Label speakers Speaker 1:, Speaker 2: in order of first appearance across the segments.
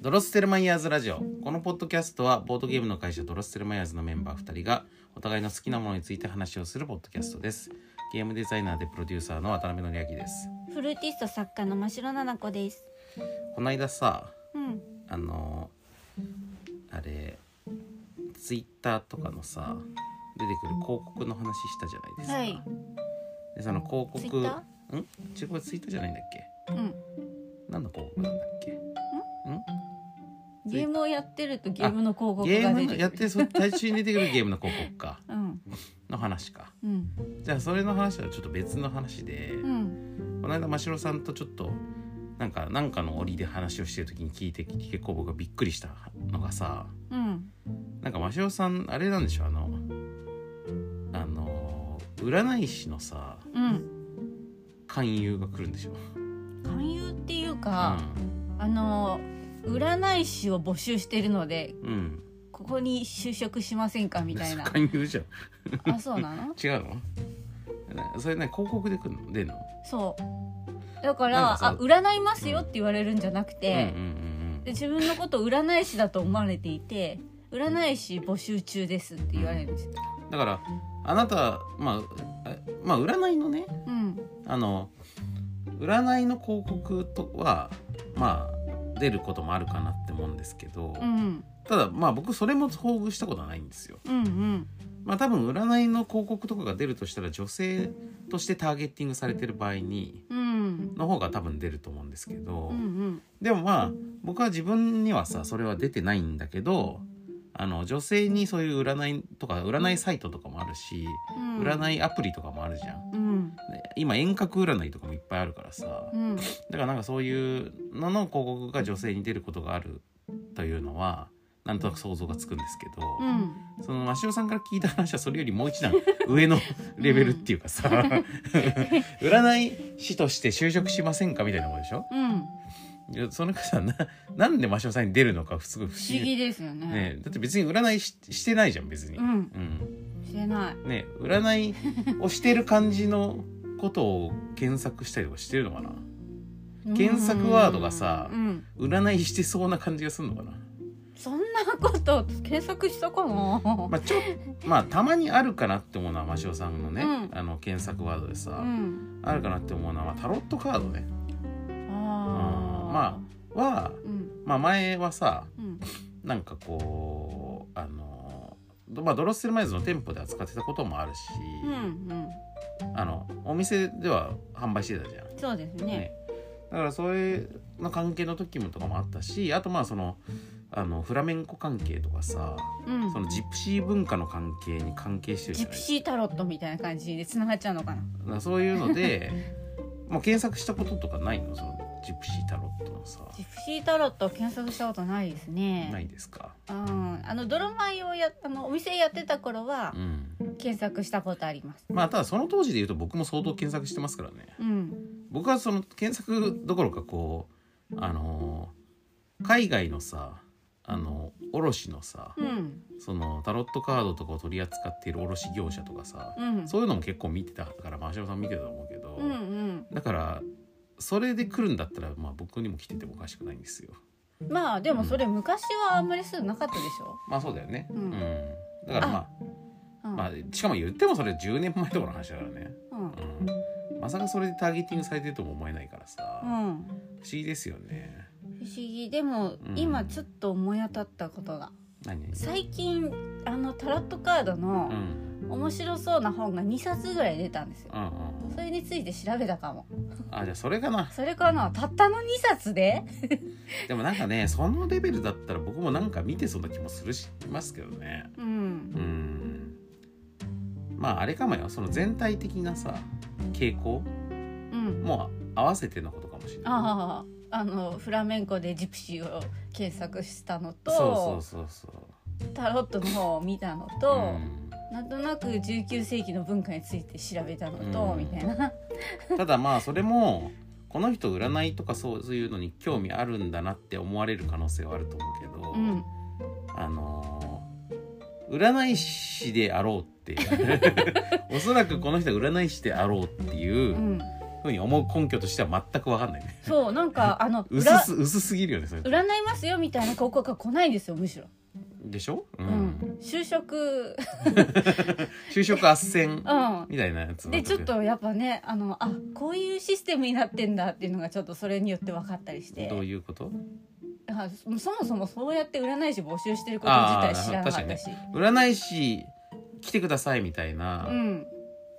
Speaker 1: ドロステルマイヤーズラジオこのポッドキャストはボードゲームの会社ドロステルマイヤーズのメンバー2人がお互いの好きなものについて話をするポッドキャストですゲームデザイナーでプロデューサーの渡辺則明です
Speaker 2: フルーティスト作家の真白なな子です。
Speaker 1: この間さ
Speaker 2: うん、
Speaker 1: あのあれツイッターとかのさ出てくる広告の話したじゃないですか、
Speaker 2: はい
Speaker 1: でその広告
Speaker 2: ツイッタ
Speaker 1: ん違うこれツイートじゃないんだっけ
Speaker 2: うん、
Speaker 1: 何の広告なんだっけん
Speaker 2: ゲームをやってるとゲームの広告
Speaker 1: ゲー
Speaker 2: が
Speaker 1: ム
Speaker 2: 出
Speaker 1: の
Speaker 2: て
Speaker 1: やっ
Speaker 2: くる。
Speaker 1: てそ 最初に出てくるゲームの広告か
Speaker 2: うん、
Speaker 1: の話か
Speaker 2: うん、
Speaker 1: じゃあそれの話はちょっと別の話で、
Speaker 2: うん、
Speaker 1: この間真城さんとちょっとなんかなんかの折で話をしてる時に聞いて結構僕がびっくりしたのがさ
Speaker 2: うん、
Speaker 1: なんか真城さんあれなんでしょあのあの占い師のさ
Speaker 2: うん。
Speaker 1: 勧誘が来るんでしょ、
Speaker 2: 勧誘っていうか、あの占い師を募集してるので
Speaker 1: うん、うん、
Speaker 2: ここに就職しませんかみたいな。
Speaker 1: 勧誘じゃん
Speaker 2: あ、そうなの？
Speaker 1: 違うのなそれね広告で来るの出んの
Speaker 2: そう。だ
Speaker 1: な
Speaker 2: か
Speaker 1: ん
Speaker 2: ら
Speaker 1: かさ
Speaker 2: あ占いますよって言われるんじゃなく
Speaker 1: うんうん
Speaker 2: て、で自分のことを占い師だと思われていて。占い師募集中ですって言われるんですよ。
Speaker 1: うんうんだからあなたまああまあ占いのね
Speaker 2: うん、
Speaker 1: あの占いの広告とはまあ出ることもあるかなって思うんですけど、
Speaker 2: うん、
Speaker 1: ただまあ僕それも遭遇したことはないんですよ。
Speaker 2: うん、うん。
Speaker 1: まあ多分占いの広告とかが出るとしたら女性としてターゲッティングされてる場合に
Speaker 2: うん
Speaker 1: の方が多分出ると思うんですけど、
Speaker 2: うんうん
Speaker 1: でもまあ僕は自分にはさそれは出てないんだけどあの女性にそういう占いとか占いサイトとかもあるし
Speaker 2: うん
Speaker 1: 占いアプリとかもあるじゃん。
Speaker 2: うん
Speaker 1: で今遠隔占いとかもいっぱいあるからさ、
Speaker 2: うん
Speaker 1: だからなんかそういうのの広告が女性に出ることがあるというのはなんとなく想像がつくんですけど、
Speaker 2: うん
Speaker 1: その真オさんから聞いた話はそれよりもう一段上のレベルっていうか さ、占い師として就職しませんかみたいなもんでしょ
Speaker 2: うん
Speaker 1: いやそのさななんで真オさんに出るのかすごい不
Speaker 2: 不
Speaker 1: 思議
Speaker 2: 思議ですよね
Speaker 1: ねえだって別に占いししてないじゃん別に、
Speaker 2: うん
Speaker 1: うん
Speaker 2: してない
Speaker 1: ねえ占いをしてる感じのことを検索したりとかしてるのかな検索ワードがさ
Speaker 2: うん
Speaker 1: 占いしてそうな感じがするのかな
Speaker 2: そんなこと検索したかな
Speaker 1: まあちょまあたまにあるかなって思うのは真汐さんのね、
Speaker 2: うん
Speaker 1: あの検索ワードでさ、
Speaker 2: うん
Speaker 1: あるかなって思うのは、まあ、タロットカードね
Speaker 2: あ
Speaker 1: うん
Speaker 2: あ
Speaker 1: まは、
Speaker 2: あうん
Speaker 1: まあ、前はさ
Speaker 2: うん
Speaker 1: なんかこうあのどまあ、ドロッセルマイズの店舗で扱ってたこともあるし、
Speaker 2: うんうん
Speaker 1: あのお店では販売してたじゃん。
Speaker 2: そうですね
Speaker 1: だからそれの関係の時もとかもあったしあとまあそのあのフラメンコ関係とかさ、
Speaker 2: うん
Speaker 1: そのジプシー文化の関係に関係してるじ
Speaker 2: ジ
Speaker 1: ゃな
Speaker 2: プ
Speaker 1: いですか
Speaker 2: シータロットみたいな感じで繋がっちゃうのかな
Speaker 1: だからそういうので もう検索したこととかないのそのジプシータロットのさ
Speaker 2: ジプシータロット検索したことないですね
Speaker 1: ないですか
Speaker 2: うんあの泥米をやあのお店やってた頃は
Speaker 1: うん
Speaker 2: 検索したことあります
Speaker 1: まあただその当時で言うと僕も相当検索してますからね
Speaker 2: うん
Speaker 1: 僕はその検索どころかこうあのー海外のさあの卸のさ、
Speaker 2: うん
Speaker 1: そのタロットカードとかを取り扱っている卸業者とかさ、
Speaker 2: うん
Speaker 1: そういうのも結構見てたから真汐さん見てたと思うけど、
Speaker 2: うんうん
Speaker 1: だからそれで来るんだったら、まあ、僕にも来ててもおかしくないんですよ。
Speaker 2: まあでもそれ昔はあんまり数なかったでしょ、
Speaker 1: まあそうだよね。う。
Speaker 2: うんん
Speaker 1: だからまあ
Speaker 2: うん
Speaker 1: まあしかも言ってもそれ10年前とかの話だからね。
Speaker 2: うん
Speaker 1: うん。まさかそれでターゲティングされてるとも思えないからさ、
Speaker 2: う
Speaker 1: 不思
Speaker 2: ん、
Speaker 1: 議ですよね。
Speaker 2: 不思議でも、
Speaker 1: うん
Speaker 2: 今ちょっと思い当たったことが
Speaker 1: 何々？
Speaker 2: 最近あのタロットカード
Speaker 1: うんう
Speaker 2: の
Speaker 1: ん
Speaker 2: 面白そうな本が2冊ぐらい出たんですよ
Speaker 1: うん
Speaker 2: それについて調べたかも
Speaker 1: あじゃあそれかな
Speaker 2: それかなたったの2冊で
Speaker 1: でもなんかねそのレベルだったら僕もなんか見てそうな気もするしますけどね
Speaker 2: うん
Speaker 1: うんまああれかもよその全体的なさ傾向
Speaker 2: うん
Speaker 1: も合わせてのことかもしれない
Speaker 2: あああのフラメンコでジプシーを検索したのと
Speaker 1: そうそうそうそう
Speaker 2: タロットの方を見たの
Speaker 1: う
Speaker 2: と、
Speaker 1: ん
Speaker 2: なんとなく19世紀の文化について調べたのと、
Speaker 1: うん
Speaker 2: みたいな。
Speaker 1: ただまあそれもこの人占いとかそうそういうのに興味あるんだなって思われる可能性はあると思うけど、
Speaker 2: うん、、
Speaker 1: あのー占い師 であろうっていうおそらくこの人は占い師であろうっていううんふふうに思う根拠としては全く分かんないね
Speaker 2: そうなんかあの
Speaker 1: 薄
Speaker 2: 裏
Speaker 1: す薄すぎるよねそれ
Speaker 2: 占いますよみたいな広告が来ないんですよむしろ、
Speaker 1: でしょ、う
Speaker 2: うんん、就職
Speaker 1: 就職斡旋
Speaker 2: うん
Speaker 1: みたいなやつ
Speaker 2: でちょっとやっぱねあのあこういうシステムになってんだっていうのがちょっとそれによって分かったりして
Speaker 1: どういうこと
Speaker 2: あそもそもそうやって占い師募集してること自体知らなかったし
Speaker 1: 占い師来てくださいみたいうなん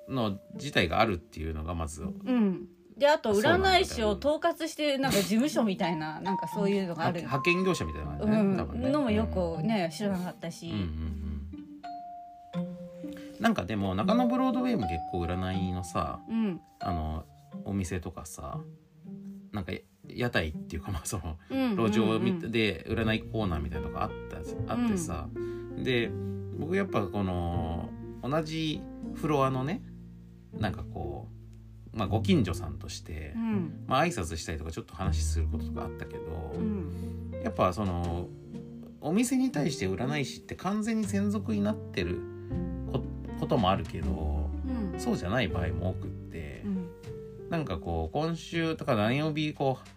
Speaker 1: の自体があるっていうのがまず
Speaker 2: うんであと
Speaker 1: そうなんだ
Speaker 2: 占い師を統括してなんか事務所みたいななんかそういうのがあ
Speaker 1: 派
Speaker 2: る、
Speaker 1: 派遣業者みたいな
Speaker 2: う
Speaker 1: 感じね、多分ね
Speaker 2: ん、のもよ
Speaker 1: うん
Speaker 2: くね知らなかった
Speaker 1: う
Speaker 2: し
Speaker 1: んうんうんなんかでも中野ブロードウェイも結構占いのさ
Speaker 2: うん
Speaker 1: あのお店とかさなんか屋台っていうかまあその
Speaker 2: うん
Speaker 1: 路上み
Speaker 2: うん
Speaker 1: で占いコーナーみたいなのがあったじあってさ、で僕やっぱこの同じフロアのねなんかこう、まあ、ご近所さんとして、
Speaker 2: うん
Speaker 1: まあ挨拶したりとかちょっと話することとかあったけど、
Speaker 2: うん
Speaker 1: やっぱそのお店に対して占い師って完全に専属になってるここともあるけど
Speaker 2: うん
Speaker 1: そうじゃない場合も多くって。
Speaker 2: うん
Speaker 1: なんかこう今週とか何曜日こう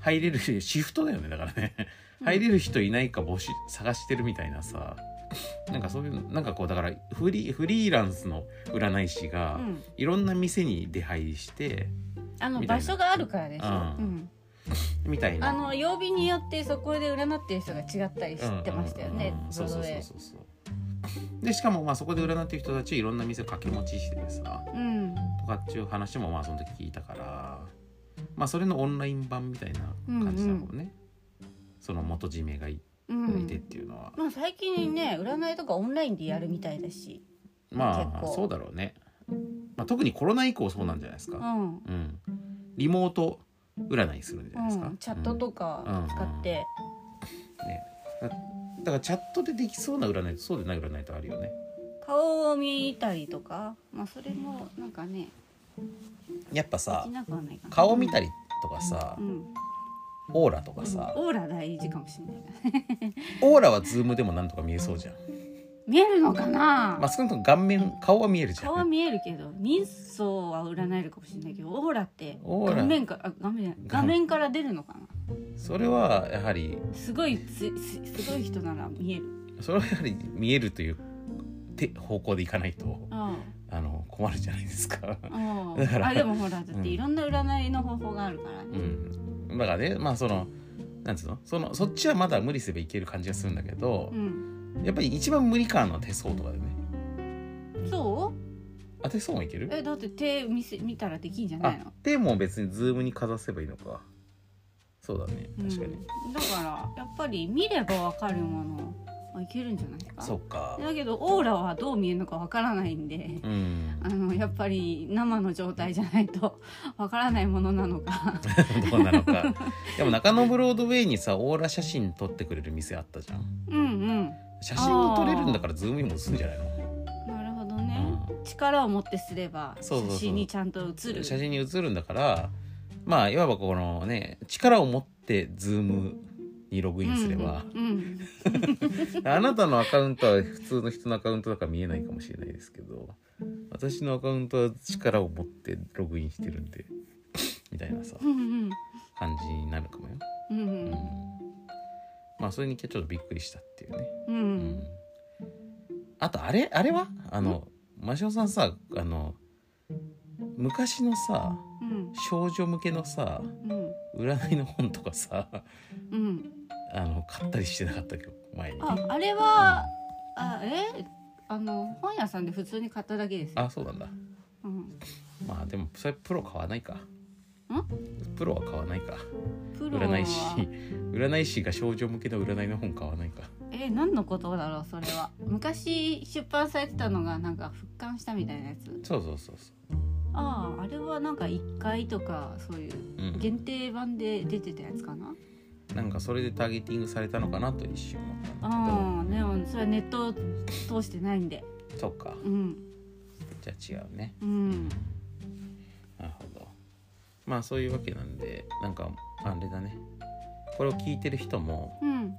Speaker 1: 入れるシフトだよねだからね入れる人いないか募集探してるみたいなさなんかそういうなんかこうだからフリーフリーランスの占い師
Speaker 2: う
Speaker 1: が
Speaker 2: ん
Speaker 1: いろんな店に出入りして
Speaker 2: あの
Speaker 1: みたい
Speaker 2: 場
Speaker 1: な
Speaker 2: 所があるからでしょ、
Speaker 1: うん
Speaker 2: うん
Speaker 1: みたいな
Speaker 2: あの曜日によってそこで占ってる人が違ったりしてましたよ
Speaker 1: うん
Speaker 2: ね
Speaker 1: うんうん
Speaker 2: ブ
Speaker 1: そ
Speaker 2: ロ
Speaker 1: う
Speaker 2: ー
Speaker 1: そうそ
Speaker 2: ドウ
Speaker 1: う
Speaker 2: ェイ
Speaker 1: そうそうでしかもまあそこで占ってる人たちいろんな店を掛け持ちしててさ
Speaker 2: うん
Speaker 1: とかっていう話もまあその時聞いたからまあそれのオンライン版みたいな感じだもんね、その元締めがいて。
Speaker 2: う
Speaker 1: いてっ
Speaker 2: ん
Speaker 1: ていうのは、
Speaker 2: まあ最近ね占いとかオンラインでやるみたいだし
Speaker 1: ま
Speaker 2: 結
Speaker 1: あ
Speaker 2: 構
Speaker 1: そうだろうね、まあ、特にコロナ以降そうなんじゃないです
Speaker 2: う
Speaker 1: か、
Speaker 2: ん
Speaker 1: うんリモート占いするんじゃないですか、
Speaker 2: うん、チャット
Speaker 1: うん
Speaker 2: とか使って、
Speaker 1: ねだだからチャットでできそうな占いとそうでない占いとあるよね
Speaker 2: 顔を見たりとか、まあ、それもなんかね
Speaker 1: やっぱ
Speaker 2: で
Speaker 1: さ
Speaker 2: きなくはないかな
Speaker 1: 顔見たりとかさ
Speaker 2: うん、
Speaker 1: オーラとかさ
Speaker 2: オーラ大事かもしれないな
Speaker 1: オーラはズームでもなんとか見えそうじゃん
Speaker 2: 見えるのかな、
Speaker 1: まあ少なくとも顔面顔は見えるじゃ
Speaker 2: 顔は
Speaker 1: ん
Speaker 2: 見えるけど人相は占えるかもしれないけどオーラって
Speaker 1: オーラ
Speaker 2: 画面からあ画面じゃない画面から出るのかな
Speaker 1: それはやはり
Speaker 2: すごいつすすごい人なら見える
Speaker 1: それはやはり見えるというて方向でいかないと
Speaker 2: あ
Speaker 1: あの困るじゃないですか
Speaker 2: ああ
Speaker 1: だから
Speaker 2: ああでもほらだ
Speaker 1: う
Speaker 2: っ
Speaker 1: ん
Speaker 2: ていろんな占いの方法があるからね、
Speaker 1: うん、だからねまあそのなんつうのそのそっちはまだ無理すればいける感じがするんだけど
Speaker 2: う、ん
Speaker 1: やっぱり一番無理感のは手相とかでね
Speaker 2: そう
Speaker 1: あ手相もいける
Speaker 2: えだって手見せ見たらできんじゃな
Speaker 1: あ
Speaker 2: いの
Speaker 1: 手も別にズームにかざせばいいのかそうだね確かに、
Speaker 2: うん、だからやっぱり見ればわかるものはいけるんじゃないですか
Speaker 1: そっか
Speaker 2: だけどオーラはどう見えるのかわからないんで
Speaker 1: うん
Speaker 2: あのやっぱり生の状態じゃないと わからないものなのか
Speaker 1: どうなのかでも中野ブロードウェイにさオーラ写真撮ってくれる店あったじゃん
Speaker 2: うんうん
Speaker 1: 写真撮れるんだからズームにも映るんじゃないの
Speaker 2: なるほどね、力を持ってすれば
Speaker 1: そうそうそう
Speaker 2: 写真にちゃんと写る
Speaker 1: 写真に写るんだからまあいわばこのね力を持ってズームにログインすれば、
Speaker 2: うんうん
Speaker 1: あなたのアカウントは普通の人のアカウントだから見えないかもしれないですけど私のアカウントは力を持ってログインしてるんで みたいなさ
Speaker 2: うんうん
Speaker 1: 感じになるかもよ、
Speaker 2: うんう
Speaker 1: うんん、まあそれにちょっとびっくりしたっていうね、
Speaker 2: うんう
Speaker 1: うんあとあれあれはあの真汐さんさあの昔のさ
Speaker 2: うん
Speaker 1: 少女向けのさ
Speaker 2: うん
Speaker 1: 占いの本とかさ
Speaker 2: うん
Speaker 1: あの買ったりしてなかったっけど前に
Speaker 2: ああれはあえあの本屋さんで普通に買っただけですよ、
Speaker 1: あそうなんだ
Speaker 2: うん、
Speaker 1: まあでもそれプロ買わないか。プロは買わないか。
Speaker 2: プロは
Speaker 1: 占い師、占い師が少女向けの占いの本買わないか。
Speaker 2: え何のことだろうそれは昔出版されてたのがなんか復刊したみたいなやつ
Speaker 1: そうそうそうそ
Speaker 2: あああれはなんか1回とかそういう
Speaker 1: う。うん。
Speaker 2: 限定版で出てたやつかな
Speaker 1: なんかそれでターゲティングされたのかなと一瞬思ったんだ
Speaker 2: ああでもそれはネットを通してないんで
Speaker 1: けど。そうか。
Speaker 2: うん
Speaker 1: じゃあ違うね。
Speaker 2: うん
Speaker 1: なるほど。まあそういうわけなんで、なんかあれだね。これを聞いてる人も、
Speaker 2: うん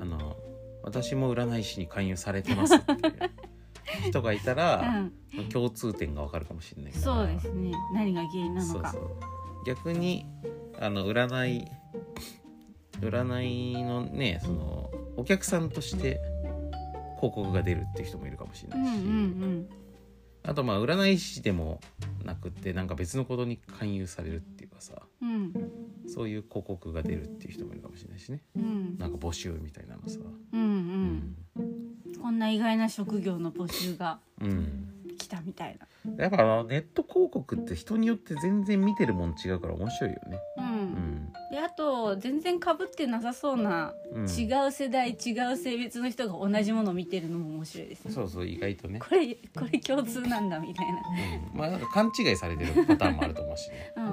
Speaker 1: あの、私も占い師に勧誘されてます っていう人がいた
Speaker 2: う
Speaker 1: ら、
Speaker 2: ん
Speaker 1: 共通点がわかるかもしれないから。
Speaker 2: そうですね何が原因なのか
Speaker 1: そうそう逆にあの占い占いのねそのお客さんとして広告が出るっていう人もいるかもしれ
Speaker 2: う
Speaker 1: なんい
Speaker 2: うん
Speaker 1: し、
Speaker 2: うん
Speaker 1: あとまあ占い師でもなくってなんか別のことに勧誘されるっていうかさ
Speaker 2: うん
Speaker 1: そういう広告が出るっていう人もいるかもしれないしね
Speaker 2: うん
Speaker 1: なんか募集みたいなのさ、
Speaker 2: うんうんこんな意外な職業の募集が
Speaker 1: うん
Speaker 2: 来たみたい
Speaker 1: やっぱあのネット広告って人によって全然見てるもん違うから面白いよね。
Speaker 2: なうん、
Speaker 1: うん
Speaker 2: であと全然かぶってなさそうな、
Speaker 1: うん、
Speaker 2: 違う世代違う性別の人が同じものを見てるのも面白いですね
Speaker 1: そうそう意外とね、
Speaker 2: これこれ共通なんだみたい
Speaker 1: うん、まあなんか勘違いされてるパターンもあると思うしね。
Speaker 2: なうん、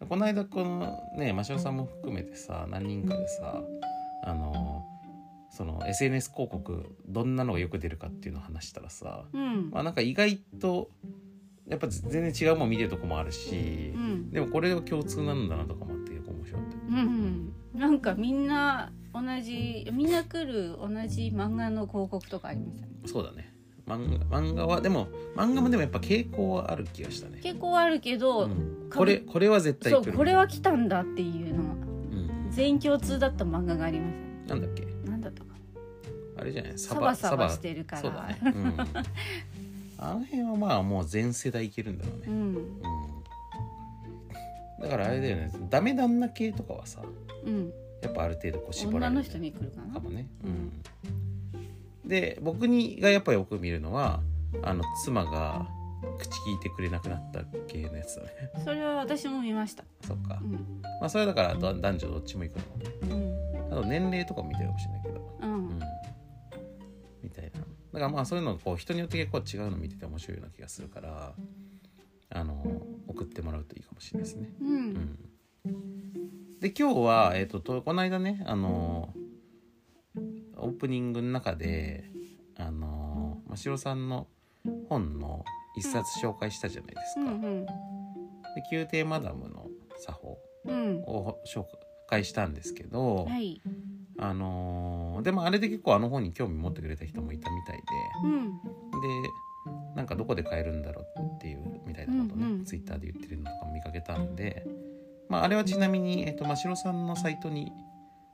Speaker 1: うん、この間このねマシオさんも含めてさ何人かでさあのその SNS 広告どんなのがよく出るかっていうのを話したらさ、
Speaker 2: うん
Speaker 1: まあ、なんか意外とやっぱ全然違うもん見てるとこもあるし、
Speaker 2: うん
Speaker 1: でもこれが共通なんだなとかもあって結構面白かった。
Speaker 2: うんなんかみんな同じみんな来る同じ漫画の広告とかありましたね
Speaker 1: そうだね漫画漫画はでも漫画もでもやっぱ傾向はある気がしたね。
Speaker 2: 結構あるけど、
Speaker 1: うん
Speaker 2: かぶ
Speaker 1: これこれは絶対
Speaker 2: そ
Speaker 1: 来
Speaker 2: う
Speaker 1: る。
Speaker 2: これは来たんだっていうのが
Speaker 1: うん、
Speaker 2: 全員共通だった漫画がありました
Speaker 1: な
Speaker 2: ね
Speaker 1: んだっけ
Speaker 2: なんだったか
Speaker 1: あれじゃないサ
Speaker 2: サバ
Speaker 1: バ
Speaker 2: サバしてるから
Speaker 1: そうだね、 うん、あの辺はまあもう全世代いけるんだろう
Speaker 2: う
Speaker 1: ね、
Speaker 2: ん
Speaker 1: うん、だからあれだよねダメ旦那系とかはさ
Speaker 2: うん
Speaker 1: やっぱある程度こう絞ら
Speaker 2: 女
Speaker 1: れ
Speaker 2: の
Speaker 1: る
Speaker 2: 人に来るかな
Speaker 1: かもね、うん、で僕にがやっぱよく見るのはあの妻が口聞いてくれなくなった系のやつだね
Speaker 2: それは私も見ました
Speaker 1: そっか
Speaker 2: う、ん
Speaker 1: まあそれはだからだ男女どっちも行くのかもね
Speaker 2: うん
Speaker 1: あと年齢とかも見てるかもしれないけど
Speaker 2: う
Speaker 1: うん
Speaker 2: ん
Speaker 1: みたいなだからまあそういうのこう人によって結構違うの見てて面白いような気がするからあの送ってもらうといいかもしれないですね。
Speaker 2: う
Speaker 1: うんん、で今日は、えっととこの間ねあのオープニングの中であの真城さんの本の一冊紹介したじゃないです
Speaker 2: う
Speaker 1: か。
Speaker 2: んうん
Speaker 1: で宮廷マダムの作法
Speaker 2: うん
Speaker 1: を紹介したんですけど、
Speaker 2: はい
Speaker 1: あのーでもあれで結構あの本に興味持ってくれた人もいたみたい
Speaker 2: うん
Speaker 1: ででなんかどこで買えるんだろうっていうみたいなことね、
Speaker 2: うんうん
Speaker 1: ツイッターで言ってるのとかも見かけたんで、まあ、あれはちなみに、えっと真城さんのサイトに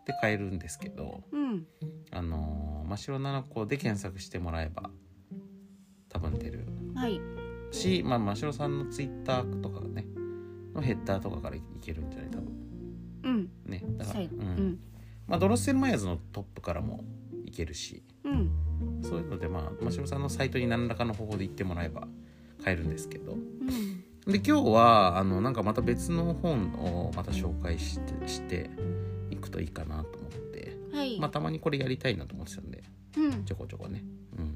Speaker 1: で買えるんですけど、
Speaker 2: うん
Speaker 1: あのー真城七子で検索してもらえば多分出る
Speaker 2: はい
Speaker 1: し、まあ、真城さんのツイッターとかねのヘッダーとかからいけるんじゃない多分
Speaker 2: うん
Speaker 1: ねだから、
Speaker 2: 最後う
Speaker 1: うん
Speaker 2: ん
Speaker 1: まあ、ドロッセルマイヤーズのトップからもいけるし。
Speaker 2: うん
Speaker 1: そういうのでまあ真城さんのサイトに何らかの方法で行ってもらえば買えるんですけど
Speaker 2: うん
Speaker 1: で今日はあのなんかまた別の本をまた紹介してしていくといいかなと思って、
Speaker 2: はい
Speaker 1: まあ、たまにこれやりたいなと思ってたんで
Speaker 2: うん
Speaker 1: ちょこちょこね、うん、今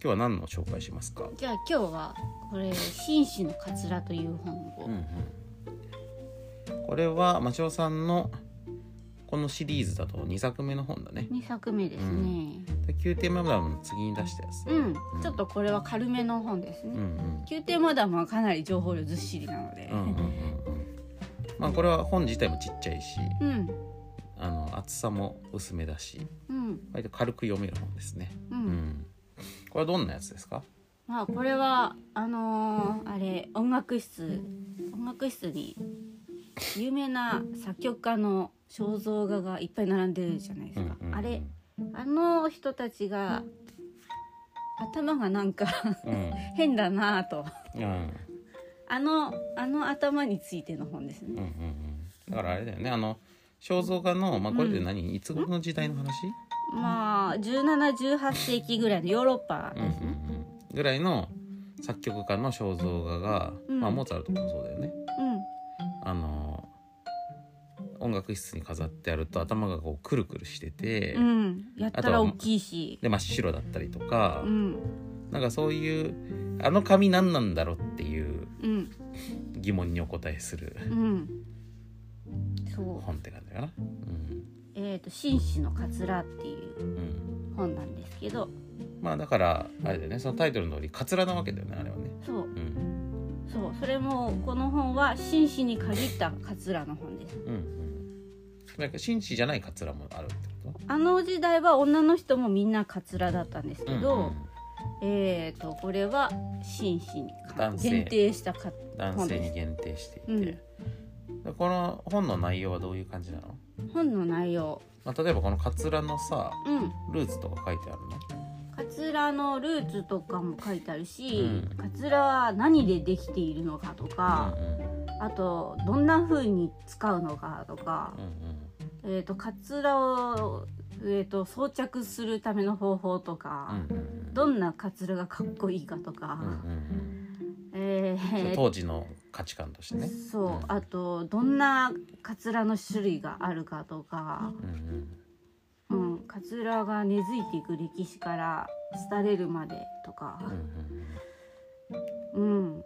Speaker 1: 日は何の紹介しますか、
Speaker 2: じゃあ今日はこれ「紳士のかつら」という本
Speaker 1: うん
Speaker 2: を
Speaker 1: うん、これは真城さんのこのシリーズだと2作目の本だね
Speaker 2: 2作目ですね
Speaker 1: 「で宮廷マダム」の次に出したやつ、
Speaker 2: うん、ちょっとこれは軽めの本です
Speaker 1: うんう
Speaker 2: ね
Speaker 1: ん
Speaker 2: 宮廷マダムはかなり情報量ずっしりなので
Speaker 1: うんうんうんうんまあこれは本自体もちっちゃいし
Speaker 2: うん
Speaker 1: あの厚さも薄めだし
Speaker 2: うん
Speaker 1: 割と軽く読める本ですね、
Speaker 2: う
Speaker 1: うんん、これはどんなやつですか
Speaker 2: まあこれはあのーあれ音楽室音楽室に有名な作曲家の肖像画がいっぱい並んでるじゃないですか、あれあの人たちが頭がなんか
Speaker 1: うん、
Speaker 2: 変だなぁと
Speaker 1: うんうん
Speaker 2: あのあの頭についての本です
Speaker 1: うんう
Speaker 2: ね
Speaker 1: んだからあれだよねあの肖像画の、まあ、これで何、いつ頃の時代の話、
Speaker 2: まあ1718世紀ぐらいのヨーロッパ
Speaker 1: うんうんうん、ぐらいの作曲家の肖像画が、
Speaker 2: うん
Speaker 1: まあ、モーツァルトもそうだよね
Speaker 2: うん
Speaker 1: あの音楽室に飾ってあると頭がこうくるくるしてて、
Speaker 2: うん、やったら大きいし、
Speaker 1: で真っ白だったりとか、
Speaker 2: うん、
Speaker 1: なんかそういうあの紙何なんだろうっていう
Speaker 2: うん、
Speaker 1: 疑問にお答えする
Speaker 2: うん。そう、
Speaker 1: 本って感じかな。うん
Speaker 2: えっ、と、紳士のかつらっていう
Speaker 1: うん、
Speaker 2: 本なんですけど。
Speaker 1: まあだからあれだよねそのタイトルの通りカツラなわけだよねあれはね。
Speaker 2: そう、
Speaker 1: うん
Speaker 2: そう、それも、この本は紳士に限ったかつらの本です。
Speaker 1: うんうん、なんか紳士じゃないカツラもあるってこと
Speaker 2: あの時代は女の人もみんなかつらだったんですけど。
Speaker 1: うんうん
Speaker 2: えっ、と、これは紳士にか
Speaker 1: 男性
Speaker 2: 限定したか
Speaker 1: 男性に限定していて、
Speaker 2: うん
Speaker 1: でこの本の内容はどういう感じなの、
Speaker 2: 本の内容
Speaker 1: まあ、例えばこのカツラのさ
Speaker 2: うん
Speaker 1: ルーツとか書いてあるの
Speaker 2: カツラのルーツとかも書いてあるし、
Speaker 1: うん
Speaker 2: カツラは何でできているのかとか、あとどんな風に使うのかとか
Speaker 1: うん、うん
Speaker 2: えー、とカツラを、えー、と装着するための方法とか、
Speaker 1: うんうんうん
Speaker 2: どんなカツラがかっこいいかとか、
Speaker 1: うんうん
Speaker 2: え
Speaker 1: うんそう
Speaker 2: ー
Speaker 1: 当時の価値観としてね、
Speaker 2: そう、
Speaker 1: うん
Speaker 2: あとどんなカツラの種類があるかとか、
Speaker 1: うんうん
Speaker 2: うん、カツラが根付いていく歴史から廃れるまでとか
Speaker 1: うんうんうん
Speaker 2: うん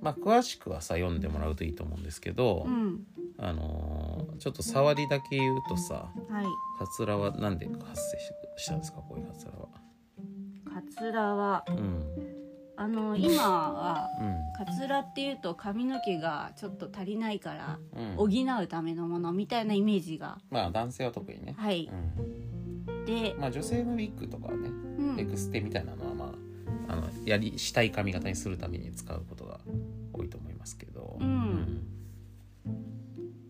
Speaker 1: まあ、詳しくはさ読んでもらうといいと思うんですけど、
Speaker 2: うん
Speaker 1: あのーちょっと触りだけ言うとさ
Speaker 2: はい
Speaker 1: カツラはなんで発生ししたんですかこういうカツラは。
Speaker 2: カツラは
Speaker 1: うん
Speaker 2: あの今は
Speaker 1: うん
Speaker 2: カツラっていうと髪の毛がちょっと足りないから
Speaker 1: うん
Speaker 2: 補うためのものみたいなイメージが
Speaker 1: まあ男性は特にね、
Speaker 2: はいで
Speaker 1: うん、、まあ女性のウィッグとかはね、
Speaker 2: うん
Speaker 1: エクステみたいなのはまああのやりしたい髪型にするために使うことが多いと思いますけど、
Speaker 2: うん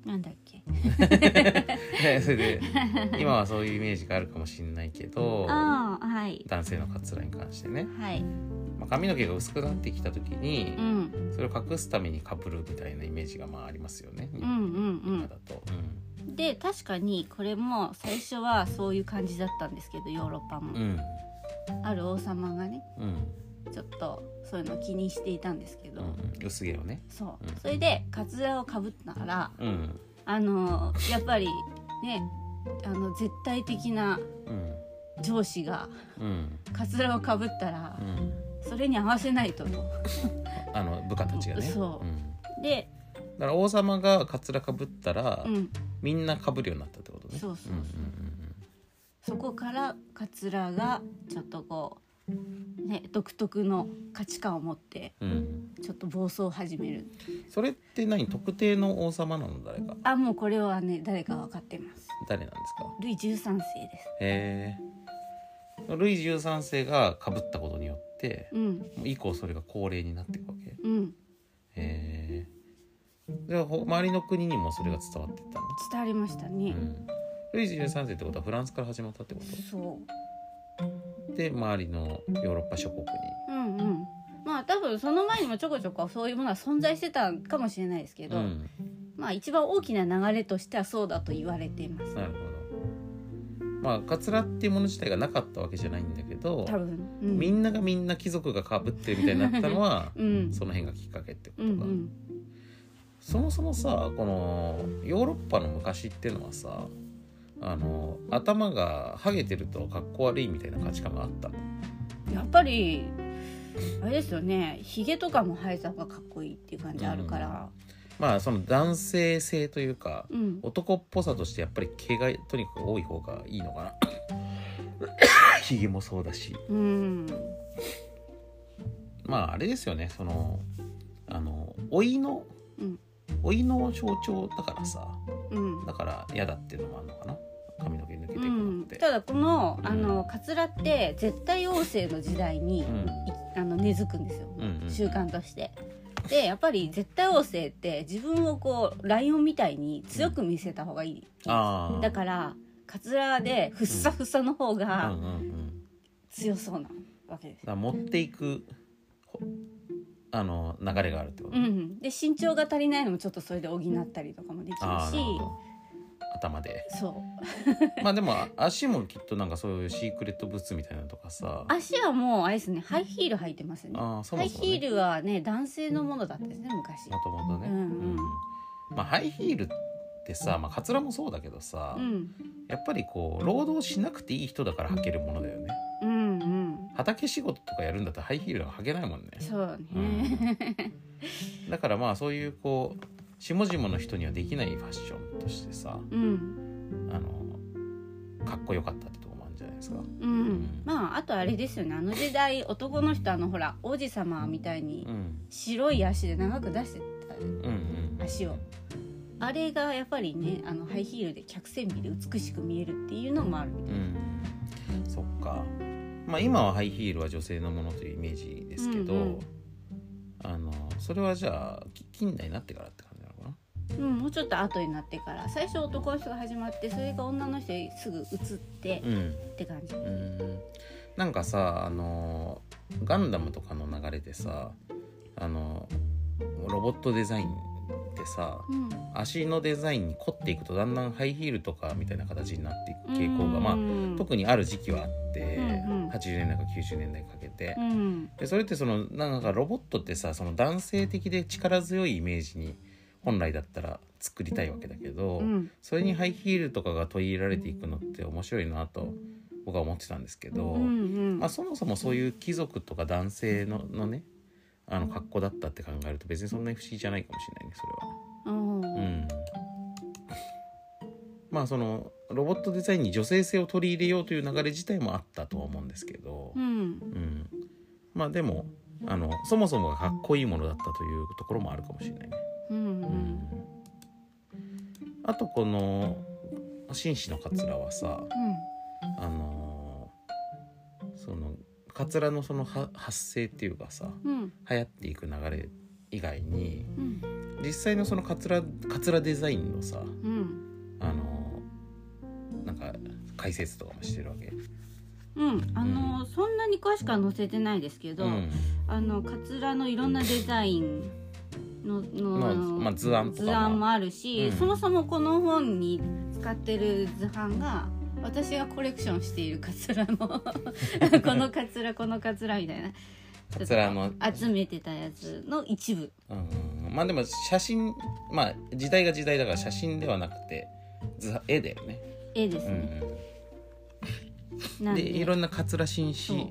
Speaker 2: なんだっけ
Speaker 1: で それで今はそういうイメージがあるかもしれないけど
Speaker 2: ああはい
Speaker 1: 男性のカツラに関してね、
Speaker 2: はい
Speaker 1: まあ、髪の毛が薄くなってきた時に
Speaker 2: う、ん
Speaker 1: それを隠すためにかぶるみたいなイメージがまあありますよね、
Speaker 2: うんうんう
Speaker 1: 今
Speaker 2: ん
Speaker 1: だと。うん
Speaker 2: で確かにこれも最初はそういう感じだったんですけどヨーロッパも、
Speaker 1: うん
Speaker 2: ある王様がね
Speaker 1: うん
Speaker 2: ちょっとそういうの気にしていたんですけ
Speaker 1: う
Speaker 2: ど、
Speaker 1: んうん、薄毛をね、
Speaker 2: そう
Speaker 1: うん
Speaker 2: それでカツラをかぶったら
Speaker 1: うん
Speaker 2: あのやっぱりねあの絶対的な
Speaker 1: うん
Speaker 2: 上司が
Speaker 1: うん
Speaker 2: カツラをかぶったら
Speaker 1: うん、
Speaker 2: それに合わせないとと
Speaker 1: あの部下たちがね。
Speaker 2: そう
Speaker 1: うん
Speaker 2: で
Speaker 1: だから王様がかつらかぶったら、
Speaker 2: うん
Speaker 1: みんなかぶるようになったってことね。
Speaker 2: そうそうそうん
Speaker 1: ん
Speaker 2: そこからカツラがちょっとこうね独特の価値観を持って
Speaker 1: うんうんうん
Speaker 2: ちょっと暴走を始める
Speaker 1: それって何特定の王様なの誰か
Speaker 2: あもうこれはね誰か分かってます
Speaker 1: 誰なんですか
Speaker 2: ルイ13世で
Speaker 1: へえルイ13世がかぶったことによって
Speaker 2: すうん
Speaker 1: 以降それが恒例になっていくわけへ
Speaker 2: うん
Speaker 1: えじゃあほ周りの国にもそれが伝わっていったの、
Speaker 2: 伝わりました
Speaker 1: う
Speaker 2: ね、
Speaker 1: ん、ルイ13世ってことはフランスから始まったってこ
Speaker 2: そう
Speaker 1: とで周りのヨーロッパ諸国に
Speaker 2: うんうんまあ多分その前にもちょこちょこそういうものは存在してたかもしれないですけど、
Speaker 1: うん
Speaker 2: まあ一番大きな流れとしてはそうだと言われています
Speaker 1: なるほどまあカツラっていうもの自体がなかったわけじゃないんだけど
Speaker 2: 多分、うん、
Speaker 1: みんながみんな貴族がかぶってるみたいになったのは
Speaker 2: うん
Speaker 1: その辺がきっかけってこ
Speaker 2: う
Speaker 1: と
Speaker 2: ん
Speaker 1: だ、
Speaker 2: うん
Speaker 1: そもそもさこのヨーロッパの昔っていうのはさあの頭がハゲてるとかっこ悪いみたいな価値観があったの
Speaker 2: やっぱりあれですよねひげとかも生えた方がかっこいいっていう感じあるから
Speaker 1: まあその男性性というか
Speaker 2: うん、
Speaker 1: 男っぽさとしてやっぱり毛がとにかく多い方がいいのか なひげもそうだし
Speaker 2: うん、
Speaker 1: まああれですよねそのあの老いの、
Speaker 2: うん
Speaker 1: 老いの象徴だからさ
Speaker 2: うん
Speaker 1: だから嫌だっていうのもあるのかな髪の毛抜けていく
Speaker 2: う
Speaker 1: のっ
Speaker 2: ん、
Speaker 1: て。
Speaker 2: ただこの
Speaker 1: うん
Speaker 2: あのカツラって絶対王政の時代に、
Speaker 1: うん
Speaker 2: いあの根付くんですよ、
Speaker 1: うんうん
Speaker 2: 習慣として。でやっぱり絶対王政って自分をこうライオンみたいに強く見せた方がいい、
Speaker 1: あー
Speaker 2: だからカツラでふっさふさの方
Speaker 1: う
Speaker 2: が
Speaker 1: んうんうん、だ
Speaker 2: 強そうなわけです
Speaker 1: か。ら持っていくほあの流れがあるってこと、
Speaker 2: うん、で身長が足りないのもちょっとそれで補ったりとかもできる
Speaker 1: あーなるほ
Speaker 2: し
Speaker 1: ど頭で
Speaker 2: そう
Speaker 1: まあでもあ足もきっとなんかそういうシークレットブーツみたいなのとかさ
Speaker 2: 足はもうあれですねハイヒール履いてますね
Speaker 1: あーそ
Speaker 2: ハ
Speaker 1: も
Speaker 2: イ
Speaker 1: そも、
Speaker 2: ヒ
Speaker 1: ね
Speaker 2: ー、ルはね男性のものだったんですね昔
Speaker 1: もともとね、
Speaker 2: うんうん
Speaker 1: まあ、ハイヒールってさ、まあ、カツラもそうだけどさ、
Speaker 2: うん
Speaker 1: やっぱりこう労働しなくていい人だから履けるものだよね
Speaker 2: うんうん
Speaker 1: 畑仕事とかやるんだったらハイヒールは履けないもんね、
Speaker 2: そう
Speaker 1: う
Speaker 2: ね、
Speaker 1: ん、だからまあそういうこう下々の人にはできないファッションとしてさ
Speaker 2: うん、
Speaker 1: あのかっこよかったってとこもあるんじゃないですか
Speaker 2: うんまああとあれですよねあの時代男の人あのほら王子様みたいに
Speaker 1: うん
Speaker 2: 白い足で長く出してた
Speaker 1: うんうん
Speaker 2: 足をあれがやっぱりねあのハイヒールで客船美で美しく見えるっていうのもあるみた
Speaker 1: う
Speaker 2: い
Speaker 1: んそっかまあ今はハイヒールは女性のものというイメージですけど、
Speaker 2: うんうん
Speaker 1: あのそれはじゃあき近代になってからって感じなのかな
Speaker 2: うん、もうちょっと後になってから最初男の人が始まってそれが女の人にすぐ移って
Speaker 1: うん
Speaker 2: って感じ、
Speaker 1: うんなんかさあのガンダムとかの流れでさあのロボットデザインってさ
Speaker 2: うん、
Speaker 1: 足のデザインに凝っていくとだんだんハイヒールとかみたいな形になっていく傾向がまあ
Speaker 2: あ
Speaker 1: 特にある時期はあって、
Speaker 2: うんうん
Speaker 1: 80年代から90年代にかけて、
Speaker 2: うん
Speaker 1: でそれってそのなんかロボットってさその男性的で力強いイメージに本来だったら作りたいわけだけど、
Speaker 2: うん
Speaker 1: それにハイヒールとかが取り入れられていくのって面白いなと僕は思ってたんですけど、
Speaker 2: うんうん
Speaker 1: まあ、そもそもそういう貴族とか男性ののねあの格好だったって考えると別にそんなに不思議じゃないかもしれないねそれは。
Speaker 2: うん
Speaker 1: うん、まあそのロボットデザインに女性性を取り入れようという流れ自体もあったとは思うんですけど、
Speaker 2: うん
Speaker 1: うん、まあでもあのそもそもがかっこいいものだったというところもあるかもしれないね。
Speaker 2: うん
Speaker 1: うん、あとこの紳士のカツラはさあのーそのカツラのそのは発生っていうかさ
Speaker 2: うん
Speaker 1: 流行っていく流れ以外に
Speaker 2: うん
Speaker 1: 実際のそのカツラカツラデザインのさ
Speaker 2: うん
Speaker 1: あのーなんか解説とかもしてるわけ。
Speaker 2: うんあのそんなに詳しくは載せてないですけど、
Speaker 1: うん
Speaker 2: あのカツラのいろんなデザインのの
Speaker 1: まあ
Speaker 2: あの
Speaker 1: まあ図案とかも
Speaker 2: 図案もある
Speaker 1: う
Speaker 2: し、
Speaker 1: ん
Speaker 2: そもそもこの本に使ってる図版が私がコレクションしているカツ ラのこのカツラこのカツラみたいな
Speaker 1: カツラの、
Speaker 2: 集めてたやつの一部
Speaker 1: うん、まあでも写真まあ時代が時代だから写真ではなくて図絵だよね。
Speaker 2: 絵です
Speaker 1: うん
Speaker 2: ね、
Speaker 1: う、
Speaker 2: なんん
Speaker 1: で
Speaker 2: で
Speaker 1: いろんなカツラ紳
Speaker 2: そう
Speaker 1: 士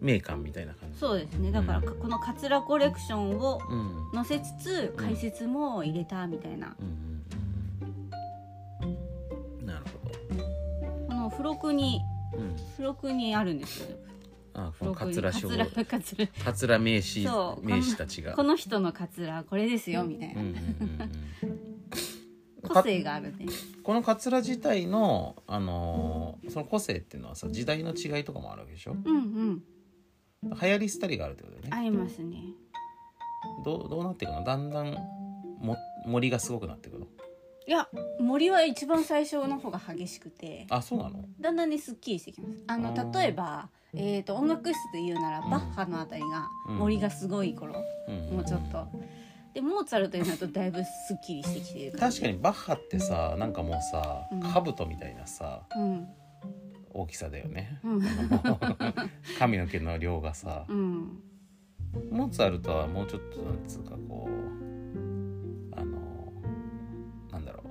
Speaker 1: 名鑑みたいな感じ。
Speaker 2: そうですねだから、
Speaker 1: う
Speaker 2: このカツラコレクションを
Speaker 1: うんうん
Speaker 2: 載せつつ解説も入れたみたいな、
Speaker 1: うんうんなるほ
Speaker 2: この付録に
Speaker 1: ど。うん、
Speaker 2: 付録にあるんですよ
Speaker 1: あこ
Speaker 2: 付
Speaker 1: の
Speaker 2: 録に
Speaker 1: 桂将
Speaker 2: カツラカツラ
Speaker 1: 桂名士
Speaker 2: そう
Speaker 1: 名士たちが
Speaker 2: こ。の人のカツラこれですよみたい
Speaker 1: うん
Speaker 2: な、
Speaker 1: うんうんうん
Speaker 2: 個性があるね
Speaker 1: このカツラ自体の、あのーその個性っていうのはさ時代の違いとかもあるわけでしょ
Speaker 2: うんうん
Speaker 1: 流行り廃りがあるってことだよね
Speaker 2: ありますね
Speaker 1: どうどうなっていくのだんだんも森がすごくなっていくの
Speaker 2: いや森は一番最初の方が激しくて
Speaker 1: あそうなの
Speaker 2: だんだんにすっきりしてきますあ
Speaker 1: あ
Speaker 2: の
Speaker 1: ー
Speaker 2: 例えば、えー、と音楽室で言うなら
Speaker 1: うん
Speaker 2: バッハのあたりが
Speaker 1: うん
Speaker 2: 森がすごい頃、
Speaker 1: ん
Speaker 2: もうちょっとでモーツァルトになるとだいぶすっきりしてきてる感
Speaker 1: 確
Speaker 2: じ
Speaker 1: かにバッハってさなんかもうさ
Speaker 2: うん
Speaker 1: 兜みたいなさ
Speaker 2: うん
Speaker 1: 大きさだよね
Speaker 2: うん
Speaker 1: 髪の毛の量がさ
Speaker 2: うん
Speaker 1: モーツァルトはもうちょっとなんつうかこうあのなんだろ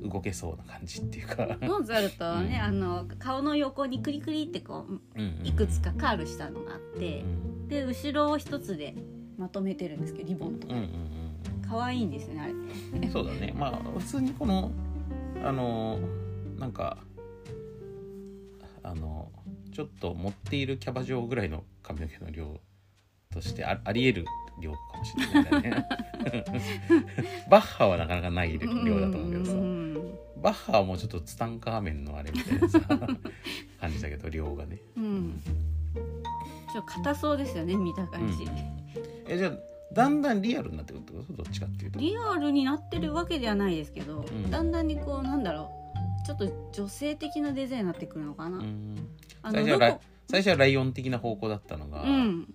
Speaker 1: う動けそうな感じっていうか、
Speaker 2: モーツァルトはね、
Speaker 1: うん
Speaker 2: あの顔の横にクリクリってこう
Speaker 1: うんうんうん
Speaker 2: いくつかカールしたのがあっ
Speaker 1: う
Speaker 2: て、
Speaker 1: ん
Speaker 2: で後ろを一つでまとめてるんですけどリボンと
Speaker 1: う
Speaker 2: か
Speaker 1: んうんうん
Speaker 2: 可愛いんですねあれ
Speaker 1: うんそうだねまあ普通にこのあのなんかあのちょっと持っているキャバ嬢ぐらいの髪の毛の量としてあありえる量かもしれないんだよね バッハはなかなかない量だと思うけどさ、
Speaker 2: うん
Speaker 1: バッハはもうちょっとツタンカーメンのあれみたいなさ感じだけど量がね。
Speaker 2: うんちょっと硬そうですよね見た感じ、
Speaker 1: うんえじゃあだんだんリアルになってくるってことどっちかっていうと。
Speaker 2: リアルになってるわけではないですけど、
Speaker 1: ん
Speaker 2: だんだんにこうなんだろうちょっと女性的なデザインになってくるのかな、
Speaker 1: うん
Speaker 2: あ
Speaker 1: 最初は
Speaker 2: のど
Speaker 1: ライ
Speaker 2: こ
Speaker 1: 最初はライオン的な方向だったのが、
Speaker 2: うん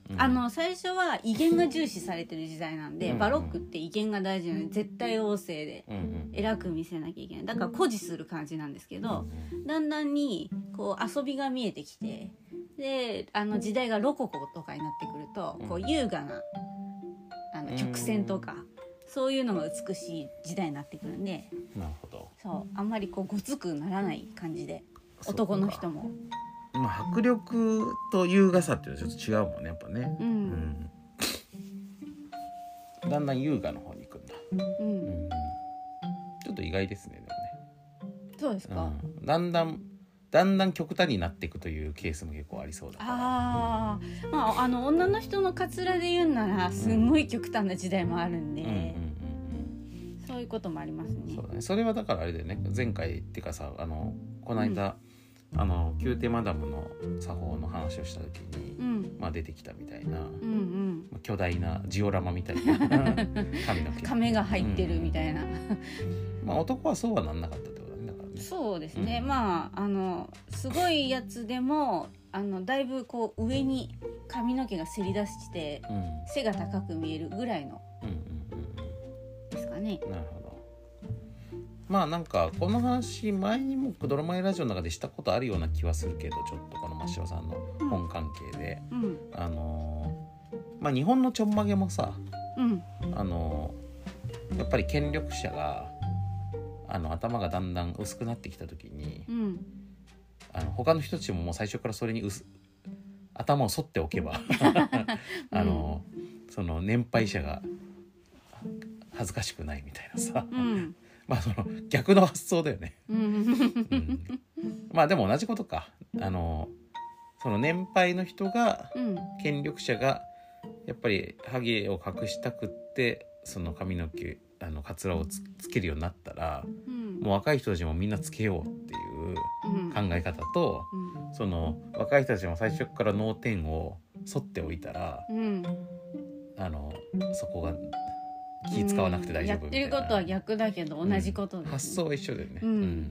Speaker 1: うん
Speaker 2: あの最初は威厳が重視されてる時代なんで、
Speaker 1: うん
Speaker 2: バロックって威厳が大事なので絶対旺盛で
Speaker 1: うんうん
Speaker 2: 偉く見せなきゃいけないだから誇示する感じなんですけど、だんだんにこう遊びが見えてきてであの時代がロココとかになってくるとこ
Speaker 1: う
Speaker 2: うん優雅なあ
Speaker 1: う
Speaker 2: の
Speaker 1: ん
Speaker 2: 曲線とかそういうのが美しい時代になってくるんで
Speaker 1: なるほど。
Speaker 2: そうあんまりこうごつくならない感じで男の人
Speaker 1: も。
Speaker 2: も。
Speaker 1: まあ迫力と優雅さっていうのはちょっと違うもんねやっぱね。
Speaker 2: う
Speaker 1: うんんだんだん優雅の方に行くんだ。
Speaker 2: う、
Speaker 1: うんんちょっと意外ですねでもね。
Speaker 2: そうですか、
Speaker 1: うんだんだんだんだん極端になっていくというケースも結構ありそうだから
Speaker 2: ああまああの女の人のカツラで言うならすんごい極端な時代もあるんで、
Speaker 1: うんうんうん
Speaker 2: そういうこともあります
Speaker 1: うん
Speaker 2: ね
Speaker 1: そうだねそれはだからあれだよね前回っていうかさあのこの間、あの宮廷マダムの作法の話をした時に、
Speaker 2: うん
Speaker 1: まあ、出てきたみたいな、
Speaker 2: うんうん
Speaker 1: 巨大なジオラマみたいな髪の毛
Speaker 2: 亀が入ってるみたいな、
Speaker 1: まあ、男はそうはなんなかったってことだねだからね
Speaker 2: そうですね、
Speaker 1: うん
Speaker 2: まああのすごいやつでもあのだいぶこう上に髪の毛がせり出して
Speaker 1: うん
Speaker 2: 背が高く見えるぐらいの
Speaker 1: うんうん
Speaker 2: ですかね
Speaker 1: うんうんなるほどまあなんかこの話前にもドラマやラジオの中でしたことあるような気はするけどちょっとこの真汐さんの本関係で、
Speaker 2: うん
Speaker 1: あのーまあ日本のちょんまげもさ
Speaker 2: うん
Speaker 1: あのやっぱり権力者があの頭がだんだん薄くなってきた時に
Speaker 2: うん
Speaker 1: あの他の人たちももう最初からそれに薄頭を剃っておけばあの、その年配者が恥ずかしくないみたいなさ、
Speaker 2: うん
Speaker 1: まあその逆の発想だよね。
Speaker 2: うん
Speaker 1: うん、まあでも同じことかあのその年配の人が
Speaker 2: うん
Speaker 1: 権力者がやっぱりハゲを隠したくってその髪の毛あのカツラをつつけるようになったら
Speaker 2: うん
Speaker 1: もう若い人たちもみんなつけようっていう
Speaker 2: うん
Speaker 1: 考え方と
Speaker 2: うん
Speaker 1: その若い人たちも最初から脳天を剃っておいたら
Speaker 2: うん
Speaker 1: あのそこが気使わなくて大丈夫
Speaker 2: や
Speaker 1: み
Speaker 2: ったて
Speaker 1: いな、
Speaker 2: ることは逆だけど同じことですね
Speaker 1: 発想は一緒だよね。
Speaker 2: うん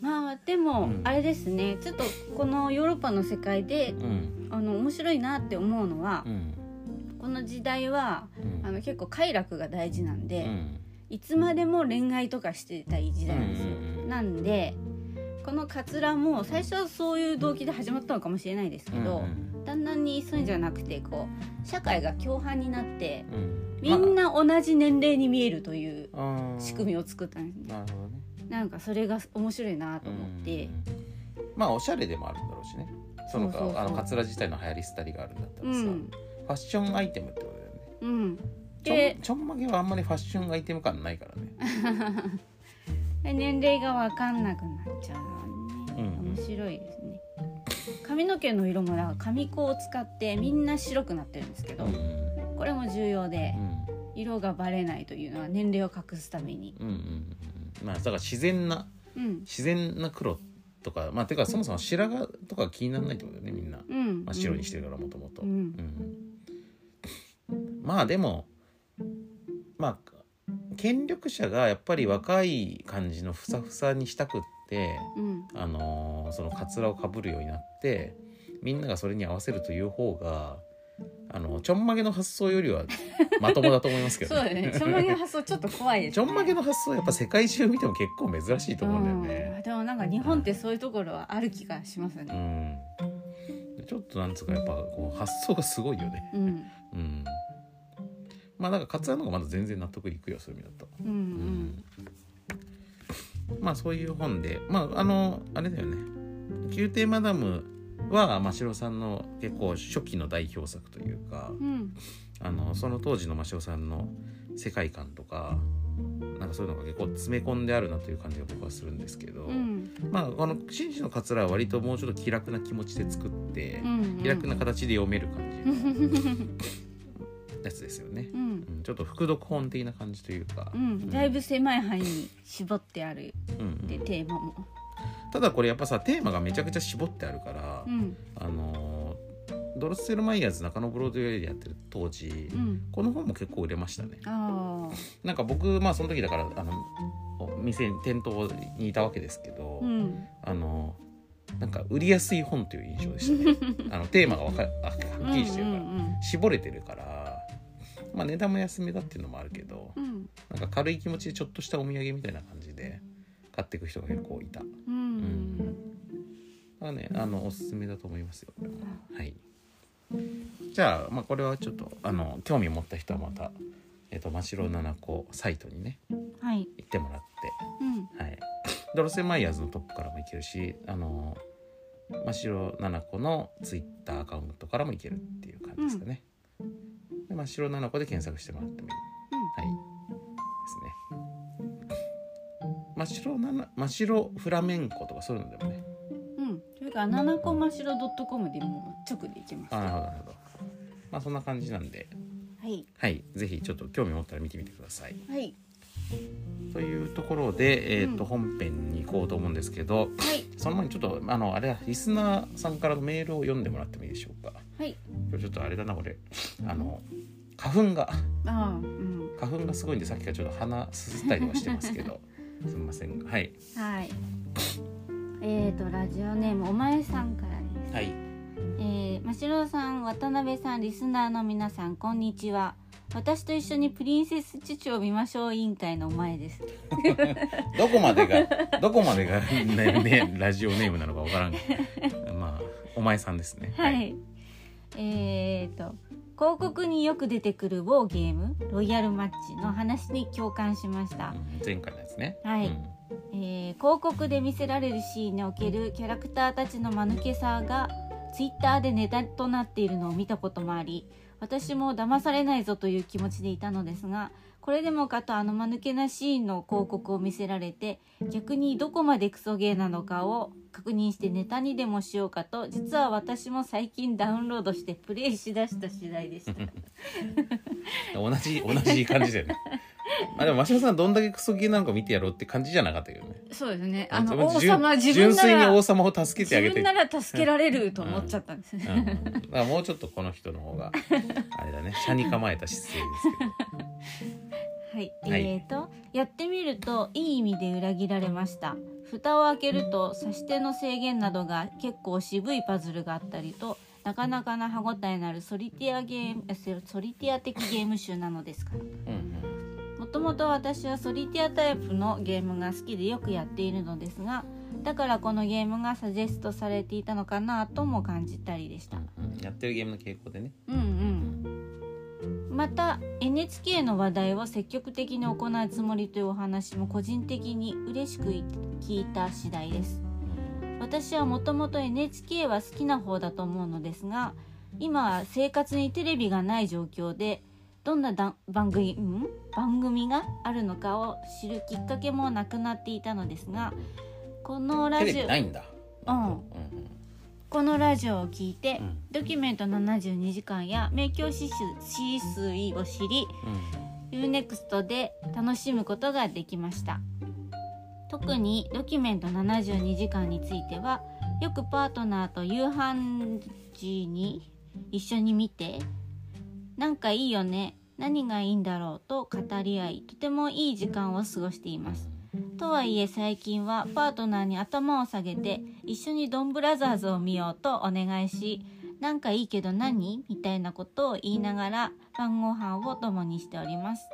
Speaker 2: まあでも
Speaker 1: うん
Speaker 2: あれですねちょっとこのヨーロッパの世界で
Speaker 1: うんうん
Speaker 2: あの面白いなって思うのは
Speaker 1: うん
Speaker 2: この時代は
Speaker 1: うん
Speaker 2: あの結構快楽が大事なん
Speaker 1: う
Speaker 2: で
Speaker 1: ん
Speaker 2: いつまでも恋愛とかしてたい時代なんですよ
Speaker 1: うんうんうん
Speaker 2: なんでこのカツラも最初はそういう動機で始まったのかもしれないですけどだんだんにそういうんじゃなくてこう社会が共犯になって
Speaker 1: うんうん
Speaker 2: みんな同じ年齢に見えるという仕組
Speaker 1: み
Speaker 2: みを作ったんですね
Speaker 1: なるほどね
Speaker 2: なんかそれが面白いなと思って
Speaker 1: うんまあおしゃれでもあるんだろうしねそのか
Speaker 2: そうそうそう
Speaker 1: あのカツラ自体の流行り廃りがあるんだった
Speaker 2: う
Speaker 1: らさ、
Speaker 2: ん
Speaker 1: ファッションアイテムってことだよね
Speaker 2: うん
Speaker 1: ちょ
Speaker 2: で
Speaker 1: んちょんまげはあんまりファッションアイテム感ないからね
Speaker 2: 年齢が分かんなくなっちゃうのね、
Speaker 1: うんうん
Speaker 2: 面白いですね髪の毛の色もだから髪粉を使ってみんな白くなってるんですけ
Speaker 1: う
Speaker 2: ど、
Speaker 1: んうん
Speaker 2: これも重要で
Speaker 1: うん
Speaker 2: 色がバレないというのは年齢を隠すために
Speaker 1: うんうんまあだから自然な
Speaker 2: うん
Speaker 1: 自然な黒とかまあてかそもそも白髪とか気にならないってことだよねみんな、
Speaker 2: うん、
Speaker 1: まあ、白にしてるからもともと
Speaker 2: うん
Speaker 1: うんまあでもまあ権力者がやっぱり若い感じのふさふさにしたくって、
Speaker 2: うん
Speaker 1: あのーそのカツラをかぶるようになってみんながそれに合わせるという方があのちょんまげの発想よりはまともだと思いますけ
Speaker 2: そ
Speaker 1: ど
Speaker 2: うだねちょんまげの発想ちょっと怖いです、
Speaker 1: ち
Speaker 2: ね、
Speaker 1: ょんまげの発想はやっぱ世界中見ても結構珍しいと思うんだよ
Speaker 2: う
Speaker 1: ね
Speaker 2: ん。でもなんか日本ってそういうところはある気がします
Speaker 1: う
Speaker 2: ね
Speaker 1: んちょっとなんつうかやっぱこう発想がすごいよね。
Speaker 2: うん
Speaker 1: うんまあなんかカツラの方がまだ全然納得いくよそういう意味だと。
Speaker 2: うんうん
Speaker 1: まあそういう本でまああのあれだよね「宮廷マダム」は真城さんの結構初期の代表作というか
Speaker 2: うん
Speaker 1: あのその当時の真城さんの世界観とかなんかそういうのが結構詰め込んであるなという感じが僕はするんですけど、
Speaker 2: うん
Speaker 1: まあこの「紳士のカツラ」は割ともうちょっと気楽な気持ちで作って、
Speaker 2: うん
Speaker 1: 気楽な形で読める感
Speaker 2: う
Speaker 1: じの
Speaker 2: ん
Speaker 1: やつですよね。
Speaker 2: うん
Speaker 1: うんちょっと副読本的な感じというか、
Speaker 2: うん、だいぶ狭い範囲に絞ってある
Speaker 1: うんうん
Speaker 2: でテーマも。
Speaker 1: ただこれやっぱさテーマがめちゃくちゃ絞ってあるから、
Speaker 2: うん
Speaker 1: あのードロッセルマイヤーズ中野ブロードウェイでやってる当時、
Speaker 2: うん。
Speaker 1: この本も結構売れましたね
Speaker 2: ああ。
Speaker 1: なんか僕まあその時だからあのお店に店頭にいたわけですけど、
Speaker 2: うん。
Speaker 1: あのなんか売りやすい本という印象でした ねあのテーマがわかあはっきりしてるから、
Speaker 2: うん
Speaker 1: 絞れてるからまあ値段も安めだっていうのもあるけど
Speaker 2: うん
Speaker 1: なんか軽い気持ちでちょっとしたお土産みたいな感じで買っていく人が結構いた。
Speaker 2: うん。うん。
Speaker 1: まあね、あのおすすめだと思いますよ。これもはい。じゃあ、まあ、これはちょっと、あの、興味持った人はまた。えっ、と、真白七子サイトにね、
Speaker 2: はい。
Speaker 1: 行ってもらっ
Speaker 2: うん。
Speaker 1: て。はい。ドロセマイヤーズのトップからも行けるし、あの。真白七子のツイッターアカウントからも行けるっていう感じですかね。で真白七子で検索してもらってもいい。はい。ですね。真白七、真白フラメンコとか、そういうのでもね。
Speaker 2: うん。うん。というか、七個ましろドットコムでもう直でいけます。
Speaker 1: あなる
Speaker 2: は
Speaker 1: ほどなるほどまあそんな感じなんで
Speaker 2: い。
Speaker 1: はいぜひちょっと興味持ったら見てみてください
Speaker 2: はい。
Speaker 1: というところで、えーと
Speaker 2: うん
Speaker 1: 本編に行こうと思うんですけど
Speaker 2: はい
Speaker 1: その前にちょっとあのあれリスナーさんからのメールを読んでもらってもいいでしょうか
Speaker 2: はい
Speaker 1: 今日ちょっとあれだなこれあの花粉が
Speaker 2: ああうん
Speaker 1: 花粉がすごいんでさっきからちょっと鼻すすったりはしてます けどすみませんがはい
Speaker 2: はいえーとラジオネームお前さんからです
Speaker 1: はい
Speaker 2: えー、真城さん渡辺さんリスナーの皆さんこんにちは私と一緒にプリンセスチュチュを見ましょう委員会の前です
Speaker 1: どこまでがどこまでが、ねね、ラジオネームなのかわからんまあお前さんですね
Speaker 2: はい、えー、と広告によく出てくる某ゲームロイヤルマッチの話に共感しました
Speaker 1: う、ん前回のやつね
Speaker 2: はい
Speaker 1: うん
Speaker 2: えー広告で見せられるシーンにおけるキャラクターたちの間抜けさがツイッターでネタとなっているのを見たこともあり私も騙されないぞという気持ちでいたのですがこれでもかとあの間抜けなシーンの広告を見せられて逆にどこまでクソゲーなのかを確認してネタにでもしようかと実は私も最近ダウンロードしてプレイしだした次第でした
Speaker 1: 同じ同じ感じだよね まあでも真島さんどんだけクソゲーなんか見てやろうって感じじゃなかったけどね
Speaker 2: そうですね
Speaker 1: 純純粋に王様を助けてあげて
Speaker 2: ら助
Speaker 1: け
Speaker 2: られると
Speaker 1: 思っちゃ
Speaker 2: ったんですね
Speaker 1: うんだからもうちょっとこの人の方があれだね車に構えた姿勢ですけど
Speaker 2: はい、
Speaker 1: はい
Speaker 2: えーとやってみるといい意味で裏切られました蓋を開けると差し手の制限などが結構渋いパズルがあったりとなかなかな歯ごたえのあるソリティアゲームえソソリティア的ゲーム集なのですから
Speaker 1: うん
Speaker 2: もともと私はソリティアタイプのゲームが好きでよくやっているのですがだからこのゲームがサジェストされていたのかなとも感じたりでした
Speaker 1: うんうんうんやってるゲームの傾向でね
Speaker 2: うんうんまた NHK の話題を積極的に行うつもりというお話も個人的に嬉しく聞いた次第です私はもともと NHK は好きな方だと思うのですが今は生活にテレビがない状況でどんなだ番組ん番組があるのかを知るきっかけもなくなっていたのですがこのラ
Speaker 1: テレ
Speaker 2: ジ
Speaker 1: ビ
Speaker 2: オ
Speaker 1: ないんだ
Speaker 2: うんこのラジオを聞いて、
Speaker 1: うん
Speaker 2: ドキュメント72時間や名教指数指数を知り
Speaker 1: うん
Speaker 2: UNEXT で楽しむことができました特にドキュメント72時間についてはよくパートナーと夕飯時に一緒に見てなんかいいよね何がいいんだろうと語り合いとてもいい時間を過ごしていますとはいえ最近はパートナーに頭を下げて一緒にドンブラザーズを見ようとお願いしなんかいいけど何みたいなことを言いながら晩ご飯を共にしております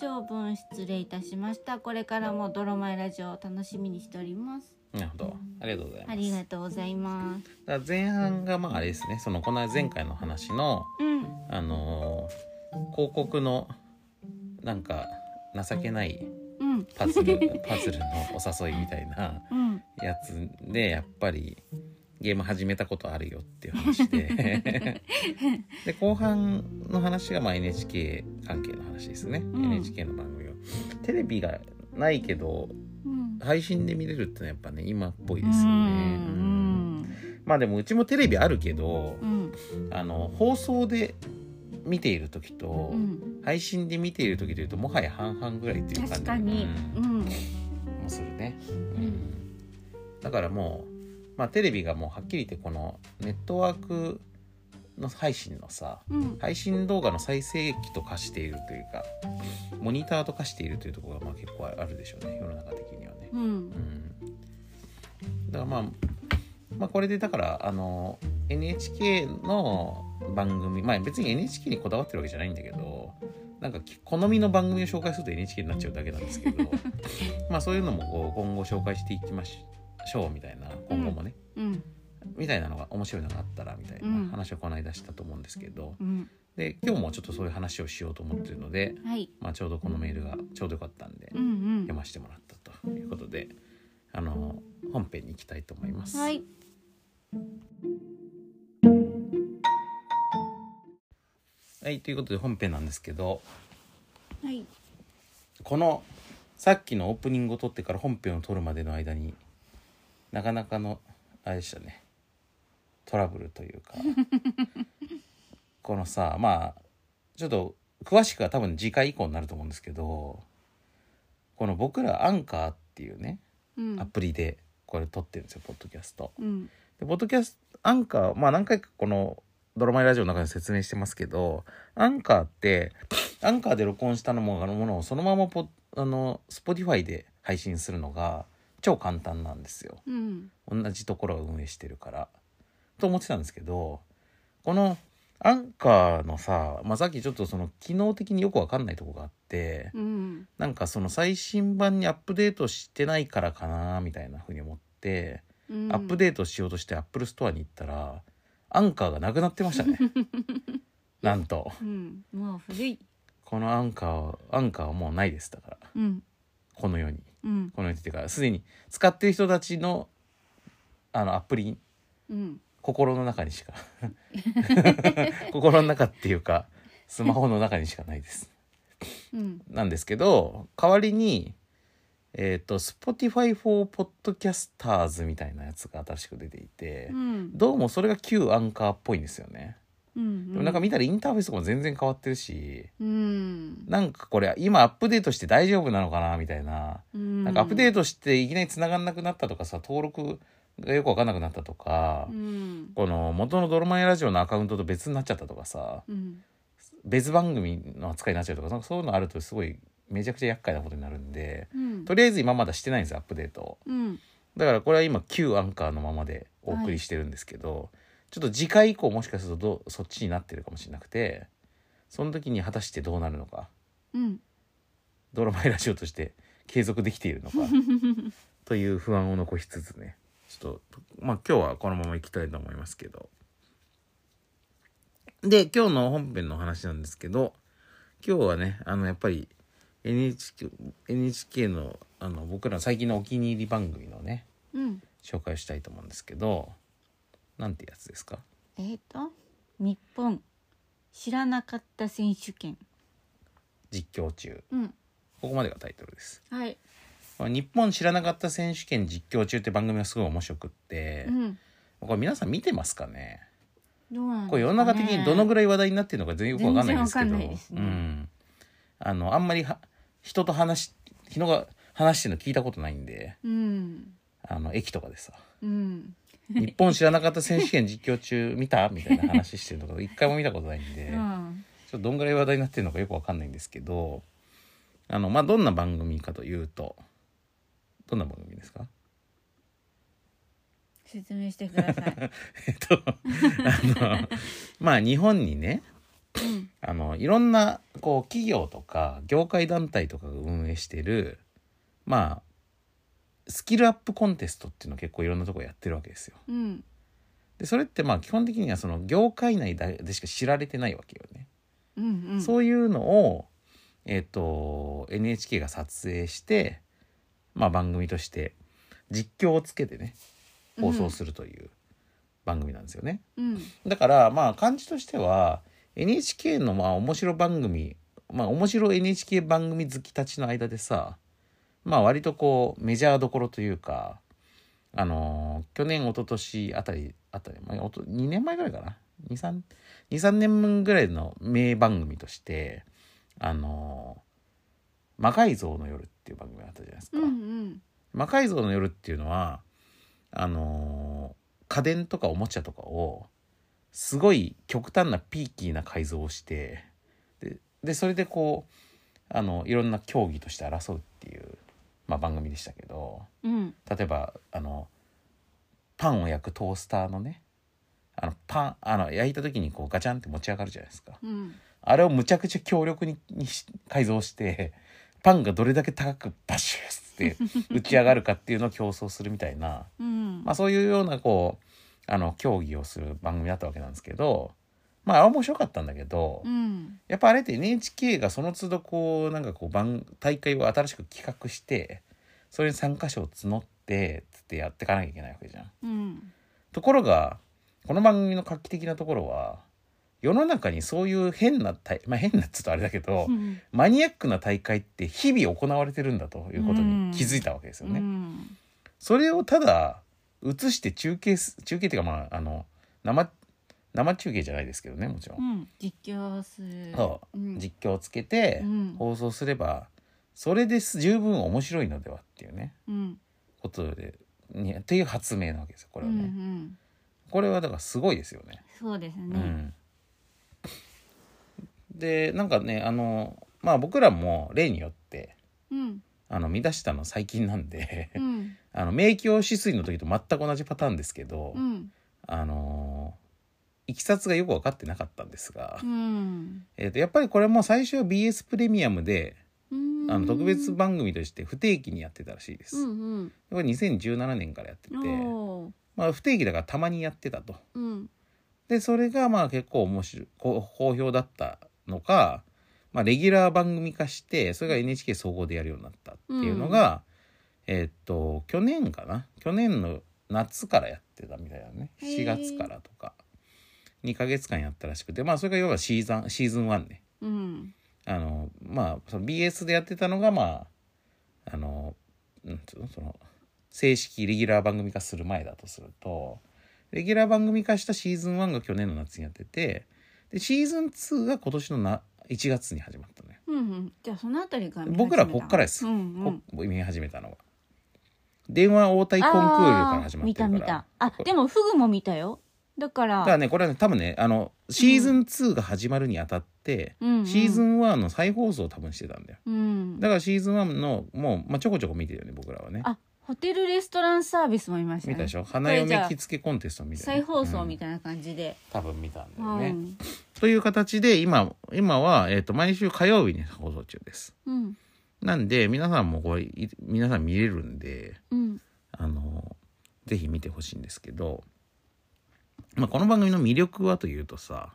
Speaker 2: 長文失礼いたしましたこれからも泥前ラジオを楽しみにしております
Speaker 1: なるほどありがとうございます
Speaker 2: ありがとうございます
Speaker 1: だから前半がまああれですねそのこの前回の話の
Speaker 2: うん
Speaker 1: あのー広告のなんか情けない
Speaker 2: うん
Speaker 1: パズルパズルのお誘いみたいな
Speaker 2: うん
Speaker 1: やつでやっぱりゲーム始めたことあるよっていう話 でで後半の話がまあ NHK 関係の話ですね、
Speaker 2: ん
Speaker 1: NHK の番組をテレビがないけど
Speaker 2: うん
Speaker 1: 配信で見れるってのはやっぱね今っぽいですよね
Speaker 2: う
Speaker 1: うん
Speaker 2: ん
Speaker 1: まあでもうちもテレビあるけど
Speaker 2: うん
Speaker 1: あの放送で見ている時と、
Speaker 2: うん
Speaker 1: 配信で見ている時でいうともはや半々ぐらいっていう感じ
Speaker 2: 確かに
Speaker 1: う
Speaker 2: うんん
Speaker 1: もするね、
Speaker 2: うん
Speaker 1: だからもう、まあ、テレビがもうはっきり言ってこのネットワークの配信のさ
Speaker 2: うん
Speaker 1: 配信動画の再生機と化しているというかモニターと化しているというところがまあ結構あるでしょうね世の中的にはね。
Speaker 2: うん
Speaker 1: うんだからまあまあこれでだからあの NHK の番組まあ別に NHK にこだわってるわけじゃないんだけどなんかき好みの番組を紹介すると NHK になっちゃうだけなんです けどまあそういうのもこう今後紹介していきましょうみたいな今後もね、
Speaker 2: うん
Speaker 1: みたいなのが面白いのがあったらみたい
Speaker 2: うん
Speaker 1: な話をこの間したと思うんですけど
Speaker 2: うん
Speaker 1: で今日もちょっとそういう話をしようと思ってるので、
Speaker 2: はい
Speaker 1: まあ、ちょうどこのメールがちょうどよかったんで。
Speaker 2: うんうん
Speaker 1: 読ませてもらったということで、あの本編に行きたいと思います。
Speaker 2: はい。
Speaker 1: はい、ということで本編なんですけど、
Speaker 2: はい。
Speaker 1: このさっきのオープニングを撮ってから本編を撮るまでの間になかなかのあれでしたね。トラブルと いうか、このさ、まあちょっと詳しくは多分次回以降になると思うんですけど、この僕らアンカーっていうね
Speaker 2: うん
Speaker 1: アプリでこれ撮ってるんですよポッドキャスト。
Speaker 2: うん
Speaker 1: でポッドキャストアンカーまあ何回かこの「ドラマイラジオ」の中で説明してますけどアンカーってアンカーで録音したのもあのものをそのままポあの Spotify で配信するのが超簡単なんですよ。
Speaker 2: うん
Speaker 1: 同じところが運営してるからと思ってたんですけどこのアンカーのさ、まあ、さっきちょっとその機能的によくわかんないとこがあって
Speaker 2: うん
Speaker 1: なんかその最新版にアップデートしてないからかなみたいなふうに思って、
Speaker 2: うん
Speaker 1: アップデートしようとしてアップルストアに行ったらアンカーがなくなってました ねなんと
Speaker 2: うんもう古い
Speaker 1: このアンカーはアンカーはもうないですだから
Speaker 2: うん
Speaker 1: この世に
Speaker 2: うん
Speaker 1: この世にっていうかすでに使ってる人たちのあのアプリ
Speaker 2: うん
Speaker 1: 心の中に しか心の中っていうかスマホの中にしかないです
Speaker 2: うん
Speaker 1: なんですけど代わりにえっ、と Spotify for Podcasters みたいなやつが新しく出ていて
Speaker 2: うん
Speaker 1: どうもそれが旧アンカーっぽいんですよね
Speaker 2: うん
Speaker 1: でもなんか見たらインターフェースとかも全然変わってるし
Speaker 2: うん
Speaker 1: なんかこれ今アップデートして大丈夫なのかなみたいな
Speaker 2: な
Speaker 1: なんかアップデー
Speaker 2: ト
Speaker 1: トしていきなり繋がんなくなったとかさ登録がよくわかんなくなったとか
Speaker 2: うん
Speaker 1: この元のドロマイラジオのアカウントと別になっちゃったとかさ
Speaker 2: うん
Speaker 1: 別番組の扱いになっちゃうとかなんかそういうのあるとすごいめちゃくちゃ厄介なことになるんで
Speaker 2: うん
Speaker 1: とりあえず今まだしてないんですアップデートを
Speaker 2: うん
Speaker 1: だからこれは今旧アンカーのままでお送りしてるんですけど、ちょっと次回以降もしかするとどうそっちになってるかもしれなくてその時に果たしてどうなるのか
Speaker 2: うん
Speaker 1: ドロマイラジオとして継続できているのかという不安を残しつつねちょっとまあ今日はこのままいきたいと思いますけどで今日の本編の話なんですけど今日はねあのやっぱり NHK, NHK のあの僕らの最近のお気に入り番組のね
Speaker 2: うん
Speaker 1: 紹介をしたいと思うんですけどなんてやつですか
Speaker 2: えっと日本知らなかった選手権
Speaker 1: 実況中
Speaker 2: うん
Speaker 1: ここまでがタイトルです
Speaker 2: はい
Speaker 1: 日本知らなかった選手権実況中って番組がすごい面白くって、
Speaker 2: うん
Speaker 1: これ皆さん見てますかね
Speaker 2: どうなん
Speaker 1: これ世の中的にどのぐらい話題になってるのか全然よくわかんないですけ
Speaker 2: 全
Speaker 1: ど
Speaker 2: 然わかんないですね
Speaker 1: うん、あのあんまりは人と話し人が話してるの聞いたことないんで
Speaker 2: うん
Speaker 1: あの駅とかでさ
Speaker 2: うん
Speaker 1: 「日本知らなかった選手権実況中見た?」みたいな話してるのが一回も見たことないんで、
Speaker 2: うん
Speaker 1: ちょっとどんぐらい話題になってるのかよくわかんないんですけどあの、まあ、どんな番組かというとどんな番組ですか
Speaker 2: 説明してください
Speaker 1: えっと、あの、まあ日本にね、あの、いろんな、こう、企業とか、業界団体とかが運営してる、まあ、スキルアップコンテストっていうのを結構いろんなとこやってるわけですよ。
Speaker 2: うん
Speaker 1: で、それってまあ基本的にはその業界内だでしか知られてないわけよね。
Speaker 2: うんうん
Speaker 1: そういうのを、えっ、と、NHK が撮影して、まあ番組として実況をつけてね、放送するという番組なんですよね。
Speaker 2: うん
Speaker 1: だからまあ感じとしては NHK のまあ面白番組まあ面白 NHK 番組好きたちの間でさまあ割とこうメジャーどころというかあのー去年一昨年あたりあたり、まあ、おと2年前ぐらいかな23年分ぐらいの名番組としてあのー魔改造の夜」っていう番組があったじゃないですか。
Speaker 2: うんうん
Speaker 1: 魔改造の夜っていうのはあのー家電とかおもちゃとかをすごい極端なピーキーな改造をしてででそれでこうあのいろんな競技として争うっていう、まあ、番組でしたけど
Speaker 2: うん
Speaker 1: 例えばあのパンを焼くトースターのねあのパンあの焼いた時にこうガチャンって持ち上がるじゃないですか。
Speaker 2: うん
Speaker 1: あれをむちゃくちゃ強力ににし改造してパンがどれだけ高くバシューって打ち上がるかっていうのを競争するみたいな、
Speaker 2: うん
Speaker 1: まあ、そういうようなこうあの競技をする番組だったわけなんですけどまああれは面白かったんだけど
Speaker 2: うん
Speaker 1: やっぱあれって NHK がその都度こうなんかこう番大会を新しく企画してそれに参加者を募ってつってやっていかなきゃいけないわけじゃん。
Speaker 2: うん
Speaker 1: ところがこの番組の画期的なところは世の中にそういう変な大まあ変なっつうとあれだけど、
Speaker 2: うん
Speaker 1: マニアックな大会って日々行われてるんだということに気づいたわけですよね。
Speaker 2: うん
Speaker 1: それをただ映して中継す中継っていうかまああの生生中継じゃないですけどねもちろん、
Speaker 2: うん実況する
Speaker 1: そう
Speaker 2: うん
Speaker 1: 実況をつけて
Speaker 2: うん
Speaker 1: 放送すれば、それです十分面白いのではっていうね
Speaker 2: うん
Speaker 1: ことでにっていう発明なわけですよこ
Speaker 2: う
Speaker 1: れ
Speaker 2: んう
Speaker 1: はね、
Speaker 2: ん
Speaker 1: これはだからすごいですよね
Speaker 2: そうです
Speaker 1: う
Speaker 2: ね
Speaker 1: んでなんかねあのまあ僕らも例によって
Speaker 2: うん
Speaker 1: あの見出したの最近なんで
Speaker 2: うん
Speaker 1: あの免疫指数の時と全く同じパターンですけど、
Speaker 2: うん
Speaker 1: あのいきさつがよく分かってなかったんですが、
Speaker 2: うん
Speaker 1: えー、とやっぱりこれも最初は BS プレミアムで
Speaker 2: うん
Speaker 1: あの特別番組として不定期にやってたらしいです、
Speaker 2: うん
Speaker 1: これ2017年からやってて
Speaker 2: う、んおー
Speaker 1: まあ、不定期だからたまにやってたと
Speaker 2: うん
Speaker 1: でそれがまあ結構面白いこう好評だったのか、まあ、レギュラー番組化してそれが NHK 総合でやるようになったっていうのが、えーっと去年かな去年の夏からやってたみたいなね
Speaker 2: へ
Speaker 1: 4
Speaker 2: ー
Speaker 1: 月からとか2ヶ月間やったらしくてまあそれが要はシーズンシーズン1ね
Speaker 2: うん
Speaker 1: あのまあその BS でやってたのがまああのなんつうのその正式レギュラー番組化する前だとするとレギュラー番組化したシーズン1が去年の夏にやっててでシーズン2が今年のな1月に始まったのよ、
Speaker 2: うんうんじゃあそのあたりが
Speaker 1: 僕らこっからです
Speaker 2: うんうん
Speaker 1: こ見始めたのは電話応対コンクールから始まってるから
Speaker 2: あー見た見たあ
Speaker 1: これ
Speaker 2: でもフグも見たよだか
Speaker 1: だ
Speaker 2: ら
Speaker 1: からねこれはね多分ねあのシーズン2が始まるにあたって、
Speaker 2: うんうん
Speaker 1: シーズン1の再放送を多分してたんだよ
Speaker 2: うん
Speaker 1: だからシーズン1のもう、まあ、ちょこちょこ見てるよね僕らはね
Speaker 2: あホテルレストランサービスも見ましたね
Speaker 1: 見たでしょ花
Speaker 2: これじゃ
Speaker 1: 嫁
Speaker 2: あ
Speaker 1: 着付けコンテストみたいな
Speaker 2: 再放送み
Speaker 1: たい
Speaker 2: たいな感じで、
Speaker 1: な、多分見たんだ
Speaker 2: う
Speaker 1: よ
Speaker 2: ん
Speaker 1: ね、という形で今今は、えー、と毎週火曜日に放送中です
Speaker 2: うん
Speaker 1: なんで皆さんもこれい皆さん見れるんで
Speaker 2: うん
Speaker 1: あのぜひ見てほしいんですけど、まあ、この番組の魅力はというとさ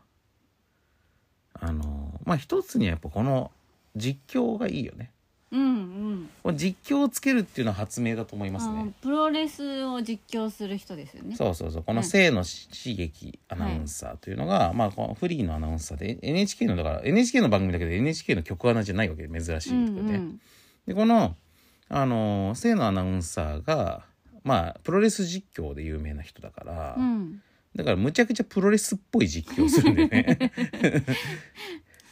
Speaker 1: あのまあ一つにはやっぱこの実況がいいよね
Speaker 2: うんうん
Speaker 1: これ実況をつけるっていうのは発明だと思いますね
Speaker 2: あのプロレスを実況する人ですよね
Speaker 1: そうそうそうこの
Speaker 2: はい
Speaker 1: 清野茂樹アナウンサーというのが、まあ、このフリーのアナウンサーで NHK のだから NHK の番組だけど NHK の曲アナじゃないわけで珍しい
Speaker 2: うんん
Speaker 1: で
Speaker 2: う
Speaker 1: すよね。
Speaker 2: ん
Speaker 1: でこの、あのー清野アナウンサーが、まあ、プロレス実況で有名な人だから、
Speaker 2: うん
Speaker 1: だからむちゃくちゃプロレスっぽい実況するんで ね。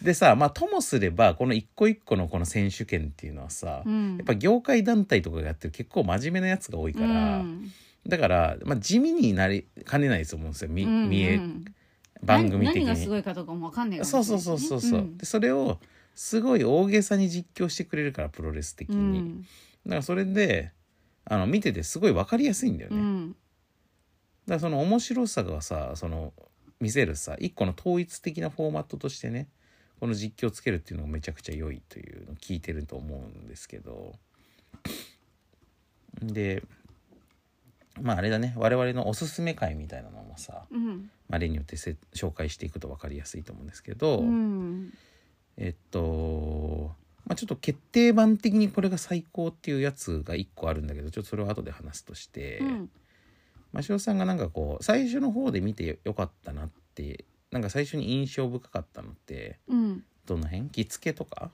Speaker 1: でさ、まあ、ともすればこの一個一個のこの選手権っていうのはさ、
Speaker 2: うん
Speaker 1: やっぱ業界団体とかがやってる結構真面目なやつが多いから。
Speaker 2: うん
Speaker 1: だから、まあ、地味になりかねないと思うんですよ、み
Speaker 2: うん
Speaker 1: 見え
Speaker 2: うん
Speaker 1: 番組的
Speaker 2: 何何がすご
Speaker 1: に。
Speaker 2: いかとかもわかんないかもしれ
Speaker 1: そ
Speaker 2: な
Speaker 1: う
Speaker 2: い
Speaker 1: そうそうそうそう、
Speaker 2: ん
Speaker 1: でそれをすごい大げさに実況してくれるからプロレス的
Speaker 2: う
Speaker 1: に、
Speaker 2: ん
Speaker 1: だからそれであの見ててすごい分かりやすいんだよ
Speaker 2: う
Speaker 1: ね、だか
Speaker 2: ん
Speaker 1: らその面白さがさその見せるさ一個の統一的なフォーマットとしてねこの実況つけるっていうのがめちゃくちゃ良いというのを聞いてると思うんですけどでまああれだね我々のおすすめ会みたいなのもさ、
Speaker 2: うん
Speaker 1: まあ、例によってせ紹介していくと分かりやすいと思うんですけど、
Speaker 2: うん
Speaker 1: えっと、まあ、ちょっと決定版的にこれが最高っていうやつが1個あるんだけどちょっとそれを後で話すとして、
Speaker 2: うん
Speaker 1: ましろさんがなんかこう最初の方で見てよかったなってなんか最初に印象深かったのって
Speaker 2: うん
Speaker 1: どの辺着付けとか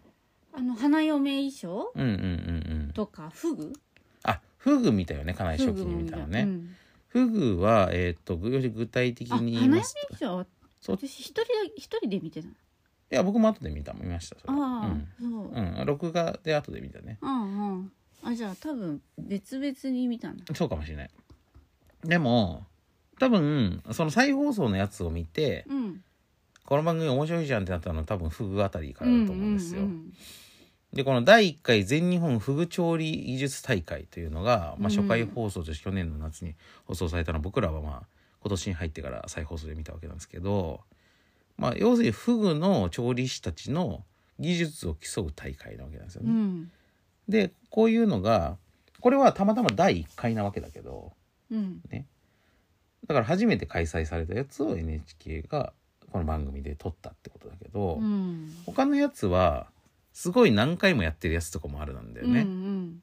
Speaker 2: あの花嫁衣装
Speaker 1: うんうんうんうん
Speaker 2: とかフグ
Speaker 1: あフグ見たよね家内初
Speaker 2: フ
Speaker 1: 期
Speaker 2: グ
Speaker 1: に
Speaker 2: も
Speaker 1: 見
Speaker 2: 見
Speaker 1: た
Speaker 2: た
Speaker 1: の
Speaker 2: う
Speaker 1: ね。
Speaker 2: ん
Speaker 1: フグは、えっとより具体的
Speaker 2: あ花
Speaker 1: に言い
Speaker 2: 嫁
Speaker 1: ま
Speaker 2: 衣
Speaker 1: すと
Speaker 2: 装は
Speaker 1: そう
Speaker 2: 私一人だ一人で見てた
Speaker 1: いや僕も後で見た見ましたそれ
Speaker 2: ああ、そう、
Speaker 1: うん、うん、録画で後で見たね
Speaker 2: うんうんあじゃあ多分別々に見たんだ
Speaker 1: そうかもしれない。でも、多分、その再放送のやつを見て、
Speaker 2: うん
Speaker 1: この番組面白いじゃんってなったのは多分フグあたりからだと思うんですよ。
Speaker 2: うんうん
Speaker 1: で、この第1回全日本フグ調理技術大会というのが、まあ、
Speaker 2: うん
Speaker 1: 初回放送として去年の夏に放送されたの僕らはまあ今年に入ってから再放送で見たわけなんですけど、まあ、要するにフグの調理師たちの技術を競う大会なわけなんですよ
Speaker 2: う
Speaker 1: ね。
Speaker 2: ん
Speaker 1: で、こういうのが、これはたまたま第1回なわけだけど、
Speaker 2: うん
Speaker 1: だから初めて開催されたやつを NHK がこの番組で撮ったってことだけど、
Speaker 2: うん
Speaker 1: 他のやつはすごい何回もやってるやつとかもあるなんだよ
Speaker 2: う
Speaker 1: ね、
Speaker 2: ん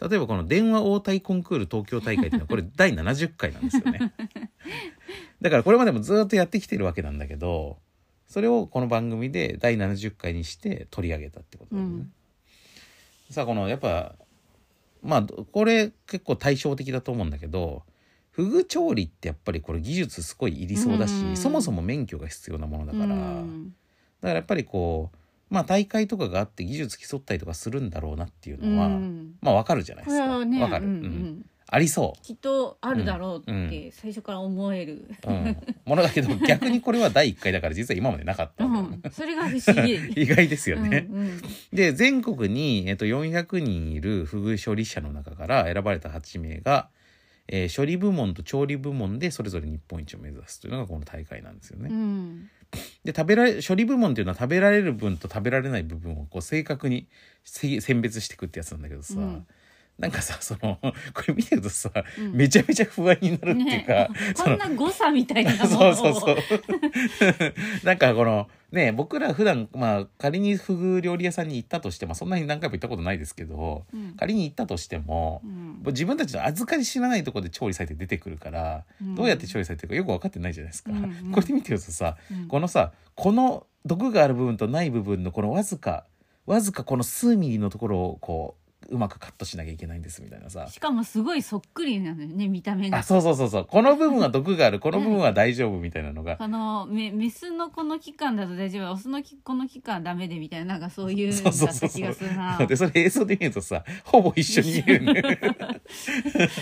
Speaker 1: 例えばこの電話応対コンクール東京大会っていうのはこれ第70回なんですよね だからこれまでもずっとやってきてるわけなんだけどそれをこの番組で第70回にして取り上げたってことだよね、さあこのやっぱまあどこれ結構対照的だと思うんだけどフグ調理ってやっぱりこれ技術すごいいりそうだし、
Speaker 2: うん
Speaker 1: そもそも免許が必要なものだ
Speaker 2: う
Speaker 1: から、
Speaker 2: ん
Speaker 1: だからやっぱりこう、まあ大会とかがあって技術競ったりとかするんだろうなっていう
Speaker 2: う
Speaker 1: のは、
Speaker 2: ん、
Speaker 1: まあわかるじゃないで
Speaker 2: こ
Speaker 1: す
Speaker 2: れ
Speaker 1: か。
Speaker 2: は
Speaker 1: わ、
Speaker 2: ね、
Speaker 1: かる、
Speaker 2: うんう
Speaker 1: うん
Speaker 2: ん、
Speaker 1: ありそ
Speaker 2: きっとあるだろう
Speaker 1: う
Speaker 2: っ
Speaker 1: ん
Speaker 2: て最初から思える、
Speaker 1: う。うん。ものだけ ど逆にこれは第1回だから実は今までなかった
Speaker 2: う
Speaker 1: わ
Speaker 2: ん
Speaker 1: けだね、
Speaker 2: それが不思 議
Speaker 1: 意外ですよね。
Speaker 2: うんうん
Speaker 1: で全国に、えっと、400人いるフグ処理者の中から選ばれた8名が、えー処理部門と調理部門でそれぞれ日本一を目指すというのがこの大会なんですよね。
Speaker 2: うん
Speaker 1: で食べられ処理部門っていうのは食べられる分と食べられない部分をこう正確にせ選別していくってやつなんだけどさ、
Speaker 2: うん
Speaker 1: なんかさその これ見てるとさ、
Speaker 2: うん
Speaker 1: めちゃめちゃ不安になるっていうか、
Speaker 2: ね、
Speaker 1: そ
Speaker 2: こん
Speaker 1: の
Speaker 2: な誤差みたいなもの
Speaker 1: そ
Speaker 2: を
Speaker 1: うそうそう なんかこのね僕ら普段まあ仮にフグ料理屋さんに行ったとしてもそんなに何回も行ったことないですけど
Speaker 2: うん
Speaker 1: 仮に行ったとしても
Speaker 2: うん
Speaker 1: 自分たちの預かり知らないところで調理されて出てくるから、
Speaker 2: うん
Speaker 1: どうやって調理されてるかよく分かってないじゃないですか、
Speaker 2: うんう ん
Speaker 1: これで見てるとさ
Speaker 2: うん
Speaker 1: このさこの毒がある部分とない部分のこのわずかわずかこの数ミリのところをこううまくカットしなきゃいけないんですみたいなさ
Speaker 2: しかもすごいそっくりなのよね見た目
Speaker 1: あ
Speaker 2: が
Speaker 1: そうそうそうそうこの部分は毒があるこの部分は大丈夫みたいなのが
Speaker 2: このメメスのこの期間だと大丈夫オスのきこの期間はダメでみたいななんかそういうのだった気がするな
Speaker 1: でそれ映像で見るとさほぼ一緒に見えるね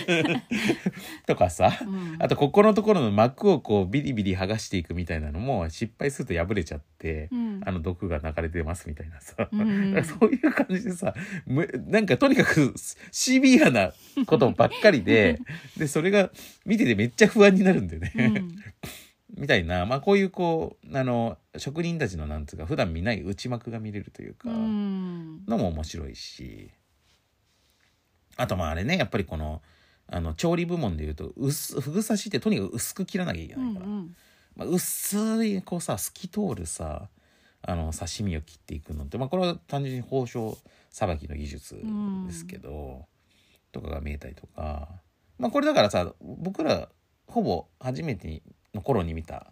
Speaker 1: とかさ
Speaker 2: うん
Speaker 1: あとここのところの膜をこうビリビリ剥がしていくみたいなのも失敗すると破れちゃって、
Speaker 2: うん
Speaker 1: あの毒が流れてますみたいなさ、
Speaker 2: うんうん
Speaker 1: だからそういう感じでさむなんかとにかくシビアなことばっかり ででそれが見ててめっちゃ不安になるんだよね。
Speaker 2: うん
Speaker 1: みたいな、まあ、こういうこうあの職人たちのなんつうか普段見ない内幕が見れるというか、
Speaker 2: うん
Speaker 1: のも面白いしあとまああれねやっぱりこのあの調理部門でいうと薄ふぐ刺しってとにかく薄く切らなきゃいけ
Speaker 2: う
Speaker 1: ないから、
Speaker 2: ん
Speaker 1: まあ、薄いこうさ透き通るさあの刺身を切っていくのって、まあ、これは単純に包丁さばきの技術ですけど、とかが見えたりとか、まあ、これだからさ僕らほぼ初めての頃に見た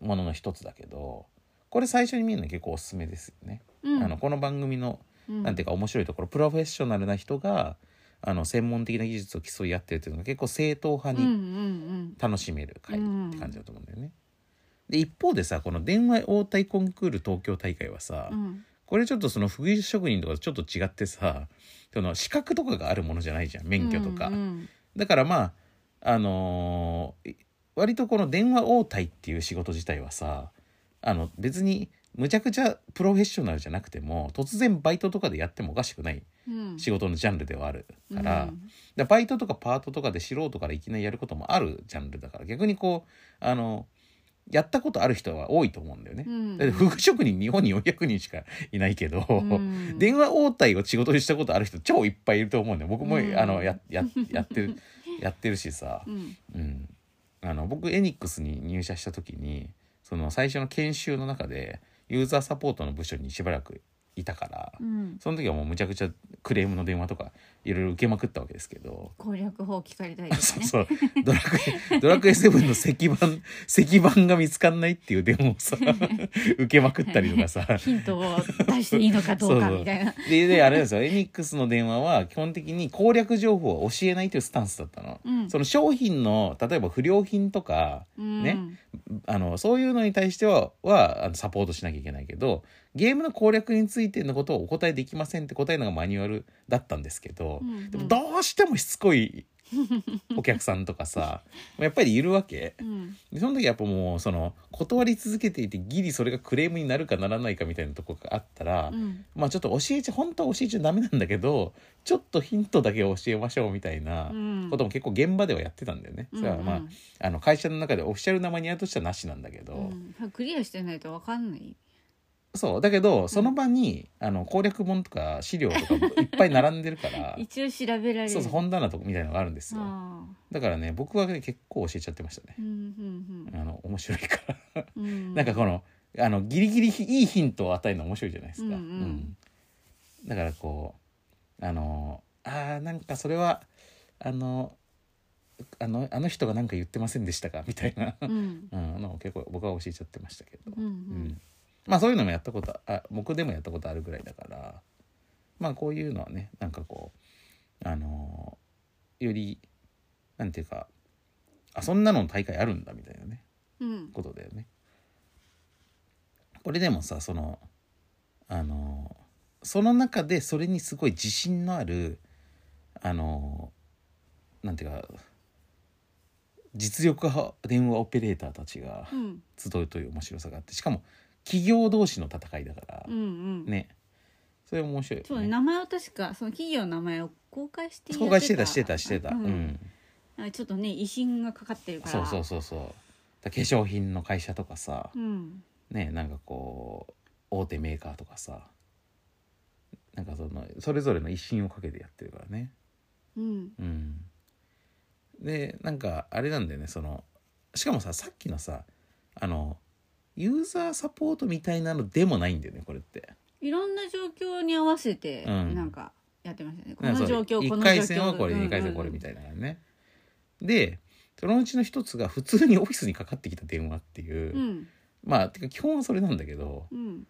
Speaker 1: ものの一つだけどこれ最初に見るの結構おすすめですよね。
Speaker 2: うん
Speaker 1: あのこの番組の
Speaker 2: うん
Speaker 1: なんていうか面白いところプロフェッショナルな人があの専門的な技術を競い合ってるっていうのが結構正統派
Speaker 2: うんう
Speaker 1: に
Speaker 2: ん
Speaker 1: 楽しめる回って感じだと思うんだよね。で一方でさこの電話応対コンクール東京大会はさ、
Speaker 2: うんうん
Speaker 1: これちょっとその福井職人とかとちょっと違ってさその資格とかがあるものじゃないじゃん免許とか。
Speaker 2: うんうん
Speaker 1: だからまああのーい割とこの電話応対っていう仕事自体はさあの別にむちゃくちゃプロフェッショナルじゃなくても突然バイトとかでやってもおかしくない
Speaker 2: うん
Speaker 1: 仕事のジャンルではあるから,、
Speaker 2: う
Speaker 1: だか
Speaker 2: ん
Speaker 1: らバイトとかパートとかで素人からいきなりやることもあるジャンルだから逆にこうあのやったことある人は多いと思うんだよね。
Speaker 2: うん
Speaker 1: だって服職人日本に400人しかいないけど、
Speaker 2: う ん
Speaker 1: 電話応対を仕事にしたことある人超いっぱいいると思うんだよ僕も、
Speaker 2: うん
Speaker 1: あのやややってるやってるしさ、
Speaker 2: うん
Speaker 1: うん、あの僕エニックスに入社した時にその最初の研修の中でユーザーサポートの部署にしばらくいたから、
Speaker 2: うん
Speaker 1: その時はもうむちゃくちゃクレームの電話とかいろいろ受けまくったわけですけど。
Speaker 2: 攻略法聞かれたいです
Speaker 1: そう
Speaker 2: ね
Speaker 1: そうドラクエドラクエ7の石板石板が見つかんないっていう電話を さ受けまくったりとかさ
Speaker 2: ヒントを出していいのかどうかみたいな
Speaker 1: でであれですよエニックスの電話は基本的に攻略情報は教えないというスタンスだったの、
Speaker 2: うん
Speaker 1: その商品の例えば不良品とか
Speaker 2: うん
Speaker 1: ねあのそういうのに対してははあのサポートしなきゃいけないけどゲームの攻略についてのことをお答えできませんって答えるのがマニュアルだったんですけど、
Speaker 2: うんうん
Speaker 1: でもどうしてもしつこいお客さんとかさ やっぱりいるわけ。
Speaker 2: うん
Speaker 1: でその時やっぱもうその断り続けていてギリそれがクレームになるかならないかみたいなとこがあったら、
Speaker 2: うん
Speaker 1: まあちょっと教えちゃ本当は教えちゃダメなんだけどちょっとヒントだけ教えましょうみたいな
Speaker 2: うん
Speaker 1: ことも結構現場ではやってたんだよね。
Speaker 2: うん
Speaker 1: それはまあ
Speaker 2: うん
Speaker 1: あの会社の中でオフィシャルなマニュアルとしてはなしなんだけど、
Speaker 2: うん、クリアしてないとわかんない
Speaker 1: そうだけどその場に、あの攻略本とか資料とかいっぱい並んでる から
Speaker 2: 一応調べられる
Speaker 1: そうそう本棚とかみたいなのがあるんですよ。
Speaker 2: あ
Speaker 1: だからね僕はね結構教えちゃってましたね
Speaker 2: ー。うん
Speaker 1: あの面白いから。
Speaker 2: うんうん
Speaker 1: なんかこのあのギリギリいいヒントを与えるの面白いじゃないですか。
Speaker 2: うんうん
Speaker 1: うんだからこうあのあーなんかそれはあのあのあの人が何か言ってませんでしたかみたいな、
Speaker 2: うん
Speaker 1: うん、のを結構僕は教えちゃってましたけど、
Speaker 2: うんう
Speaker 1: うん
Speaker 2: ん
Speaker 1: まあそういうのもやったことあ僕でもやったことあるぐらいだからまあこういうのはねなんかこうあのよりなんていうかあそんなの大会あるんだみたいなね
Speaker 2: うん
Speaker 1: ことだよね。これでもさそのあのその中でそれにすごい自信のあるあのなんていうか実力派電話オペレーターたちが
Speaker 2: うん
Speaker 1: 集うという面白さがあってしかも企業同士の戦いだから
Speaker 2: うんう、ん、
Speaker 1: ねそれ面白い
Speaker 2: そう
Speaker 1: よ
Speaker 2: ね
Speaker 1: ね。
Speaker 2: 名前を確かその企業の名前を公開してやって
Speaker 1: 公開してたしてたしてた、うん、
Speaker 2: あちょっとね威信がかかってるから
Speaker 1: そうそうそうそうだから化粧品の会社とかさ、
Speaker 2: うん
Speaker 1: ねなんかこう大手メーカーとかさなんかそのそれぞれの威信をかけてやってるからね
Speaker 2: うん
Speaker 1: うんでなんかあれなんだよねそのしかもささっきのさあのユーザーサポートみたいなのでもないんだよねこれって
Speaker 2: いろんな状況に合わせて
Speaker 1: うん
Speaker 2: なんかやってましたね、こ
Speaker 1: なんかそ
Speaker 2: の
Speaker 1: う
Speaker 2: 状況
Speaker 1: 1
Speaker 2: この状況
Speaker 1: 回戦はこれ2回戦はこれみたいなのねでそのうちの一つが普通にオフィスにかかってきた電話っていう、
Speaker 2: うん
Speaker 1: まあてか基本はそれなんだけど
Speaker 2: うん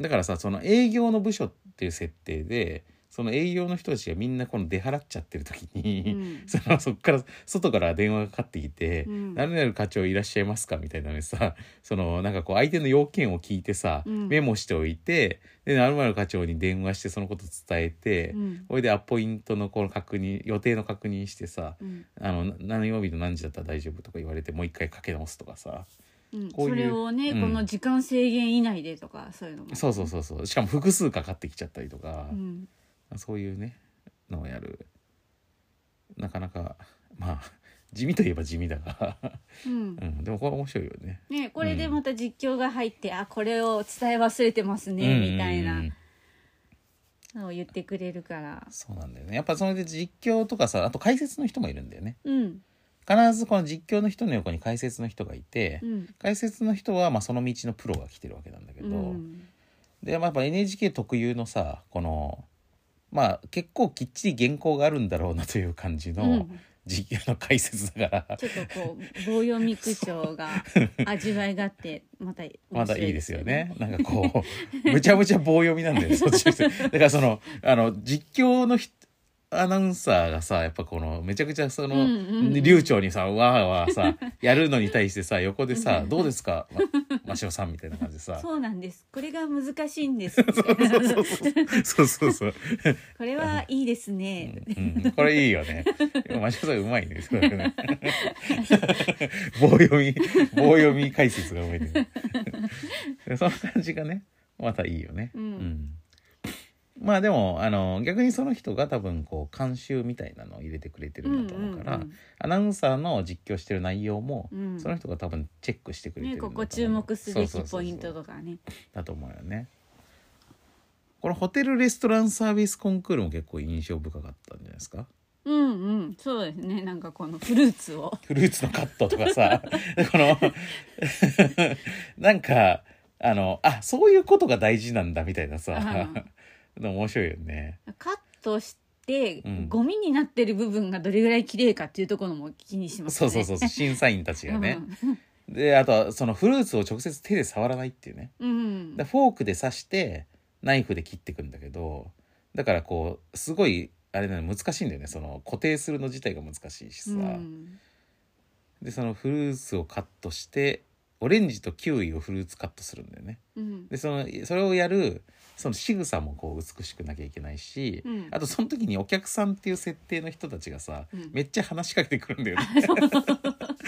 Speaker 1: だからさその営業の部署っていう設定でその営業の人たちがみんなこの出払っちゃってる時
Speaker 2: う
Speaker 1: に、
Speaker 2: ん
Speaker 1: そのそっから外から電話がかかってきて
Speaker 2: う
Speaker 1: 「
Speaker 2: ん
Speaker 1: 何々課長いらっしゃいますか?」みたいなのでさそのなんかこう相手の要件を聞いてさ、
Speaker 2: うん
Speaker 1: メモしておいてで何々課長に電話してそのこと伝えて、
Speaker 2: うん
Speaker 1: これでアポイントのこの確認予定の確認してさ
Speaker 2: うん
Speaker 1: あの何曜日の何時だったら大丈夫とか言われてもう一回かけ直すとかさ
Speaker 2: うん
Speaker 1: こういう
Speaker 2: それをね、
Speaker 1: うん
Speaker 2: この時間制限以内でとかそういうのも
Speaker 1: そうそうそうそうしかも複数かかってきちゃったりとか。
Speaker 2: ん
Speaker 1: そういうねのをやるなかなかまあ地味といえば地味だが、
Speaker 2: うん
Speaker 1: うん、でもこれ面白いよね。
Speaker 2: ね、これでまた実況が入って、あこれを伝え忘れてますね、
Speaker 1: うんうんうん
Speaker 2: みたいなのを言ってくれるから
Speaker 1: そうなんだよねやっぱそれで実況とかさあと解説の人もいるんだよね
Speaker 2: うん
Speaker 1: 必ずこの実況の人の横に解説の人がいて、
Speaker 2: うん
Speaker 1: 解説の人はまあその道のプロが来てるわけなんだけど、
Speaker 2: うん
Speaker 1: でまあやっぱ NHK 特有のさこのまあ結構きっちり原稿があるんだろうなという感じ
Speaker 2: う
Speaker 1: の
Speaker 2: ん
Speaker 1: 実況の解説だから、
Speaker 2: ちょっとこう棒読み口調が味わいがあってまた
Speaker 1: ま
Speaker 2: 面
Speaker 1: だ
Speaker 2: 白
Speaker 1: いいですよね。なんかこう、むちゃむちゃ棒読みなん だよね、そっちの人。だからその、あの、実況のひアナウンサーがさ、やっぱこの、めちゃくちゃその、
Speaker 2: うんうんうん
Speaker 1: 流暢にさ、わーわー さ、やるのに対してさ、横でさ、どうですか、ま、しおさんみたいな感じでさ。
Speaker 2: そうなんですこれが難しいんです
Speaker 1: そう そうそうそう。そうそうそう。
Speaker 2: これはいいですね、
Speaker 1: うん、これいいよね。マシオさんうまいね。そうだね棒読み、棒読み解説がうまいね。その感じがね、またいいよね。
Speaker 2: うん
Speaker 1: うんまあでも、あの、逆にその人が多分こう、監修みたいなのを入れてくれてるんだと思うから、
Speaker 2: うんうんうん
Speaker 1: アナウンサーの実況してる内容も、
Speaker 2: うん
Speaker 1: その人が多分チェックしてくれて
Speaker 2: ね
Speaker 1: るんだと
Speaker 2: こ
Speaker 1: 思う
Speaker 2: こ注目すべ
Speaker 1: そう
Speaker 2: き
Speaker 1: そうそうそう
Speaker 2: ポイントとかね
Speaker 1: だと思うよね。このホテルレストランサービスコンクールも結構印象深かったんじゃないですか
Speaker 2: うんうんそうですねなんかこのフルーツを
Speaker 1: フルーツのカットとか さこの なんかあのあそういうことが大事なんだみたいなさの面白いよね。
Speaker 2: カットして、
Speaker 1: うん
Speaker 2: ゴミになってる部分がどれぐらい綺麗かっていうところも気にします
Speaker 1: そ
Speaker 2: ね。
Speaker 1: うそうそうそう審査員たちがね。
Speaker 2: うん
Speaker 1: であとはそのフルーツを直接手で触らないっていうね。
Speaker 2: うん
Speaker 1: だからフォークで刺してナイフで切っていくんだけどだからこうすごいあれなの難しいんだよねその固定するの自体が難しいしさ、
Speaker 2: うん
Speaker 1: でそのフルーツをカットしてオレンジとキウイをフルーツカットするんだよね
Speaker 2: うん
Speaker 1: でそのそれをやるその仕草もこう美しくなきゃいけないし、
Speaker 2: うん
Speaker 1: あとその時にお客さんっていう設定の人たちがさ、
Speaker 2: うん
Speaker 1: めっちゃ話しかけてくるんだよね。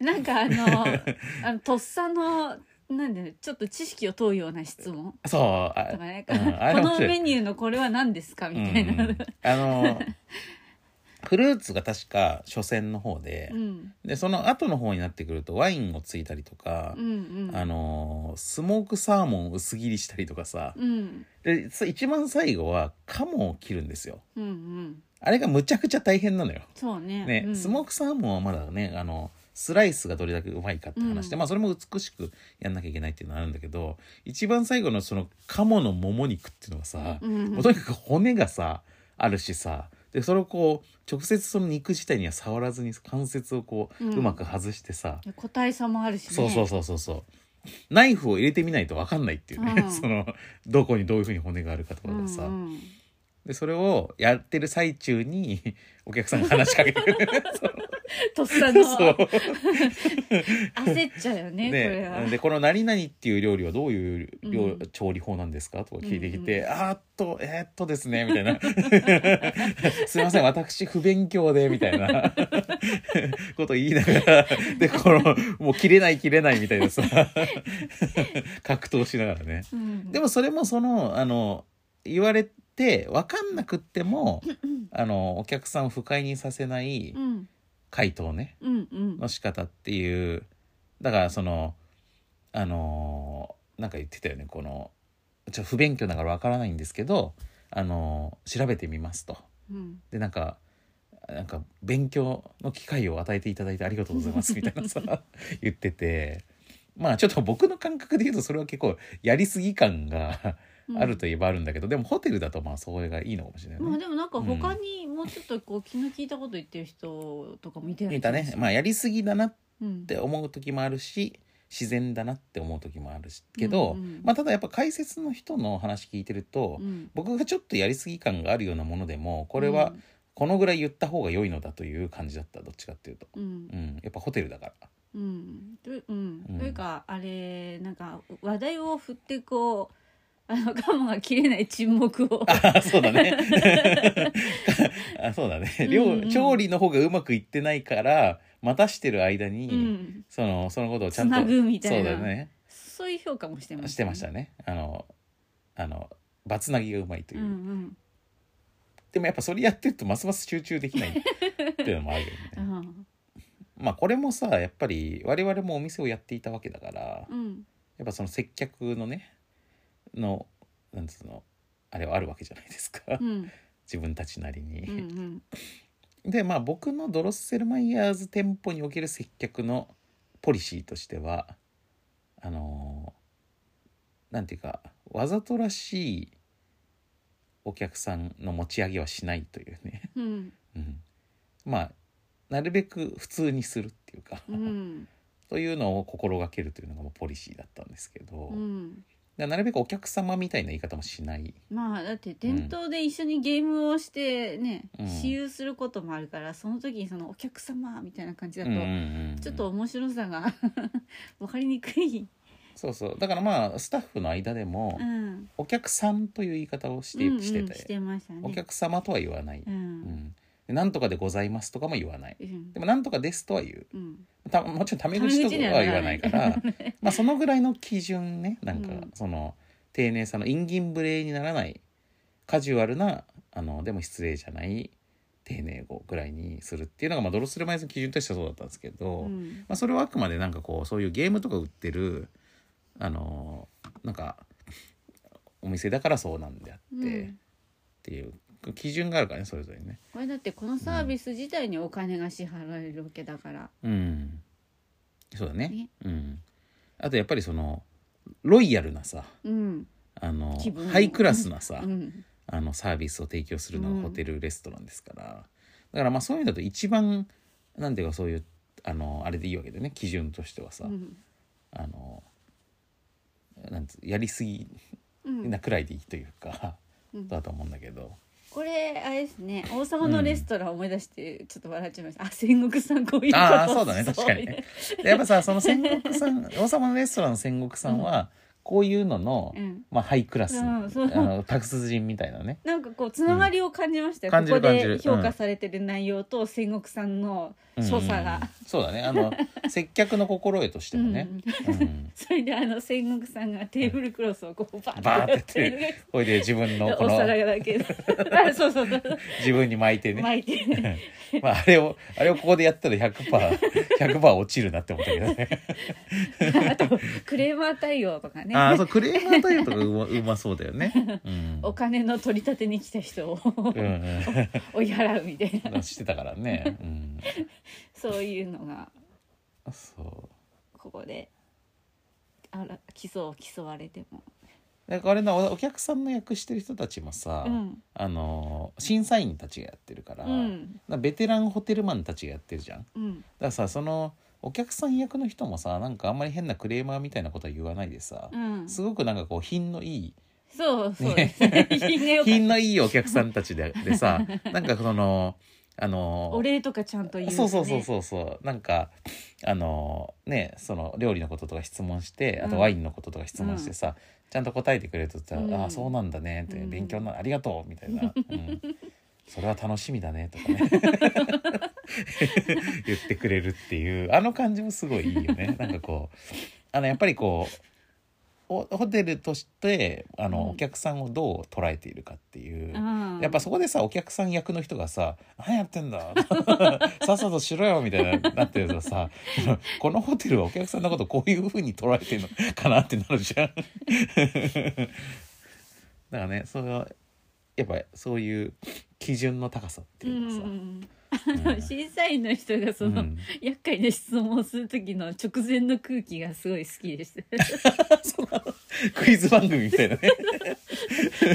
Speaker 2: なんか あのあのとっさのなんでちょっと知識を問うような質問
Speaker 1: そう
Speaker 2: とか
Speaker 1: あ
Speaker 2: ね、
Speaker 1: うんあれ
Speaker 2: こ
Speaker 1: 面
Speaker 2: の
Speaker 1: 白い
Speaker 2: メニューのこれは何ですかみたいな。
Speaker 1: うんうんあのフルーツが確か初戦の方で、
Speaker 2: うん
Speaker 1: でその後の方になってくるとワインをついたりとか
Speaker 2: う、んうん
Speaker 1: あのースモークサーモンを薄切りしたりとかさ
Speaker 2: うん
Speaker 1: でそ一番最後はカモを切るんですよ
Speaker 2: うんうん
Speaker 1: あれがむちゃくちゃ大変なのよ。
Speaker 2: そうね。
Speaker 1: ね
Speaker 2: うん
Speaker 1: スモークサーモンはまだねあのスライスがどれだけうまいかって話で、
Speaker 2: うん
Speaker 1: まあそれも美しくやんなきゃいけないっていうのはあるんだけど一番最後のその鴨のもも肉っていうのはさ、
Speaker 2: うんうん
Speaker 1: もうとにかく骨がさあるしさでそれをこう直接その肉自体には触らずに関節をこう、
Speaker 2: う
Speaker 1: うんまく外してさ、
Speaker 2: 個体差もあるしね。
Speaker 1: そうそうそうそうそうナイフを入れてみないと分かんないっていうね、
Speaker 2: うん
Speaker 1: そのどこにどういうふうに骨があるかとか
Speaker 2: うんう
Speaker 1: が
Speaker 2: ん
Speaker 1: さ、 でそれをやってる最中にお客さんが話しかけてくるそう
Speaker 2: とっさの
Speaker 1: そう
Speaker 2: 焦っちゃうよ ねこれは
Speaker 1: ね、でこの「何々」っていう料理はどういう料、
Speaker 2: うん
Speaker 1: 調理法なんですかとか聞いてきて「
Speaker 2: うん
Speaker 1: あーっとえーっとですね」みたいな 「すいません私不勉強で」みたいな こと言いながらでこのもう切れない切れないみたいな さ格闘しながらね。
Speaker 2: うん
Speaker 1: でもそれもそのあの言われて分かんなくってもあのお客さんを不快にさせない
Speaker 2: うん
Speaker 1: 回答ね
Speaker 2: うんうん
Speaker 1: の仕方っていうだからそのあのーなんか言ってたよねこのちょっと不勉強だから分からないんですけどあのー調べてみますと。
Speaker 2: うん
Speaker 1: でなんかなんか勉強の機会を与えていただいてありがとうございますみたいなさ言っててまあちょっと僕の感覚で言うとそれは結構やりすぎ感があるといえばあるんだけど、でもホテルだとまあそれがいいのかもしれない
Speaker 2: まあ
Speaker 1: ね。
Speaker 2: でもなんか他にもうちょっとこう気の利いたこと言ってる人とかもいて
Speaker 1: 見たね、まあ、やりすぎだなっ
Speaker 2: うん
Speaker 1: て思う時もあるし自然だなって思う時もあるしけど、
Speaker 2: うんうん
Speaker 1: まあ、ただやっぱ解説の人の話聞いてると、
Speaker 2: うん
Speaker 1: 僕がちょっとやりすぎ感があるようなものでもこれはこのぐらい言った方が良いのだという感じだったどっちかっていうと、
Speaker 2: うん
Speaker 1: うん、やっぱホテルだから。
Speaker 2: うんとうん
Speaker 1: うん
Speaker 2: というかあれなんか話題を振ってこうあのガムが切れない沈黙を
Speaker 1: あそうだね あそうだね、料
Speaker 2: うんうん
Speaker 1: 調理の方がうまくいってないから待たしてる間に、
Speaker 2: うん
Speaker 1: そのそのことをちゃんと
Speaker 2: つなぐみたいな
Speaker 1: そうだね
Speaker 2: そういう評価もしてました
Speaker 1: してましたねあのあのバツナギがうまいというう、
Speaker 2: んうん
Speaker 1: でもやっぱそれやってるとますます集中できないっていうのもあるよ
Speaker 2: う
Speaker 1: ね
Speaker 2: ん
Speaker 1: まあこれもさやっぱり我々もお店をやっていたわけだからや
Speaker 2: うん
Speaker 1: っぱその接客のねのなんつうのあれはあるわけじゃないですか、
Speaker 2: うん
Speaker 1: 自分たちなりに、
Speaker 2: うんうん
Speaker 1: でまあ僕のドロッセルマイヤーズ店舗における接客のポリシーとしてはあのーなんていうかわざとらしいお客さんの持ち上げはしないというね、
Speaker 2: うん
Speaker 1: うん、まあなるべく普通にするっていうか、
Speaker 2: うん
Speaker 1: というのを心がけるというのがもうポリシーだったんですけど、
Speaker 2: うん
Speaker 1: でなるべくお客様みたいな言い方もしない、
Speaker 2: まあだって店頭で一緒にゲームをしてね、
Speaker 1: うん
Speaker 2: 私有することもあるからその時にそのお客様みたいな感じだと、
Speaker 1: うんうんうん
Speaker 2: ちょっと面白さが わかりにくい、
Speaker 1: そうそうだからまあスタッフの間でも、
Speaker 2: うん、
Speaker 1: お客さんという言い方をして,、
Speaker 2: うんうん
Speaker 1: してて
Speaker 2: してましたね
Speaker 1: お客様とは言わない、
Speaker 2: う
Speaker 1: うんんでなんとかでございますとかも言わない
Speaker 2: うん
Speaker 1: でもなんとかですとは言う
Speaker 2: うん
Speaker 1: たもちろんタメ口とかは言わないから
Speaker 2: タメ口にはならない
Speaker 1: まあそのぐらいの基準ねなんか
Speaker 2: うん
Speaker 1: その丁寧さの陰銀無礼にならないカジュアルなあのでも失礼じゃない丁寧語ぐらいにするっていうのが、まあ、ドロスルマイズの基準としてはそうだったんですけど、
Speaker 2: うん
Speaker 1: まあ、それはあくまでなんかこうそういうゲームとか売ってるあのーなんかお店だからそうなんであって、
Speaker 2: う
Speaker 1: っ
Speaker 2: ん
Speaker 1: ていう基準があるからねそれぞれね。
Speaker 2: これだってこのサービス自体にお金が支払われるわけだから、
Speaker 1: うん、そうだね
Speaker 2: ね
Speaker 1: うん、あとやっぱりそのロイヤルなさ
Speaker 2: うん
Speaker 1: あの
Speaker 2: 気分
Speaker 1: ハイクラスなさ、
Speaker 2: うん
Speaker 1: あのサービスを提供するの
Speaker 2: うん
Speaker 1: がホテルレストランですから、だからまあそういうのだと一番なんていうかそういうあのあれでいいわけでね基準としてはさ、
Speaker 2: うん
Speaker 1: あのなんつやりすぎ
Speaker 2: うん
Speaker 1: なくらいでいいというか、
Speaker 2: うん
Speaker 1: だと思うんだけど
Speaker 2: これあれですね王様のレストランを思い出してちょっと笑っちゃいました、あ戦国さんこういうこと
Speaker 1: ああそうだ ね確かにねでやっぱさその戦国さん王様のレストランの戦国さんはこういうのの、
Speaker 2: うん
Speaker 1: まあ、ハイクラス、
Speaker 2: うんそう
Speaker 1: あの達人みたいなね
Speaker 2: なんかこうつながりを感じましたよ、
Speaker 1: うん
Speaker 2: ここ
Speaker 1: 感じる感
Speaker 2: で
Speaker 1: じる
Speaker 2: 評価されてる内容と戦国さんの
Speaker 1: うん
Speaker 2: 所作が、
Speaker 1: そうだねあの接客の心得としてもね、うん
Speaker 2: それであの戦国さんがテーブルクロスをこうバー
Speaker 1: バ
Speaker 2: ッ
Speaker 1: ー
Speaker 2: てや
Speaker 1: っ
Speaker 2: って
Speaker 1: やって
Speaker 2: て
Speaker 1: るほいで自分のこ
Speaker 2: お
Speaker 1: の
Speaker 2: 皿だ けあそうそうそう
Speaker 1: 自分に巻いてね、
Speaker 2: 巻 いてね
Speaker 1: まあ、あれをあれをここでやったら 100%100% 落ちるなって思ったけどね
Speaker 2: あとクレーマー対応とかね
Speaker 1: ああそうクレーマー対応とかうまうまそうだよ ね。うん、
Speaker 2: お金の取り立てに来た 人を
Speaker 1: うんうん
Speaker 2: 追い払うみたいな
Speaker 1: してたから ね。うん、
Speaker 2: そういうのが
Speaker 1: そ
Speaker 2: ここであら競う競われても、
Speaker 1: う。だからあれなおお客さんの役してる人たちもさ、
Speaker 2: うん
Speaker 1: あの審査員たちがやってるから、
Speaker 2: うん
Speaker 1: なベテランホテルマンたちがやってるじゃん。だか
Speaker 2: うん
Speaker 1: らさそのお客さん役の人もさなんかあんまり変なクレーマーみたいなことは言わないでさ、
Speaker 2: うん、
Speaker 1: す
Speaker 2: そう
Speaker 1: ごくなんかこう品のいい
Speaker 2: そうですね品が良かった
Speaker 1: 品のいいお客さんたちででさなんかそのあ の
Speaker 2: お礼とかちゃんと言う、ね、
Speaker 1: そうそうそうそうそうなんかあのねその料理のこととか質問してあ
Speaker 2: う
Speaker 1: と
Speaker 2: ん
Speaker 1: ワインのこととか質問してさ、ちゃんと答えてくれるとさ「
Speaker 2: うん
Speaker 1: ああそうなんだね」って
Speaker 2: う
Speaker 1: 「
Speaker 2: ん
Speaker 1: 勉強になありがとう」みたいな、うんそれは楽しみだね」とかね 言ってくれるっていうあの感じもすごいいいよねなんかこうあのやっぱりこうおホテルとしてあの、
Speaker 2: うん
Speaker 1: お客さんをどう捉えているかっていう。
Speaker 2: うん
Speaker 1: やっぱそこでさお客さん役の人がさ「何やってんだ さっさとしろよ」みたいななってるとさ このホテルはお客さんのことこういうふうに捉えてるのかなってなるじゃん。 だからねそれはやっぱそういう基準の高さって
Speaker 2: う
Speaker 1: いうんかさ。
Speaker 2: うんうん、審査員の人がその、
Speaker 1: うん
Speaker 2: 厄介な質問をする時の直前の空気がすごい好きです
Speaker 1: クイズ番組みたいな ね。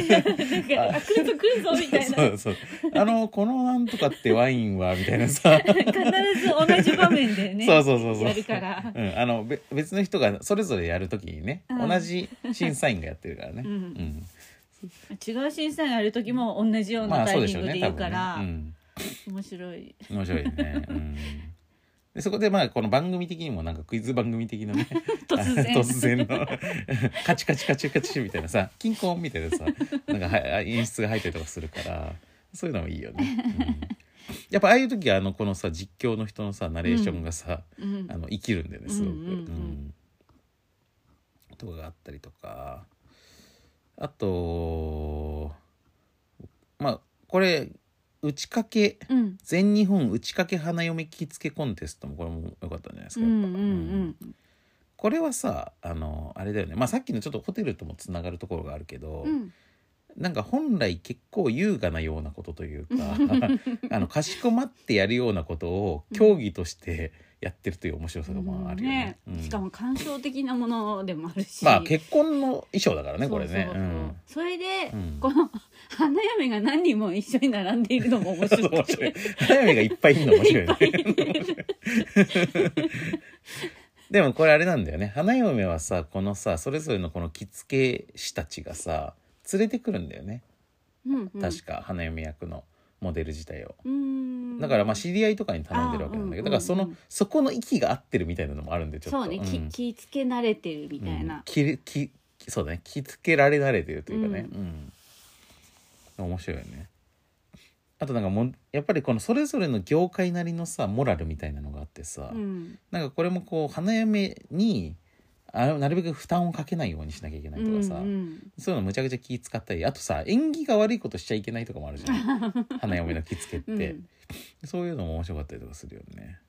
Speaker 2: なんかあ来るぞ来るぞみたいな
Speaker 1: そうそう。あの、このなんとかってワインは、みたいな さ。
Speaker 2: 必ず同じ場面でね
Speaker 1: そうそうそうそう
Speaker 2: やるから
Speaker 1: うん、あのべ別の人がそれぞれやるときにね、
Speaker 2: うん
Speaker 1: 同じ審査員がやってるからね、
Speaker 2: う
Speaker 1: うんん
Speaker 2: 違う審査員やる時も同じよう
Speaker 1: ま
Speaker 2: な
Speaker 1: あ
Speaker 2: タ
Speaker 1: そうで
Speaker 2: イミ
Speaker 1: しょう
Speaker 2: ングで
Speaker 1: ね
Speaker 2: 言
Speaker 1: 多
Speaker 2: うか
Speaker 1: 分
Speaker 2: ら、
Speaker 1: ね、
Speaker 2: 面白い
Speaker 1: うん、面白いね、うん、でそこでまあこの番組的にもなんかクイズ番組的なね
Speaker 2: 突然
Speaker 1: 突然のカチカチカチカチみたいなさ金婚みたいなさなんかは演出が入ったりとかするからそういうのもいいよね、うんやっぱああいう時はあのこのさ実況の人のさナレーションがさ、
Speaker 2: うん
Speaker 1: あの生きるんだよねすごく。
Speaker 2: うんうんうん
Speaker 1: とかがあったりとかあとまあこれ打ち掛け
Speaker 2: うん
Speaker 1: 全日本打ち掛け花嫁着付けコンテストもこれも良かったんじゃないです
Speaker 2: う
Speaker 1: か、
Speaker 2: ん
Speaker 1: やっ
Speaker 2: う
Speaker 1: ぱうん
Speaker 2: ん
Speaker 1: これはさあのあれだよね、まあ、さっきのちょっとホテルともつながるところがあるけど、
Speaker 2: うんうん
Speaker 1: なんか本来結構優雅なようなことと いうかあのかしこまってやるようなことを競技としてやってるという面白さがまああるよね。うん
Speaker 2: しかも感傷的なものでもあるし
Speaker 1: まあ結婚の衣装だからねこれね
Speaker 2: そうそうそうそれで、
Speaker 1: うん
Speaker 2: この 花嫁が何人も一緒に並んでいるのも面
Speaker 1: うん
Speaker 2: 白
Speaker 1: 面
Speaker 2: く
Speaker 1: 白い
Speaker 2: て
Speaker 1: 花嫁がいっぱいいるの面白いよね でもこれあれなんだよね花嫁はさこのさそれぞれのこの着付け師たちがさ連れてくるんだよね
Speaker 2: うんうん
Speaker 1: 確か花嫁役のモデル自体を。
Speaker 2: うん
Speaker 1: だからまあ知り合いとかに頼んでるわけなんだけど、だ
Speaker 2: あー
Speaker 1: からそ
Speaker 2: うん
Speaker 1: の
Speaker 2: うん
Speaker 1: そこの息が合ってるみたいなのもあるんでちょっと
Speaker 2: そうね、き
Speaker 1: ん
Speaker 2: 気付け慣れてるみたい
Speaker 1: うん
Speaker 2: な、
Speaker 1: ききそうだね着付けられ慣れてるというかね、うん面白いよねあとなんかもんやっぱりこのそれぞれの業界なりのさモラルみたいなのがあってさ、
Speaker 2: うん
Speaker 1: なんかこれもこう花嫁にあなるべく負担をかけないようにしなきゃいけないとかさ、
Speaker 2: うんうん
Speaker 1: そういうのむちゃくちゃ気使ったりあとさ縁起が悪いことしちゃいけないとかもあるじゃ ん花嫁の着付けって、
Speaker 2: うん
Speaker 1: そういうのも面白かったりとかするよね。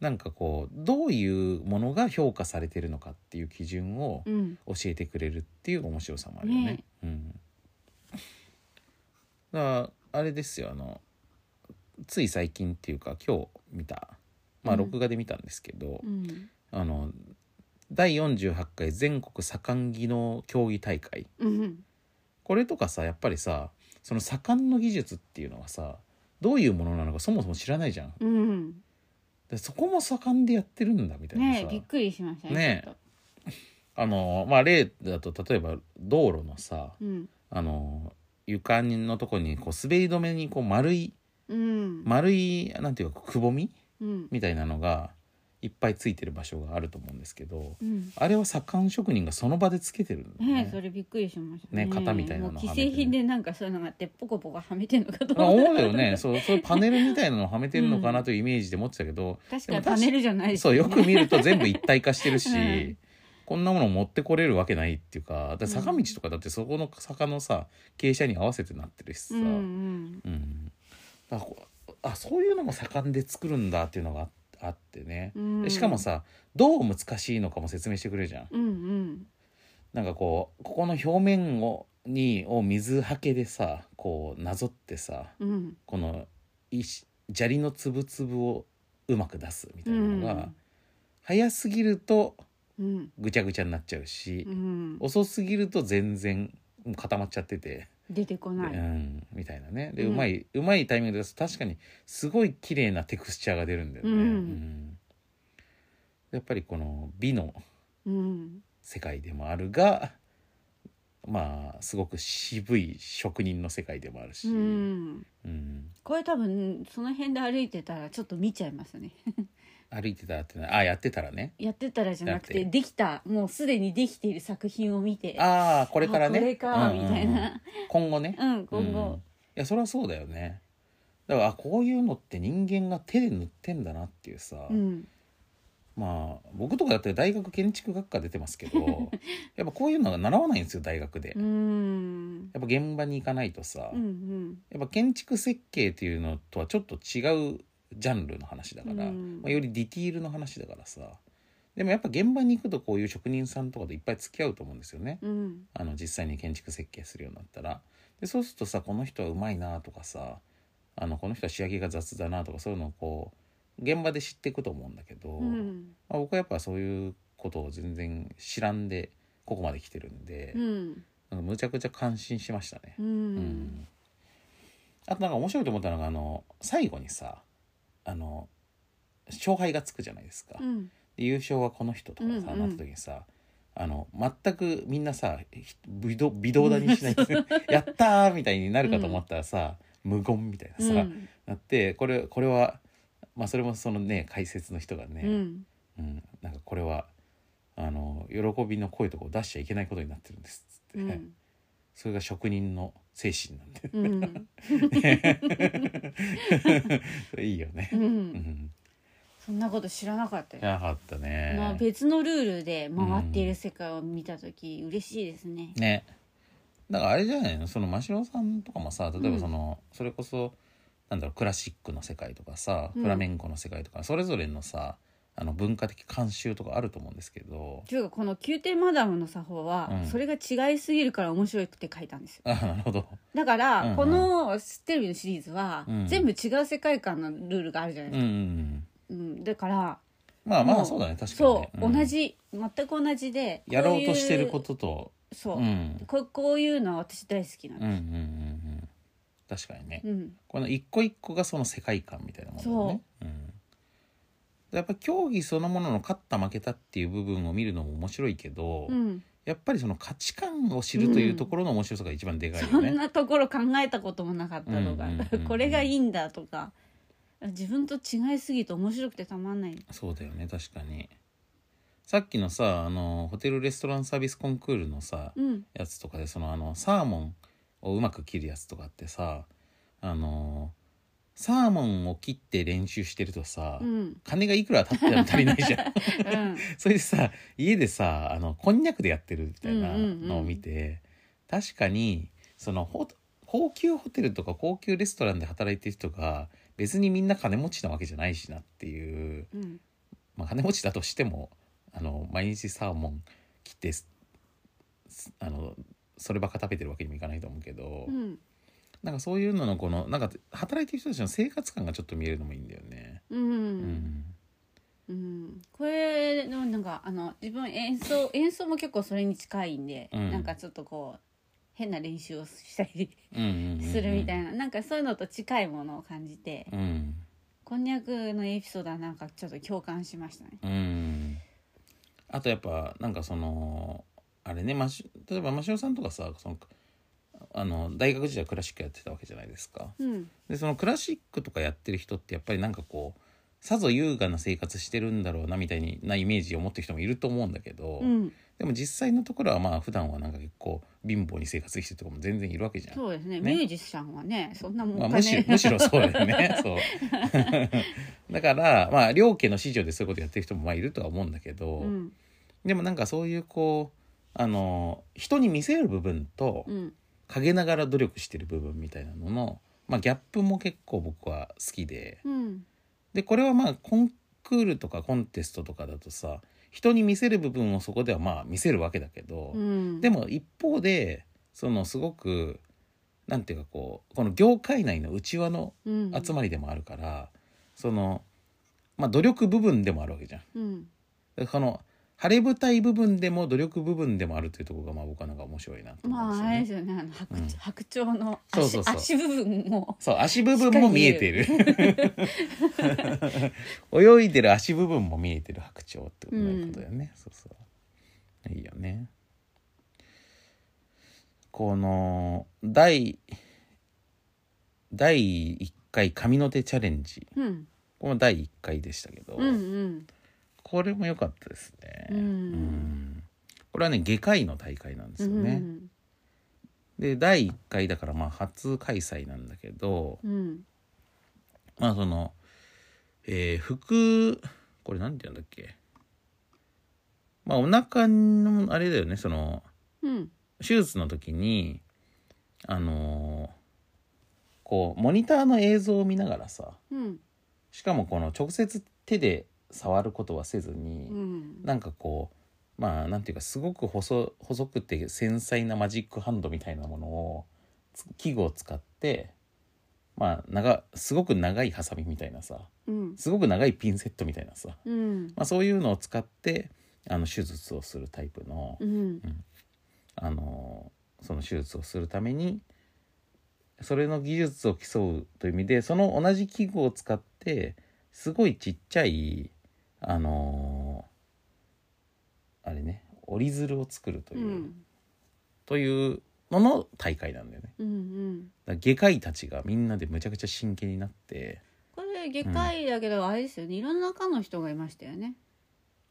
Speaker 1: なんかこうどういうものが評価されてるのかっていう基準を
Speaker 2: うん
Speaker 1: 教えてくれるっていう面白さもあるよね。
Speaker 2: ね
Speaker 1: うん、だからあれですよあのつい最近っていうか今日見たまあ
Speaker 2: うん
Speaker 1: 録画で見たんですけど、
Speaker 2: うん
Speaker 1: あの第48回全国盛ん技能競技大会
Speaker 2: うん
Speaker 1: これとかさやっぱりさその盛んの技術っていうのはさどういうものなのかそもそも知らないじゃん。
Speaker 2: うん
Speaker 1: でそこも盛んでやってるんだみたいなさ、
Speaker 2: ねびっくりしましたね
Speaker 1: ね
Speaker 2: ちょっ
Speaker 1: あのまあ例だと例えば道路のさ
Speaker 2: とうん
Speaker 1: あの床のとこにこう滑り止めにこう丸い
Speaker 2: うん
Speaker 1: 丸いなんていうかくぼみ
Speaker 2: うん
Speaker 1: みたいなのがいっぱいついてる場所があると思うんですけど
Speaker 2: うん
Speaker 1: あれは左官職人がその場でつけてるんだよ
Speaker 2: ね
Speaker 1: ね。
Speaker 2: それびっくりしましたね
Speaker 1: ね型みたいなの
Speaker 2: もう
Speaker 1: はめてね
Speaker 2: 既製品でなんかそういうのがあってポコポコはめてんのかと
Speaker 1: まあ
Speaker 2: 思
Speaker 1: 思
Speaker 2: っ
Speaker 1: う
Speaker 2: た
Speaker 1: よねそうそういうパネルみたいなのをはめてるのかなというイメージで持ってたけど、
Speaker 2: 確かにパネルじゃないです
Speaker 1: そうよく見る と全部一体化してるし、
Speaker 2: うん
Speaker 1: こんなもの持ってこれるわけないっていうかだから坂
Speaker 2: う
Speaker 1: 道
Speaker 2: ん
Speaker 1: とかだってそこの坂のさ傾斜に合わせてなってるしさ、
Speaker 2: うんうん
Speaker 1: うんだからこうあそういうのも盛んで作るんだっていうのがああってね、
Speaker 2: うん
Speaker 1: でしかもさどう難しいのかも説明してくれるじゃん。
Speaker 2: うんうん
Speaker 1: なんかこうここの表面をにを水はけでさこうなぞってさ
Speaker 2: うん
Speaker 1: この石砂利のつぶつぶをうまく出すみたいなのが、早すぎると
Speaker 2: うん
Speaker 1: ぐちゃぐちゃになっちゃうし
Speaker 2: う、ん
Speaker 1: 遅すぎると全然固まっちゃってて、
Speaker 2: 出てこな
Speaker 1: う
Speaker 2: い
Speaker 1: ん、みたいなねで、
Speaker 2: う
Speaker 1: うんまいうまいタイミングで出すと確かにすごい綺麗なテクスチャーが出るんだよね、
Speaker 2: うん
Speaker 1: うんやっぱりこの美の
Speaker 2: うん
Speaker 1: 世界でもあるがまあすごく渋い職人の世界でもあるし、
Speaker 2: うん
Speaker 1: うん
Speaker 2: これ多分その辺で歩いてたらちょっと見ちゃいますね
Speaker 1: 歩いてたらってなあやってたらね
Speaker 2: やってたらじゃなくて
Speaker 1: だって
Speaker 2: できたもうすでにできている作品を見て
Speaker 1: ああこれからね
Speaker 2: あこれか
Speaker 1: うんうんうん
Speaker 2: みたいな
Speaker 1: 今後ね、
Speaker 2: うん今
Speaker 1: うんい
Speaker 2: 後
Speaker 1: やそりゃそうだよねだからあこういうのって人間が手で塗ってんだなっていうさ、
Speaker 2: うん
Speaker 1: まあ僕とかだって大学建築学科出てますけ どやっぱこういうのが習わないんですよ大学で、
Speaker 2: うんうん
Speaker 1: やっぱ現場に行かないとさ、
Speaker 2: うん
Speaker 1: やっぱ建築設計っていうのとはちょっと違うジャンルの話だから、
Speaker 2: うん
Speaker 1: まあ、よりディティールの話だからさでもやっぱ現場に行くとこういう職人さんとかといっぱい付き合うと思うんですよね、
Speaker 2: うん
Speaker 1: あの実際に建築設計するようになったらでそうするとさこの人はうまいなとかさあのこの人は仕上げが雑だなとかそういうのをこう現場で知っていくと思うんだけど、
Speaker 2: うん
Speaker 1: まあ、僕はやっぱそういうことを全然知らんでここまで来てるんで、
Speaker 2: うん
Speaker 1: なんかむちゃくちゃ感心しましたね。
Speaker 2: う
Speaker 1: うんんあとなんか面白いと思ったのがあの最後にさあの勝敗がつくじゃないですか、
Speaker 2: うん
Speaker 1: で優勝はこの人とかさ、
Speaker 2: うんう
Speaker 1: な
Speaker 2: ん
Speaker 1: った時にさあの全くみんなさひ微動微動だにしない やったーみたいになるかと思ったらさ、無言みたいなさ、
Speaker 2: うん
Speaker 1: なってこれこれはまあそれもそのね解説の人がね、
Speaker 2: うん
Speaker 1: うん、なんかこれはあの喜びの声とかを出しちゃいけないことになってるんですっつ
Speaker 2: う
Speaker 1: って、
Speaker 2: ん
Speaker 1: それが職人の精神なんで
Speaker 2: うん
Speaker 1: それいいよね
Speaker 2: う。
Speaker 1: うんん、
Speaker 2: そんなこと知らなかった
Speaker 1: 知
Speaker 2: よ
Speaker 1: らなかった
Speaker 2: まあ
Speaker 1: ね。
Speaker 2: 別のルールで回っている世界を見た時嬉しいですね
Speaker 1: ね。だからあれじゃないのその真城さんとかもさ例えばその、それこそなんだろうクラシックの世界とかさ
Speaker 2: うん
Speaker 1: フラメンコの世界とか、それぞれのさあの文化的慣習とかあると思うんですけど
Speaker 2: というかこの宮廷マダムの作法
Speaker 1: う
Speaker 2: は
Speaker 1: ん
Speaker 2: それが違いすぎるから面白くて書いたんですよ
Speaker 1: あなるほど。
Speaker 2: だか
Speaker 1: うんうん
Speaker 2: らこのテレビのシリーズは
Speaker 1: うん
Speaker 2: 全部違う世界観のルールがあるじゃな
Speaker 1: う
Speaker 2: い
Speaker 1: ん
Speaker 2: で
Speaker 1: うんう
Speaker 2: すか、
Speaker 1: ん、
Speaker 2: うん、だから
Speaker 1: まあま
Speaker 2: も
Speaker 1: あそうだね確かに、
Speaker 2: そ
Speaker 1: ね。
Speaker 2: う、
Speaker 1: ん
Speaker 2: 同じ全く同じで
Speaker 1: やろうとしてるこ
Speaker 2: う
Speaker 1: とと
Speaker 2: いうそう、
Speaker 1: うん
Speaker 2: ここういうのは私大好きな
Speaker 1: うんうんうん
Speaker 2: の、
Speaker 1: うん確かにね、
Speaker 2: うん
Speaker 1: この一個一個がその世界観みたいなものだねうんやっぱ競技そのものの勝った負けたっていう部分を見るのも面白いけど、
Speaker 2: うん
Speaker 1: やっぱりその価値観を知るというところの面白さが一番でかい
Speaker 2: そ
Speaker 1: よね、
Speaker 2: んなところ考えたこともなかったとか、
Speaker 1: うんうんうんうん
Speaker 2: これがいいんだとか自分と違いすぎて面白くてたまんない
Speaker 1: そうだよね確かにさっきのさあのホテルレストランサービスコンクールのさ、
Speaker 2: うん
Speaker 1: やつとかでそのあのサーモンをうまく切るやつとかってさあのサーモンを切って練習してるとさ、
Speaker 2: うん
Speaker 1: 金がいくら当たっても足りないじゃん
Speaker 2: うん
Speaker 1: それでさ家でさあのこんにゃくでやってるみたいな
Speaker 2: うんうんうん
Speaker 1: のを見て、確かにそのほ高級ホテルとか高級レストランで働いてる人が別にみんな金持ちなわけじゃないしなっていう、
Speaker 2: うん
Speaker 1: まあ、金持ちだとしてもあの毎日サーモン切ってすすあのそればっか食べてるわけにもいかないと思うけど、
Speaker 2: うん
Speaker 1: なんかそういうののこのなんか働いてる人たちの生活感がちょっと見えるのもいいんだよね。
Speaker 2: う
Speaker 1: うんん
Speaker 2: うんこれでもなんかあの自分演奏 演奏も結構それに近いんで、
Speaker 1: うん
Speaker 2: なんかちょっとこう変な練習をしたり
Speaker 1: うんうんうんうん
Speaker 2: するみたいな、なんかそういうのと近いものを感じて、
Speaker 1: うん
Speaker 2: こんにゃくのエピソードはなんかちょっと共感しましたね。
Speaker 1: うんあとやっぱなんかそのあれねマシ例えば真城さんとかさそのあの大学時代クラシックやってたわけじゃないですか。
Speaker 2: うん、
Speaker 1: でそのクラシックとかやってる人ってやっぱりなんかこうさぞ優雅な生活してるんだろうなみたいになイメージを持ってる人もいると思うんだけど、
Speaker 2: うん、
Speaker 1: でも実際のところはまあ普段はなんか結構貧乏に生活してる人とかも全然いるわけじゃん。
Speaker 2: そうですね
Speaker 1: ね
Speaker 2: ミュージシャンはねそんなもん
Speaker 1: まあ、
Speaker 2: お
Speaker 1: む しろ
Speaker 2: 金、
Speaker 1: むしろそう だよ ね。そう。だから、まあ、両家の子女でそういうことやってる人もまあいるとは思うんだけど、
Speaker 2: うん
Speaker 1: でもなんかそういうこう、あの、人に見せる部分と
Speaker 2: う、ん
Speaker 1: 陰ながら努力してる部分みたいなのの、まあ、ギャップも結構僕は好きで、
Speaker 2: うん
Speaker 1: で、これはまあ、コンクールとかコンテストとかだとさ、人に見せる部分をそこではまあ見せるわけだけど、
Speaker 2: うん
Speaker 1: でも一方でそのすごくなんていうかこうこの業界内の内輪の
Speaker 2: うん
Speaker 1: 集まりでもあるから、そのまあ努力部分でもあるわけじゃん。
Speaker 2: うん
Speaker 1: でこの晴れ舞台部分でも努力部分でもあるというところがまあ僕はなんか面白いなと思うんですよ
Speaker 2: まああれで
Speaker 1: ね。
Speaker 2: すよねあの白,、
Speaker 1: うん
Speaker 2: 白鳥の
Speaker 1: そ
Speaker 2: 足
Speaker 1: うそうそう
Speaker 2: 足部分も
Speaker 1: そう足部分も見えてる 泳いでる足部分も見えてる白鳥ってことだよね、そうそういいよねこの第第1回神の手チャレンジ
Speaker 2: うん
Speaker 1: これも第1回でしたけど、
Speaker 2: うんうん
Speaker 1: これも良かったですね、
Speaker 2: うん
Speaker 1: んこれはね外科医の大会なんですよね、
Speaker 2: うん
Speaker 1: で第1回だからまあ初開催なんだけど
Speaker 2: うん
Speaker 1: まあそのえー、服これなんて言うんだっけまあお腹のあれだよねその
Speaker 2: うん
Speaker 1: 手術の時にあのーこうモニターの映像を見ながらさ
Speaker 2: うん
Speaker 1: しかもこの直接手で触ることはせずに、
Speaker 2: うん
Speaker 1: なんかこうまあなんていうかすごく細細くて繊細なマジックハンドみたいなものをつ器具を使ってまあ長すごく長いハサミみたいなさ
Speaker 2: うん
Speaker 1: すごく長いピンセットみたいなさ、
Speaker 2: うん
Speaker 1: まあ、そういうのを使ってあの手術をするタイプの,、
Speaker 2: うん
Speaker 1: あのその手術をするためにそれの技術を競うという意味でその同じ器具を使ってすごいちっちゃいあのあれね折り鶴を作ると
Speaker 2: う
Speaker 1: いう、
Speaker 2: ん
Speaker 1: というのの大会なんだよね。
Speaker 2: うん
Speaker 1: だから外科医たちがみんなでむちゃくちゃ真剣になって
Speaker 2: これ外科医だけどあれですよねいろんな中の人がいましたよね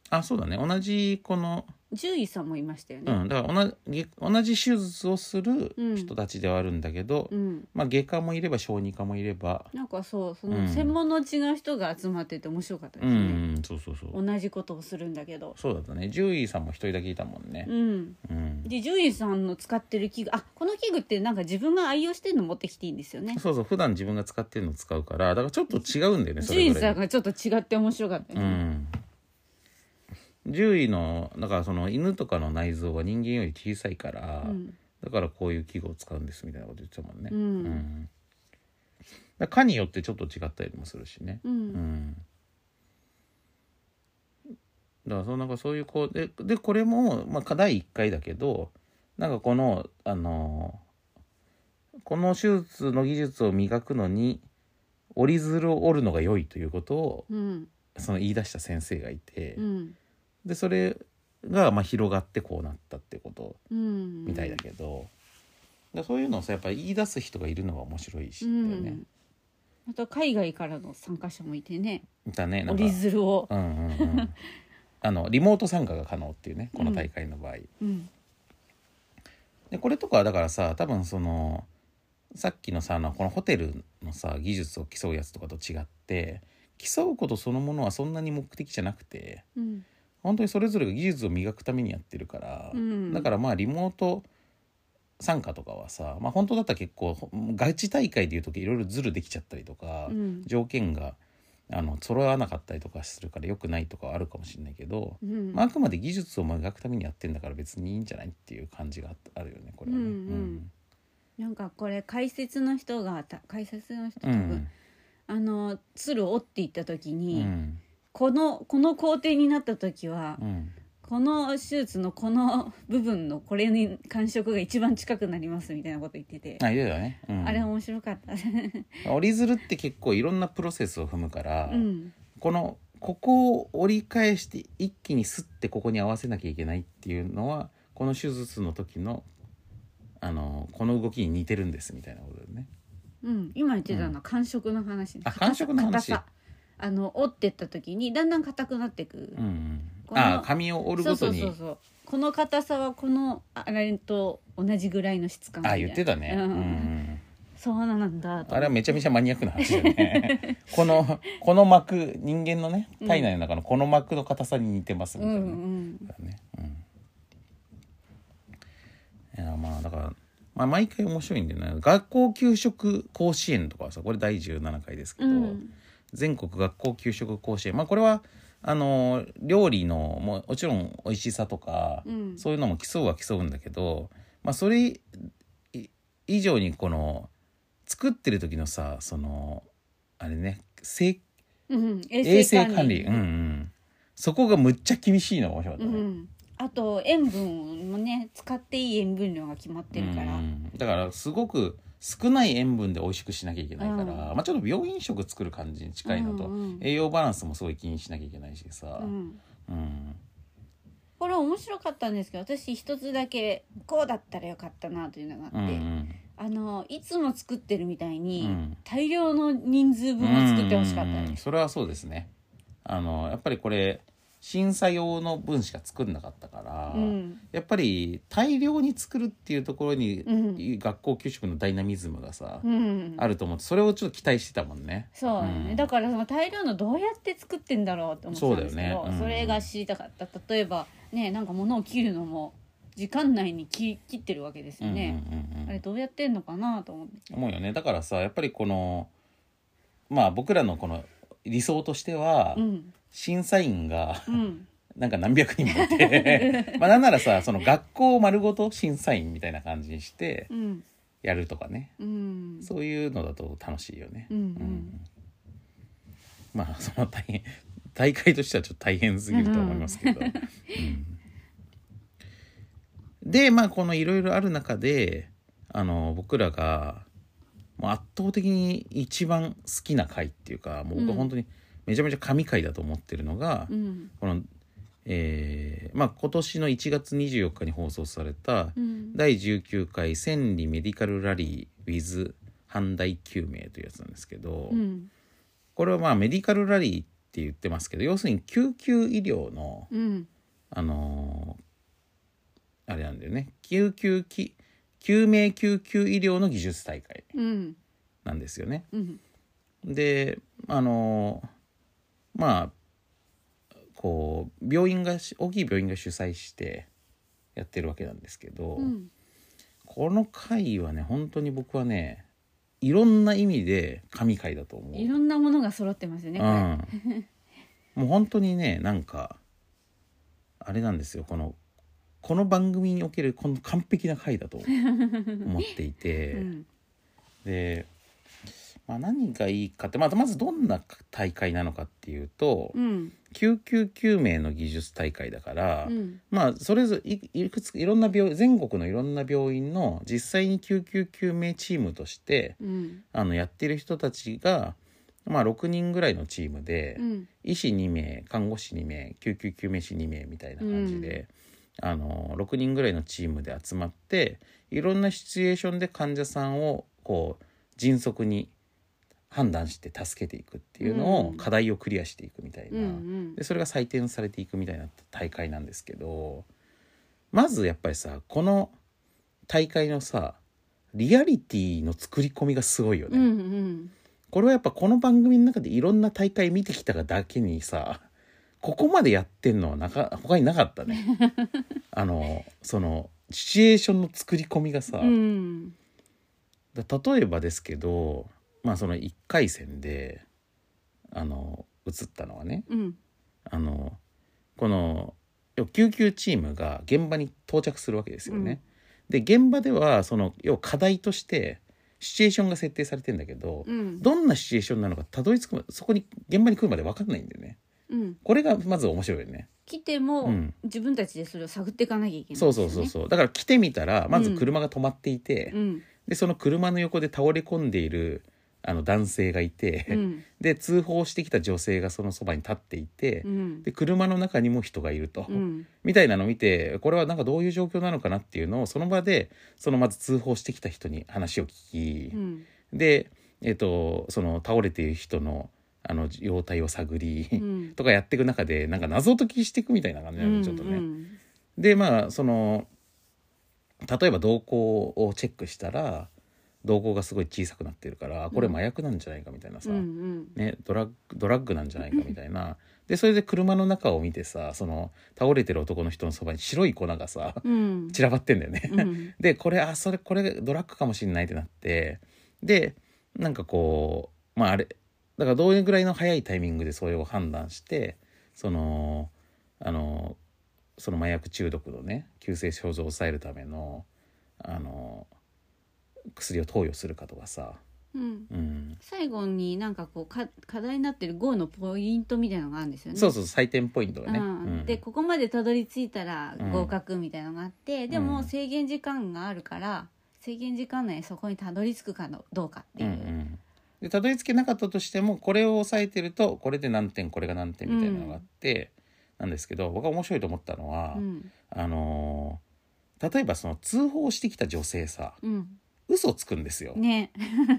Speaker 1: あそうだね同じこの
Speaker 2: 獣医さんもいましたよ
Speaker 1: う
Speaker 2: ね
Speaker 1: ん、だから同じ同じ手術をする人たちではあるんだけど、
Speaker 2: うん
Speaker 1: まあ、外科もいれば小児科もいれば、
Speaker 2: なんかそうそうの
Speaker 1: ん
Speaker 2: 専門の違う人が集まってて面白かったで
Speaker 1: う
Speaker 2: すね
Speaker 1: ん、そうそうそう
Speaker 2: 同じことをするんだけど
Speaker 1: そうだったね獣医さんも一人だけいたもんね
Speaker 2: う、ん
Speaker 1: うん
Speaker 2: で獣医さんの使ってる器具あこの器具ってなんか自分が愛用してるの持ってきていいんですよね
Speaker 1: そうそう普段自分が使ってるの使うからだからちょっと違うんだよねそ
Speaker 2: 獣
Speaker 1: れ
Speaker 2: 医
Speaker 1: ぞれ
Speaker 2: さんがちょっと違って面白かったで
Speaker 1: う
Speaker 2: すね
Speaker 1: ん獣医のだからその犬とかの内臓は人間より小さいから、
Speaker 2: うん
Speaker 1: だからこういう器具を使うんですみたいなこと言ってたもんね、
Speaker 2: う
Speaker 1: うんんだから蚊によってちょっと違ったりもするしね、
Speaker 2: うん
Speaker 1: うんだからそうなんかそういうこうででこれも、まあ、第1回だけどなんかこのあのーこの手術の技術を磨くのに折り鶴を折るのが良いということを
Speaker 2: うん
Speaker 1: その言い出した先生がいて、
Speaker 2: うん
Speaker 1: でそれがまあ広がってこうなったってこと
Speaker 2: うん
Speaker 1: みたいだけど、だからそういうのをさやっぱり言い出す人がいるのが面白いしだよね。
Speaker 2: うん、あと海外からの参加者もいてね
Speaker 1: だねなんか
Speaker 2: 折り鶴を、
Speaker 1: うんうんうん、あのリモート参加が可能っていうねこの大会の場合、
Speaker 2: うん
Speaker 1: でこれとかはだからさ多分そのさっきのさあのこのホテルのさ技術を競うやつとかと違って競うことそのものはそんなに目的じゃなくて
Speaker 2: うん
Speaker 1: 本当にそれぞれが技術を磨くためにやってるから、
Speaker 2: うん
Speaker 1: だからまあリモート参加とかはさ、まあ、本当だったら結構ほガチ大会でいうといろいろズルできちゃったりとか、
Speaker 2: うん
Speaker 1: 条件があの揃わなかったりとかするから良くないとかはあるかもしれないけど、
Speaker 2: うん
Speaker 1: まあ、あくまで技術を磨くためにやってんだから別にいいんじゃないっていう感じがああるよねこれはね。
Speaker 2: うんなんかこれ解説の人がた解説の人多分、あの鶴を折っていった時
Speaker 1: うんう
Speaker 2: に、
Speaker 1: ん
Speaker 2: このこの工程になった時は、
Speaker 1: うん
Speaker 2: この手術のこの部分のこれに感触が一番近くなりますみたいなこと言ってて、
Speaker 1: あいるよね、うん
Speaker 2: あれ面白かった。
Speaker 1: 折り鶴って結構いろんなプロセスを踏むから、
Speaker 2: うん
Speaker 1: このここを折り返して一気にスッてここに合わせなきゃいけないっていうのはこの手術の時のあのこの動きに似てるんですみたいなことだよね。
Speaker 2: うん、今言ってたのは感触の話、
Speaker 1: あ感触の話
Speaker 2: 硬さあの折ってった時にだんだん硬くなってく、
Speaker 1: うんうん、
Speaker 2: この
Speaker 1: あ紙を折る
Speaker 2: そう
Speaker 1: ご
Speaker 2: そ
Speaker 1: と
Speaker 2: う
Speaker 1: に
Speaker 2: そうそうこの硬さはこのあれと同じぐらいの質感
Speaker 1: あ言ってたね、
Speaker 2: うん
Speaker 1: うんうん
Speaker 2: そうなんだと
Speaker 1: あれはめちゃめちゃマニアックな話だよ ねこのこの膜人間のね体内の中のこの膜の硬さに似てますみ
Speaker 2: う
Speaker 1: たい
Speaker 2: ん
Speaker 1: な
Speaker 2: う
Speaker 1: ね、
Speaker 2: ん
Speaker 1: だからねうんいやまあだから、まあ、毎回面白いんだよね学校給食甲子園とかはさこれ第17回ですけ
Speaker 2: う
Speaker 1: ど、
Speaker 2: ん
Speaker 1: 全国学校給食甲子園まあこれはあの料理のももちろん美味しさとか、
Speaker 2: うん
Speaker 1: そういうのも競うは競うんだけど、まあ、それい以上にこの作ってる時のさそのあれねせ
Speaker 2: うん
Speaker 1: 衛
Speaker 2: 衛
Speaker 1: 生
Speaker 2: 生
Speaker 1: 管
Speaker 2: 管
Speaker 1: 理
Speaker 2: 理
Speaker 1: うんうん、そこがむっちゃ厳しいのが面白かっ
Speaker 2: う
Speaker 1: たね。
Speaker 2: んあと塩分もね使っていい塩分量が決まってるから
Speaker 1: うんだからすごく少ない塩分で美味しくしなきゃいけないから、
Speaker 2: うん
Speaker 1: まあ、ちょっと病院食作る感じに近いのと、
Speaker 2: うんうん
Speaker 1: 栄養バランスもすごい気にしなきゃいけないしさ、
Speaker 2: うん
Speaker 1: うん
Speaker 2: ここれ面白かったんですけど私一つだけこうだったらよかったなというのがあって、
Speaker 1: うんうん
Speaker 2: あのいつも作ってるみたい
Speaker 1: う
Speaker 2: に、
Speaker 1: ん
Speaker 2: 大量の人数分を作ってほしかった
Speaker 1: うんうんう
Speaker 2: で
Speaker 1: ん
Speaker 2: す。
Speaker 1: それはそうですねあのやっぱりこれ審査用の分しか作んなかったから、
Speaker 2: うん
Speaker 1: やっぱり大量に作るっていうところに、
Speaker 2: うん
Speaker 1: 学校給食のダイナミズムがさ、
Speaker 2: うん
Speaker 1: あると思ってそれをちょっと期待してたもんね
Speaker 2: そうだね、
Speaker 1: うん
Speaker 2: だからその大量のどうやって作ってんだろうって思ってたんですけど
Speaker 1: そうだ
Speaker 2: そ,、
Speaker 1: よねうん
Speaker 2: れが知りたかった例えばねなんか物を切るのも時間内に切切ってるわけですよね、
Speaker 1: うんうんうんうん
Speaker 2: あれどうやってんのかなと思って
Speaker 1: 思うよねだからさやっぱりこのまあ僕らのこの理想としては、
Speaker 2: うん
Speaker 1: 審査員が
Speaker 2: うん
Speaker 1: なんか何百人もい てまあなんならさその学校丸ごと審査員みたいな感じにして
Speaker 2: うん
Speaker 1: やるとかね
Speaker 2: うん
Speaker 1: そういうのだと楽しいよね。
Speaker 2: うんうん
Speaker 1: まあその大変大会としてはちょっと大変すぎると思いますけど。うんでまあこのいろいろある中であの僕らがもう圧倒的に一番好きな回っていうかもう僕
Speaker 2: う
Speaker 1: は
Speaker 2: ん
Speaker 1: 本当にめちゃめちゃ神回だと思ってるのが、
Speaker 2: うん
Speaker 1: この、えーまあ、今年の1月24日に放送された
Speaker 2: うん
Speaker 1: 第19回千里メディカルラリー with 阪大救命というやつなんですけど、
Speaker 2: うん
Speaker 1: これはまあメディカルラリーって言ってますけど要するに救急医療の、
Speaker 2: うん
Speaker 1: あのーあれなんだよね救急き救命救急医療の技術大会
Speaker 2: うん
Speaker 1: なんですよね。
Speaker 2: うん
Speaker 1: であのまあこう病院がし大きい病院が主催してやってるわけなんですけど、
Speaker 2: うん
Speaker 1: この回はね本当に僕はねいろんな意味で神回だと思う。
Speaker 2: いろんなものが揃ってますよねこれ
Speaker 1: うん、 もう本当にねなんかあれなんですよこのこの番組におけるこの完璧な回だ と思っていて。
Speaker 2: うん
Speaker 1: で、まあ、何がいいかって、まあ、まずどんな大会なのかっていうと、
Speaker 2: うん
Speaker 1: 救急救命の技術大会だから、
Speaker 2: うん
Speaker 1: まあそれぞれいいくついろんな病全国のいろんな病院の実際に救急救命チームとして
Speaker 2: うん
Speaker 1: あのやってる人たちが、まあ、6人ぐらいのチームで、
Speaker 2: うん
Speaker 1: 医師2名看護師2名救急救命士2名みたいな感じで、あの6人ぐらいのチームで集まっていろんなシチュエーションで患者さんをこう迅速に判断して助けていくっていうのを、
Speaker 2: うん
Speaker 1: 課題をクリアしていくみたいな、
Speaker 2: うん
Speaker 1: でそれが採点されていくみたいな大会なんですけどまずやっぱりさこの大会のさリアリティの作り込みがすごいよね。
Speaker 2: うんうん
Speaker 1: これはやっぱこの番組の中でいろんな大会見てきたがだけにさここまでやってんのはなか他になかった ねあのそのシチュエーションの作り込みがさ、
Speaker 2: うん
Speaker 1: だ例えばですけどまあその1回戦であの映ったのはね
Speaker 2: うん
Speaker 1: あのこの要は救急チームが現場に到着するわけですよね。で現場ではその要は課題としてシチュエーションが設定されてんだけど、
Speaker 2: うん
Speaker 1: どんなシチュエーションなのかたどり着くまそこに現場に来るまで分かんないんだよね
Speaker 2: うん
Speaker 1: これがまず面白いよね
Speaker 2: 来ても、
Speaker 1: うん
Speaker 2: 自分たちでそれを探っていかなきゃいけない
Speaker 1: そうそうそうそうだから来てみたらまず
Speaker 2: うん
Speaker 1: 車が止まっていて、
Speaker 2: うん
Speaker 1: でその車の横で倒れ込んでいるあの男性がいて、
Speaker 2: うん
Speaker 1: で通報してきた女性がそのそばに立っていて、
Speaker 2: うん
Speaker 1: で車の中にも人がいると、
Speaker 2: うん
Speaker 1: みたいなのを見てこれはなんかどういう状況なのかなっていうのをその場でそのまず通報してきた人に話を聞き、
Speaker 2: うん
Speaker 1: で、えっとその倒れている人のあの容体を探り、
Speaker 2: うん
Speaker 1: とかやっていく中でなんか謎解きしていくみたいな感じなのちょっとね。
Speaker 2: うん
Speaker 1: でまあその例えば瞳孔をチェックしたら瞳孔がすごい小さくなってるからあこれ麻薬なんじゃないかみたいなさ、
Speaker 2: うん
Speaker 1: ね、ドラッグドラッグなんじゃないかみたい な。でそれで車の中を見てさその倒れてる男の人のそばに白い粉がさ
Speaker 2: うんうん
Speaker 1: 散らばってんだよね。
Speaker 2: うん
Speaker 1: でこれあそれこれドラッグかもしれないってなってでなんかこうまああれだからどういうぐらいの早いタイミングでそれを判断してそのあのその麻薬中毒のね急性症状を抑えるためのあの薬を投与するかとかさ、
Speaker 2: うん
Speaker 1: うん、
Speaker 2: 最後になんかこうか課題になってる GO のポイントみたいなのがあるんですよね
Speaker 1: そうそう採点ポイントがね。
Speaker 2: うん
Speaker 1: うん
Speaker 2: でここまでたどり着いたら
Speaker 1: うん
Speaker 2: 合格みたいなのがあって、で
Speaker 1: う
Speaker 2: も
Speaker 1: ん
Speaker 2: 制限時間があるから制限時間内にそこにたどり着くかのどうかって
Speaker 1: う
Speaker 2: い
Speaker 1: ん
Speaker 2: う、
Speaker 1: うんでたどり着けなかったとしてもこれを抑えてるとこれで何点これが何点みたいなのがあって、なんですけど僕が面白いと思ったのは、
Speaker 2: うん
Speaker 1: あのー例えばその通報してきた女性さ
Speaker 2: うん
Speaker 1: 嘘つくんですよ、
Speaker 2: ね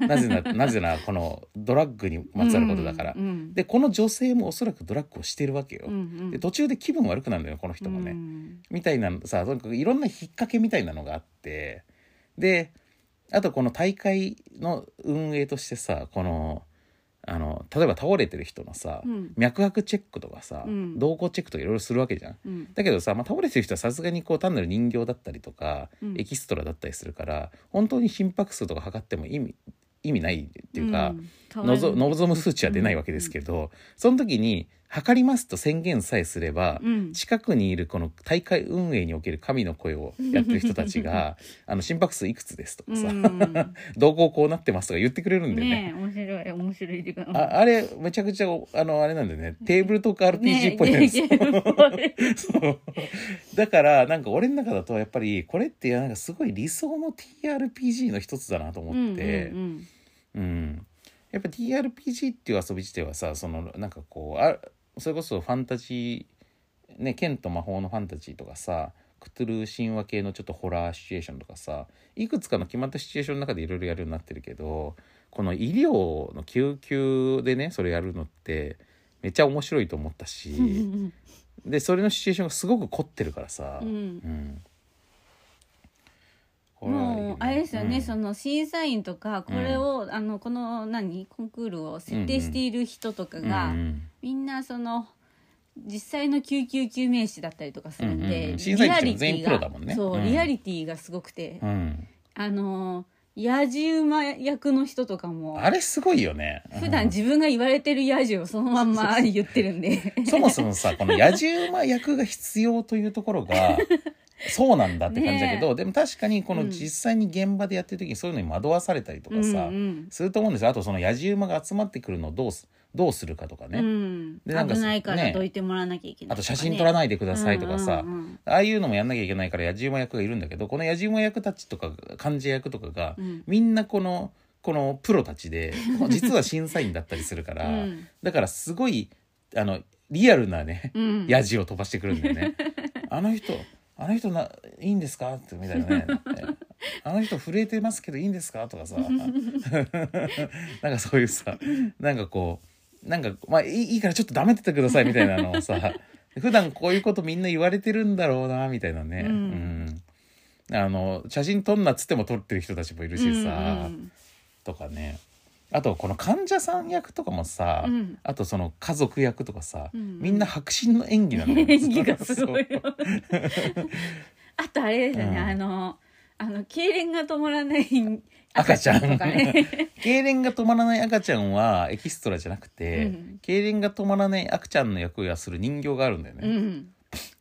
Speaker 1: なぜな なぜならこのドラッグにまつわることだから、
Speaker 2: うん
Speaker 1: でこの女性もおそらくドラッグをしてるわけよ、
Speaker 2: うんうん
Speaker 1: で途中で気分悪くなるんだよこの人もね、
Speaker 2: うん
Speaker 1: みたいなのさとにかくいろんな引っ掛けみたいなのがあってであとこの大会の運営としてさこのあの例えば倒れてる人のさ、
Speaker 2: うん
Speaker 1: 脈拍チェックとかさ、
Speaker 2: うん
Speaker 1: 動向チェックとかいろいろするわけじゃん。
Speaker 2: うん
Speaker 1: だけどさ、まあ、倒れてる人はさすがにこう単なる人形だったりとか、
Speaker 2: うん
Speaker 1: エキストラだったりするから本当に心拍数とか測っても意味意味ないっていうか、
Speaker 2: ん変わ
Speaker 1: の
Speaker 2: る
Speaker 1: ぞ望む数値は出ないわけですけど、その時に測りますと宣言 さえすれば、
Speaker 2: うん
Speaker 1: 近くにいるこの大会運営における神の声をやってる人たち があの心拍数いくつですとかさ、
Speaker 2: うん
Speaker 1: 動向こうなってますとか言ってくれるんでね
Speaker 2: ね面白い面白いっていうか
Speaker 1: ああれめちゃくちゃあのあれなんでねテーブルトーク RPG っぽいんですよ、
Speaker 2: ねゲームっぽ い
Speaker 1: そうだからなんか俺の中だとやっぱりこれってなんかすごい理想の TRPG の一つだなと思って。
Speaker 2: うんうん
Speaker 1: うん、やっぱ TRPG っていう遊び自体はさそのなんかこうあそれこそファンタジーね剣と魔法のファンタジーとかさクトゥルー神話系のちょっとホラーシチュエーションとかさいくつかの決まったシチュエーションの中でいろいろやるようになってるけどこの医療の救急でねそれやるのってめっちゃ面白いと思った
Speaker 2: うんう
Speaker 1: し
Speaker 2: ん
Speaker 1: でそれのシチュエーションがすごく凝ってるからさ。
Speaker 2: うんうん
Speaker 1: うんこれはいい
Speaker 2: もうあれですよね、
Speaker 1: うん
Speaker 2: その審査員とかこれを、あのこの何コンクールを設定している人とかが、
Speaker 1: うんうん
Speaker 2: みんなその実際の救急救命士だったりとかするん
Speaker 1: うんうん
Speaker 2: で、
Speaker 1: うん審査
Speaker 2: リ
Speaker 1: 員
Speaker 2: ア
Speaker 1: たち
Speaker 2: リ
Speaker 1: も全員
Speaker 2: ティ
Speaker 1: プロ
Speaker 2: が
Speaker 1: だもんね
Speaker 2: そう、
Speaker 1: うん
Speaker 2: リアリティがすごくて、
Speaker 1: うん
Speaker 2: あの野じ馬役の人とかも
Speaker 1: あれすごいよね。
Speaker 2: 普段自分が言われてる野獣をそのまんま言ってるんで
Speaker 1: そもそもさ、この野獣馬役が必要というところ が、そうなんだって感じだけど、でも確かにこ
Speaker 2: う
Speaker 1: の
Speaker 2: ん
Speaker 1: 実際に現場でやってる時に そういうのに惑わされたりと
Speaker 2: う
Speaker 1: か
Speaker 2: んう
Speaker 1: さ、
Speaker 2: ん、
Speaker 1: すると思うんですよ。あとその野獣馬が集まってくるのをどうす、どうするかとかね。
Speaker 2: うん
Speaker 1: でなんか
Speaker 2: 危ないから
Speaker 1: ね
Speaker 2: どいてもらわなきゃいけない
Speaker 1: あと写真撮ら
Speaker 2: い
Speaker 1: ないでくださいとかさ、
Speaker 2: うんうんうん
Speaker 1: ああいうのもやんなきゃいけないから野獣馬役がいるんだけど、この野獣馬役たちとか、患者役とかが、
Speaker 2: うん
Speaker 1: みんなこの、このプロたちで、実は審査員だったりするから、
Speaker 2: うん
Speaker 1: だからすごい、あの、リアルなね、
Speaker 2: うん、
Speaker 1: ヤジを飛ばしてくるんだよ ね。あの人、あの人な、いいんですかってみたいなね。あの人震えてますけどいいんですかとか さ。なんかそういうさ、なんかこう、なんか、まあいいいいからちょっと黙っててくださいみたいなのをさ、普段こういうことみんな言われてるんだろうな、みたいなね。
Speaker 2: うん
Speaker 1: うんあの、写真撮んなっつっても撮ってる人たちもいるしさ、
Speaker 2: うん
Speaker 1: とかね。あと、この患者さん役とかもさ、
Speaker 2: うん
Speaker 1: あとその家族役とかさ、
Speaker 2: うん
Speaker 1: みんな迫真の演技なのよ
Speaker 2: 演技がすごい
Speaker 1: そう
Speaker 2: よあとあれですよね、
Speaker 1: うん
Speaker 2: あのあの 痙攣が止まらない
Speaker 1: 赤ちゃん
Speaker 2: と かね
Speaker 1: 痙攣が止まらない赤ちゃんはエキストラじゃなくて、
Speaker 2: うん
Speaker 1: 痙攣が止まらない赤ちゃんの役をする人形があるんだよね、
Speaker 2: うん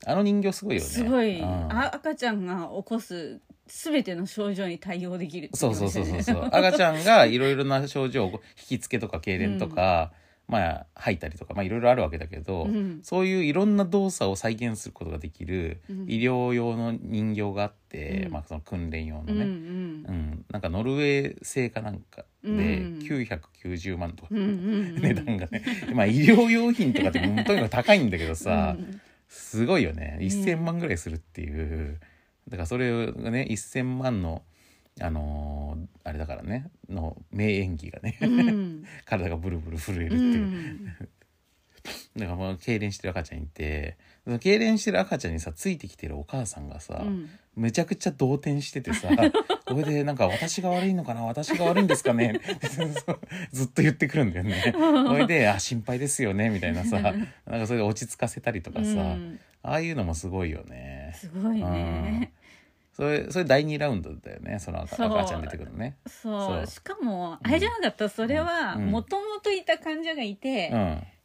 Speaker 1: あの人形すごいよね
Speaker 2: すごい、
Speaker 1: うん
Speaker 2: あ赤ちゃんが起こす全ての症状に対応できるってい
Speaker 1: そうそうそうそうそう
Speaker 2: ことですよね
Speaker 1: 赤ちゃんがいろいろな症状を引きつけとか痙攣とか、まあ吐いたりとかまあいろいろあるわけだけど、
Speaker 2: うん
Speaker 1: そういういろんな動作を再現することができる
Speaker 2: うん
Speaker 1: 医療用の人形があって、
Speaker 2: うん
Speaker 1: まあ、その訓練用のね、
Speaker 2: うん
Speaker 1: うん、なんかノルウェー製かなんかで
Speaker 2: うん
Speaker 1: 990万とか、
Speaker 2: うんうんうんう ん
Speaker 1: 値段がねまあ医療用品とかってとにかく高いんだけどさ、
Speaker 2: うん
Speaker 1: すごいよね1,000万ぐらいするっていうだからそれがね1,000万のあのーあれだからねの名演技がね、
Speaker 2: うん
Speaker 1: 体がブルブル震えるって
Speaker 2: う
Speaker 1: いう、
Speaker 2: ん
Speaker 1: だからもう痙攣してる赤ちゃんいてその痙攣してる赤ちゃんにさついてきてるお母さんがさ、
Speaker 2: うん
Speaker 1: めちゃくちゃ動転してて さこれでなんか「私が悪いのかな私が悪いんですかね」 ずっと言ってくるんだよね。これで「あ心配ですよね」みたいな さなんかそれで落ち着かせたりとかさ、
Speaker 2: うん
Speaker 1: ああいうのもすごいよね。
Speaker 2: すごいね、
Speaker 1: それそれ第2ラウンドだよねその赤
Speaker 2: そう
Speaker 1: 赤ちゃん出てくるのね。
Speaker 2: そう
Speaker 1: そう
Speaker 2: しかもあれじゃなかった、それは
Speaker 1: うん
Speaker 2: もともといた患者がいて、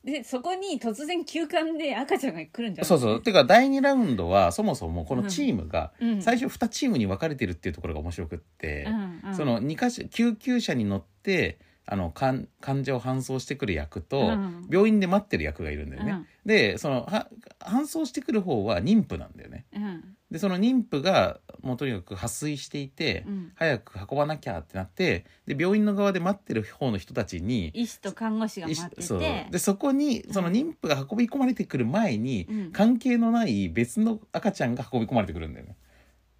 Speaker 1: うん、
Speaker 2: でそこに突然休館で赤ちゃんが来るんじゃない
Speaker 1: そうそうていうか第2ラウンドはそもそもこのチームが
Speaker 2: うん
Speaker 1: 最初2チームに分かれてるっていうところが面白くって。
Speaker 2: うんうん
Speaker 1: その2か所救急車に乗ってあの患患者を搬送してくる役と、
Speaker 2: うん
Speaker 1: 病院で待ってる役がいるんだよね。でそのは搬送してくる方は妊婦なんだよね。
Speaker 2: うん
Speaker 1: でその妊婦がもうとにかく破水していて、
Speaker 2: うん
Speaker 1: 早く運ばなきゃってなってで病院の側で待ってる方の人たちに
Speaker 2: 医師と看護師が待ってて
Speaker 1: そうでそこにその妊婦が運び込まれてくる前に、
Speaker 2: うん
Speaker 1: 関係のない別の赤ちゃんが運び込まれてくるんだよね。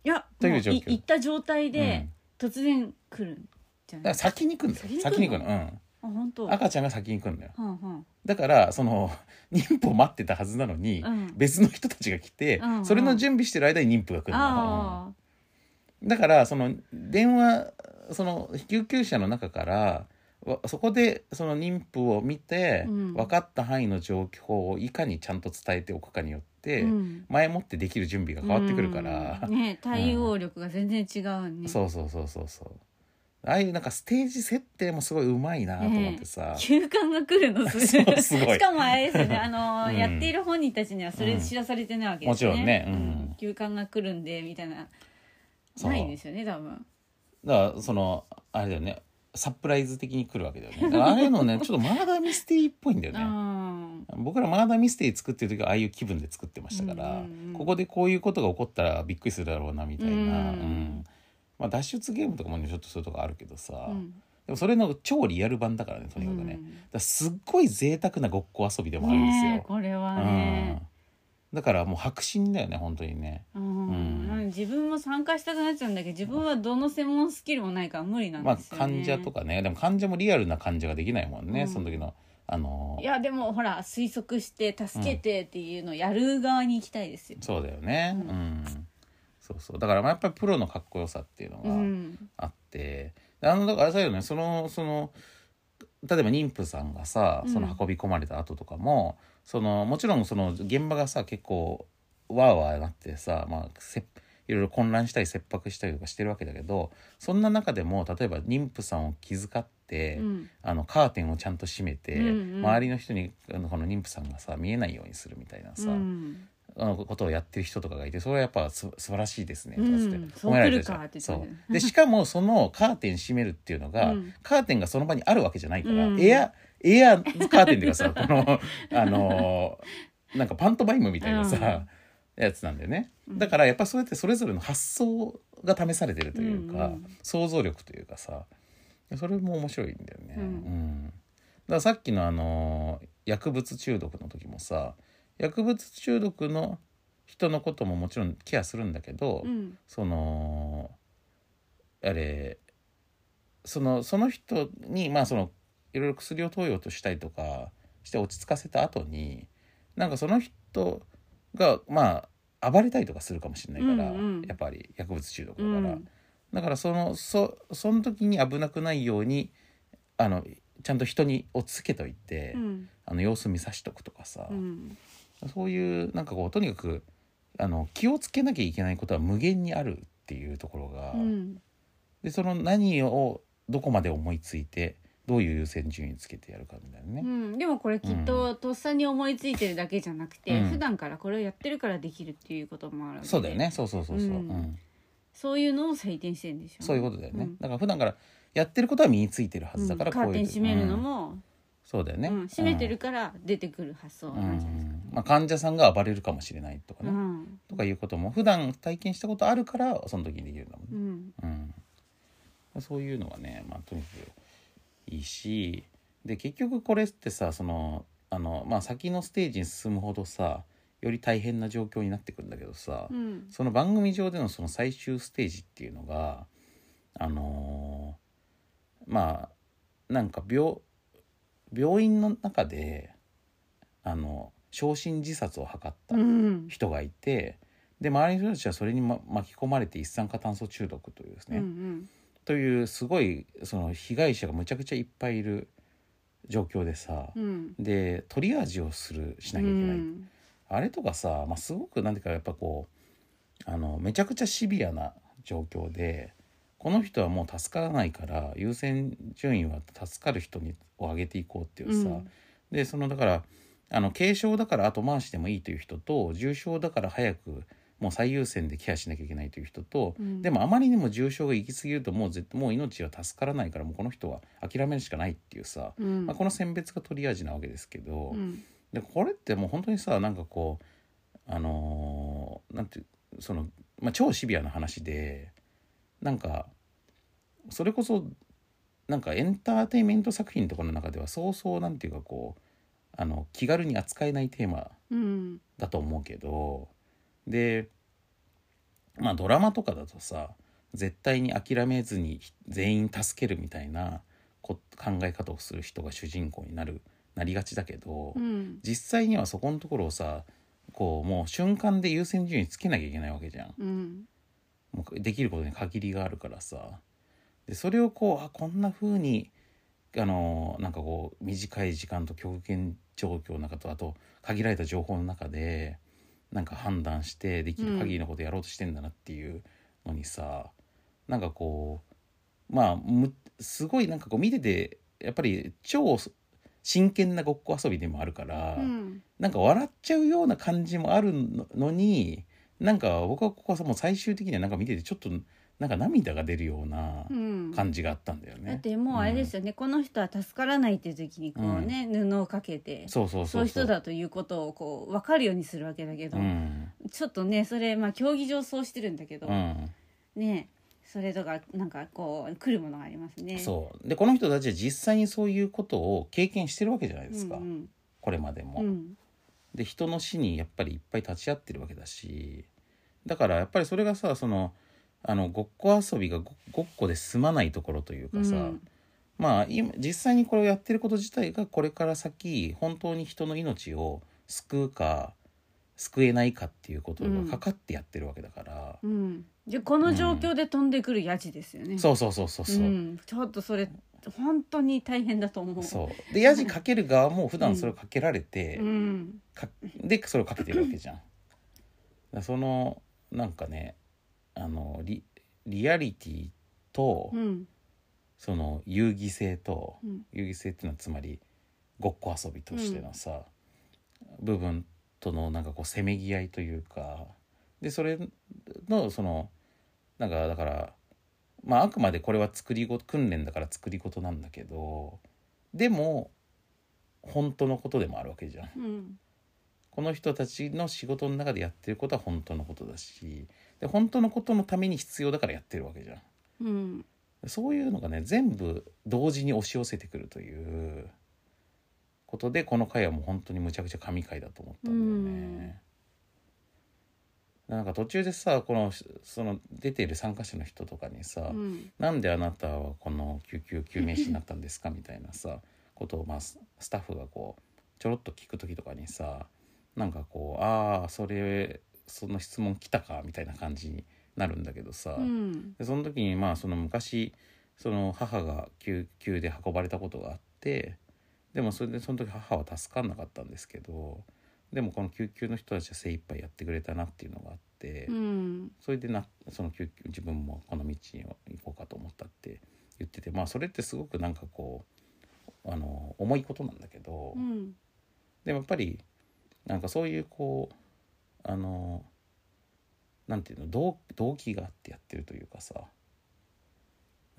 Speaker 2: いや
Speaker 1: という
Speaker 2: もうい
Speaker 1: 状況
Speaker 2: 行った状態
Speaker 1: う
Speaker 2: で
Speaker 1: ん
Speaker 2: 突然来るんじゃ
Speaker 1: だから
Speaker 2: ない、
Speaker 1: 先に行くんだよ先
Speaker 2: 先
Speaker 1: に
Speaker 2: に
Speaker 1: 行
Speaker 2: 行
Speaker 1: く
Speaker 2: く
Speaker 1: の、う
Speaker 2: あ本当
Speaker 1: ん、赤ちゃんが先に行くんだよ
Speaker 2: はんはん
Speaker 1: だからその妊婦を待ってたはずなのに、
Speaker 2: うん
Speaker 1: 別の人たちが来て、
Speaker 2: うんうん
Speaker 1: それの準備してる間に妊婦が来るの、
Speaker 2: あ
Speaker 1: うんだからその電話その救急車の中からわそこでその妊婦を見て、
Speaker 2: うん
Speaker 1: 分かった範囲の状況をいかにちゃんと伝えておくかによって、
Speaker 2: ーうん
Speaker 1: 前もってできる準備が変わってくるから、
Speaker 2: うんね対応力が全然違うね、
Speaker 1: そうそうそうそうそうああいうなんかステージ設定もすごいうまいなと思ってさ、
Speaker 2: 休館が来るの
Speaker 1: そ
Speaker 2: す
Speaker 1: うすごい
Speaker 2: しかもあれですよねあのー、
Speaker 1: うん
Speaker 2: やっている本人たちにはそれ知らされてないわけです
Speaker 1: うんもちろんねうん
Speaker 2: 休館が来るんでみたいな
Speaker 1: そう
Speaker 2: ないですよね多分
Speaker 1: だからそのあれだよねサプライズ的に来るわけだよねだからああいうの ねちょっとマーダーミステリーっぽいんだよ
Speaker 2: う
Speaker 1: ね
Speaker 2: ん
Speaker 1: 僕らマーダーミステリー作ってる時はああいう気分で作ってましたから、
Speaker 2: うんうんうん
Speaker 1: ここでこういうことが起こったらびっくりするだろうなみたいな、
Speaker 2: うん
Speaker 1: うんまあ、脱出ゲームとかもねちょっとそういうとこあるけどさ、
Speaker 2: うん
Speaker 1: でもそれの超リアル版だからねとにかくね、だからすっごい贅沢なごっこ遊びでもあるんですよ、
Speaker 2: ねえこれはね、
Speaker 1: うん、だからもう白真だよね本当にね
Speaker 2: うん
Speaker 1: うん
Speaker 2: なんか自分も参加したくなっちゃうんだけど自分はどの専門スキルもないから無理なん
Speaker 1: まあ
Speaker 2: ですよ
Speaker 1: 患
Speaker 2: ね、
Speaker 1: 者とかねでも患者もリアルな患者ができないもんね、
Speaker 2: うん
Speaker 1: その時のあの
Speaker 2: いやでもほら推測して助けてっていうのをやる側に行きたいですよ、
Speaker 1: そうだよねう、
Speaker 2: うんん
Speaker 1: そうそうだからまあやっぱりプロのかっこよさっていうの
Speaker 2: う
Speaker 1: が
Speaker 2: ん
Speaker 1: あって、あのだからあれだよねそのその例えば妊婦さんがさ
Speaker 2: うん
Speaker 1: その運び込まれた後とかも、そのもちろんその現場がさ結構わーわーなってさ、まあ、せっいろいろ混乱したり切迫したりとかしてるわけだけどそんな中でも例えば妊婦さんを気遣って、
Speaker 2: うん
Speaker 1: あのカーテンをちゃんと閉めて、
Speaker 2: うんうん
Speaker 1: 周りの人にあのこの妊婦さんがさ見えないようにするみたいなさ、
Speaker 2: うん
Speaker 1: あのことをやってる人とかがいてそれはやっぱす素晴らしいですねと
Speaker 2: う
Speaker 1: か
Speaker 2: ん
Speaker 1: つって
Speaker 2: そう
Speaker 1: られ
Speaker 2: 来
Speaker 1: た
Speaker 2: る
Speaker 1: じゃ
Speaker 2: か
Speaker 1: ん
Speaker 2: って言
Speaker 1: そ
Speaker 2: って
Speaker 1: うでしかもそのカーテン閉めるっていうのが、
Speaker 2: うん
Speaker 1: カーテンがその場にあるわけじゃないから、
Speaker 2: うん
Speaker 1: エアエアカーテンっていうかさ このあのーなんかパントマイムみたいなさ、やつなんだよね
Speaker 2: うん
Speaker 1: だからやっぱそうやってそれぞれの発想が試されてるというか、
Speaker 2: うんうん
Speaker 1: 想像力というかさそれも面白いんだよね。
Speaker 2: うん
Speaker 1: うんだからさっきのあのー薬物中毒の時もさ薬物中毒の人のことももちろんケアするんだけど、
Speaker 2: うん
Speaker 1: そのあれそのその人にまあそのいろいろ薬を投与としたりとかして落ち着かせた後になんかその人がまあ暴れたりとかするかもしれないから、
Speaker 2: うんうん
Speaker 1: やっぱり薬物中毒
Speaker 2: う
Speaker 1: だから、
Speaker 2: ん
Speaker 1: だからそのそその時に危なくないようにあのちゃんと人にをつけといて、
Speaker 2: うん
Speaker 1: あの様子見さしとくとかさ、
Speaker 2: うん
Speaker 1: そういうなんかこうとにかくあの気をつけなきゃいけないことは無限にあるっていうところが、
Speaker 2: うん
Speaker 1: でその何をどこまで思いついてどういう優先順位つけてやるかみたいなね。
Speaker 2: うんでもこれきっととっさに思いついてるだけじゃなくて、
Speaker 1: うん
Speaker 2: 普段からこれをやってるからできるっていうこともあるわけで
Speaker 1: そうだよねそうそうそうそう、う
Speaker 2: うんんそういうのを採点してるんでしょ
Speaker 1: そういうことだよね、
Speaker 2: うん
Speaker 1: だから普段からやってることは身についてるはずだから
Speaker 2: うん、カーテン閉めるの
Speaker 1: うん
Speaker 2: も、
Speaker 1: そうだよね、
Speaker 2: うん閉めてるから出てくる発想
Speaker 1: うん、う
Speaker 2: なんじゃないですか、
Speaker 1: んまあ、患者さんが暴れるかもしれないとか
Speaker 2: う
Speaker 1: ね、
Speaker 2: ん
Speaker 1: とかいうことも普段体験したことあるからその時にできるんだもんね
Speaker 2: う。ん
Speaker 1: うん、そういうのはね、まあ、とにかくいいしで結局これってさそのあの、まあ、先のステージに進むほどさより大変な状況になってくるんだけどさ、
Speaker 2: うん
Speaker 1: その番組上でのその最終ステージっていうのがあのーまあなんか病病院の中であの焼身自殺を図った
Speaker 2: うん
Speaker 1: 人がいてで周りの人たちはそれに、ま、巻き込まれて一酸化炭素中毒というです
Speaker 2: うんう
Speaker 1: ね、
Speaker 2: ん
Speaker 1: というすごいその被害者がむちゃくちゃいっぱいいる状況でさ、
Speaker 2: うん
Speaker 1: でトリアージをするしなきゃいけない、あれとかさ、まあ、すごくなんていうかやっぱこうあのめちゃくちゃシビアな状況でこの人はもう助からないから優先順位は助かる人にを上げていこうっていうさ、
Speaker 2: うん
Speaker 1: でそのだからあの軽症だから後回しでもいいという人と重症だから早くもう最優先でケアしなきゃいけないという人と、
Speaker 2: うん
Speaker 1: でもあまりにも重症が行き過ぎるともう絶もう命は助からないからもうこの人は諦めるしかないっていうさ、
Speaker 2: うん
Speaker 1: まあ、この選別がトリアージなわけですけど、
Speaker 2: うん
Speaker 1: でこれってもう本当にさなんかこうあのーなんてその、まあ、超シビアな話でなんかそれこそなんかエンターテインメント作品とかの中ではそうそうなんていうかこうあの気軽に扱えないテーマ
Speaker 2: うん
Speaker 1: だと思うけどでまあドラマとかだとさ絶対に諦めずに全員助けるみたいなこ考え方をする人が主人公になるなりがちだけど、
Speaker 2: うん
Speaker 1: 実際にはそこのところをさこうもう瞬間で優先順位つけなきゃいけないわけじゃん。
Speaker 2: うん
Speaker 1: もうできることに限りがあるからさでそれをこうあこんな風にあのなんかこう短い時間と極限状況の中とあと限られた情報の中でなんか判断してできる限りのことやろうとしてんだなっていうのにさ、なんかこうまあむすごいなんかこう見ててやっぱり超真剣なごっこ遊びでもあるから。
Speaker 2: うん
Speaker 1: なんか笑っちゃうような感じもあるのになんか僕はここはさもう最終的にはなんか見ててちょっとなんか涙が出るような
Speaker 2: うん
Speaker 1: 感じがあったんだよね。
Speaker 2: だってもうあれですよね、この人は助からないっていう時にこうね、布をかけて
Speaker 1: そうそう
Speaker 2: そ
Speaker 1: そう
Speaker 2: いうう人だということをこう分かるようにするわけだけど、
Speaker 1: うん
Speaker 2: ちょっとねそれまあ競技場そうしてるんだけど、
Speaker 1: うん
Speaker 2: ねそれとかなんかこう来るものがありますね。
Speaker 1: そうでこの人たちは実際にそういうことを経験してるわけじゃないですか、
Speaker 2: うん
Speaker 1: これまで
Speaker 2: う
Speaker 1: も。
Speaker 2: んうん
Speaker 1: で人の死にやっぱりいっぱい立ち会ってるわけだしだからやっぱりそれがさそのあのごっこ遊びがごごっこで済まないところというかさ、
Speaker 2: うん
Speaker 1: まあ今実際にこれをやってること自体がこれから先本当に人の命を救うか救えないかっていうことがかかってやってるわけだから、
Speaker 2: うん、でこの状況で飛んでくるやじですよね。
Speaker 1: そうそうそうそうそうう、
Speaker 2: ん、ちょっとそれ本当に大変だと思う。
Speaker 1: そうでやじかける側も普段それをかけられて、
Speaker 2: うん、
Speaker 1: かでそれをかけてるわけじゃん。だからそのなんかねあのリリアリティと、
Speaker 2: うん、
Speaker 1: その遊戯性と、
Speaker 2: うん
Speaker 1: 遊戯性っていうのはつまりごっこ遊びとしてのさ、部分とのなんかこうせめぎ合いというかでそれのそのなんかだからまああくまでこれは作りご訓練だから作り事なんだけどでも本当のことでもあるわけじゃん。
Speaker 2: うん、
Speaker 1: この人たちの仕事の中でやってることは本当のことだしで本当のことのために必要だからやってるわけじゃん
Speaker 2: うん、
Speaker 1: そういうのがね全部同時に押し寄せてくるということでこの回はもう本当にむちゃくちゃ神回だと思ったんだよね。なんか途中でさこのその出ている参加者の人とかにさ、
Speaker 2: うん、
Speaker 1: なんであなたはこの救急救命士になったんですかみたいなさことを、まあ、ススタッフがこうちょろっと聞く時とかにさなんかこう「ああそれその質問来たか」みたいな感じになるんだけどさ、
Speaker 2: うん、
Speaker 1: でその時にまあその昔その母が救急で運ばれたことがあってでもそれでその時母は助かんなかったんですけどでもこの救急の人たちは精一杯やってくれたなっていうのがあって。
Speaker 2: うん、
Speaker 1: それでなその救急自分もこの道に行こうかと思ったって言っててまあそれってすごくなんかこうあの重いことなんだけど、
Speaker 2: うん、
Speaker 1: でもやっぱりなんかそういうこうあのなんていうの動動機があってやってるというかさ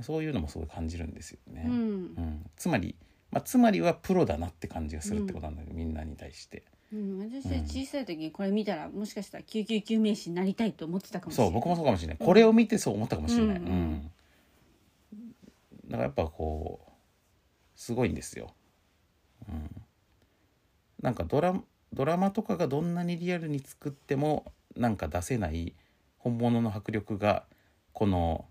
Speaker 1: そういうのもすごい感じるんですよね。
Speaker 2: う
Speaker 1: う
Speaker 2: ん
Speaker 1: んつまり、まあ、つまりはプロだなって感じがするってことなんだけど、みんなに対して。
Speaker 2: うん、私小さい時にこれ見たらもしかしたら救急救命士になりたいと思ってたかもしれ
Speaker 1: そ
Speaker 2: な
Speaker 1: う
Speaker 2: い。。
Speaker 1: 僕もそううかもしれない、これを見てそう思ったかもしれない、
Speaker 2: う
Speaker 1: うんん
Speaker 2: うん
Speaker 1: だからやっぱこうすごいんですよ、うん、なんかドラドラマとかがどんなにリアルに作ってもなんか出せない本物の迫力がこの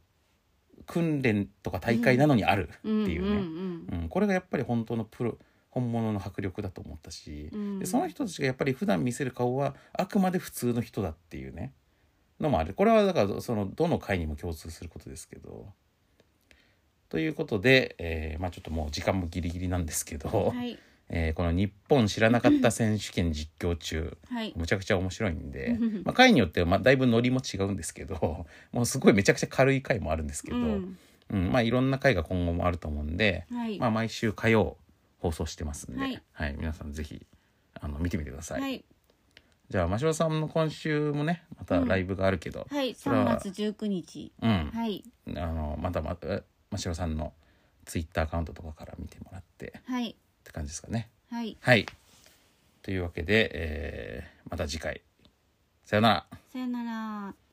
Speaker 1: 訓練とか大会なのにあるっていうね、
Speaker 2: ん、
Speaker 1: うん、これがやっぱり本当のプロ本物の迫力だと思ったし、
Speaker 2: うん
Speaker 1: でその人たちがやっぱり普段見せる顔はあくまで普通の人だっていうねのもあるこれはだからそのどの回にも共通することですけど。ということで、えーまあ、ちょっともう時間もギリギリなんですけど、
Speaker 2: はい、
Speaker 1: えーこの「日本知らなかった選手権実況中」
Speaker 2: はい、
Speaker 1: むちゃくちゃ面白いんで、 まあ、回によってはまあだいぶノリも違うんですけどもうすごいめちゃくちゃ軽い回もあるんですけど、
Speaker 2: うん
Speaker 1: うん、まあいろんな回が今後もあると思うんで、
Speaker 2: はい
Speaker 1: まあ毎週火曜放送してますんで、
Speaker 2: は
Speaker 1: はいい、皆さんぜひあの見てみてください。
Speaker 2: はい、
Speaker 1: じゃあ真島さんも今週もねまたライブがあるけど、
Speaker 2: はい、
Speaker 1: それは
Speaker 2: 三月十九日、
Speaker 1: うん、
Speaker 2: はい、
Speaker 1: あのまたまた真島さんのツイッターアカウントとかから見てもらってっ
Speaker 2: はい、
Speaker 1: て感じですかね。
Speaker 2: はい。
Speaker 1: はい、というわけで、えーまた次回さよなら。
Speaker 2: さよなら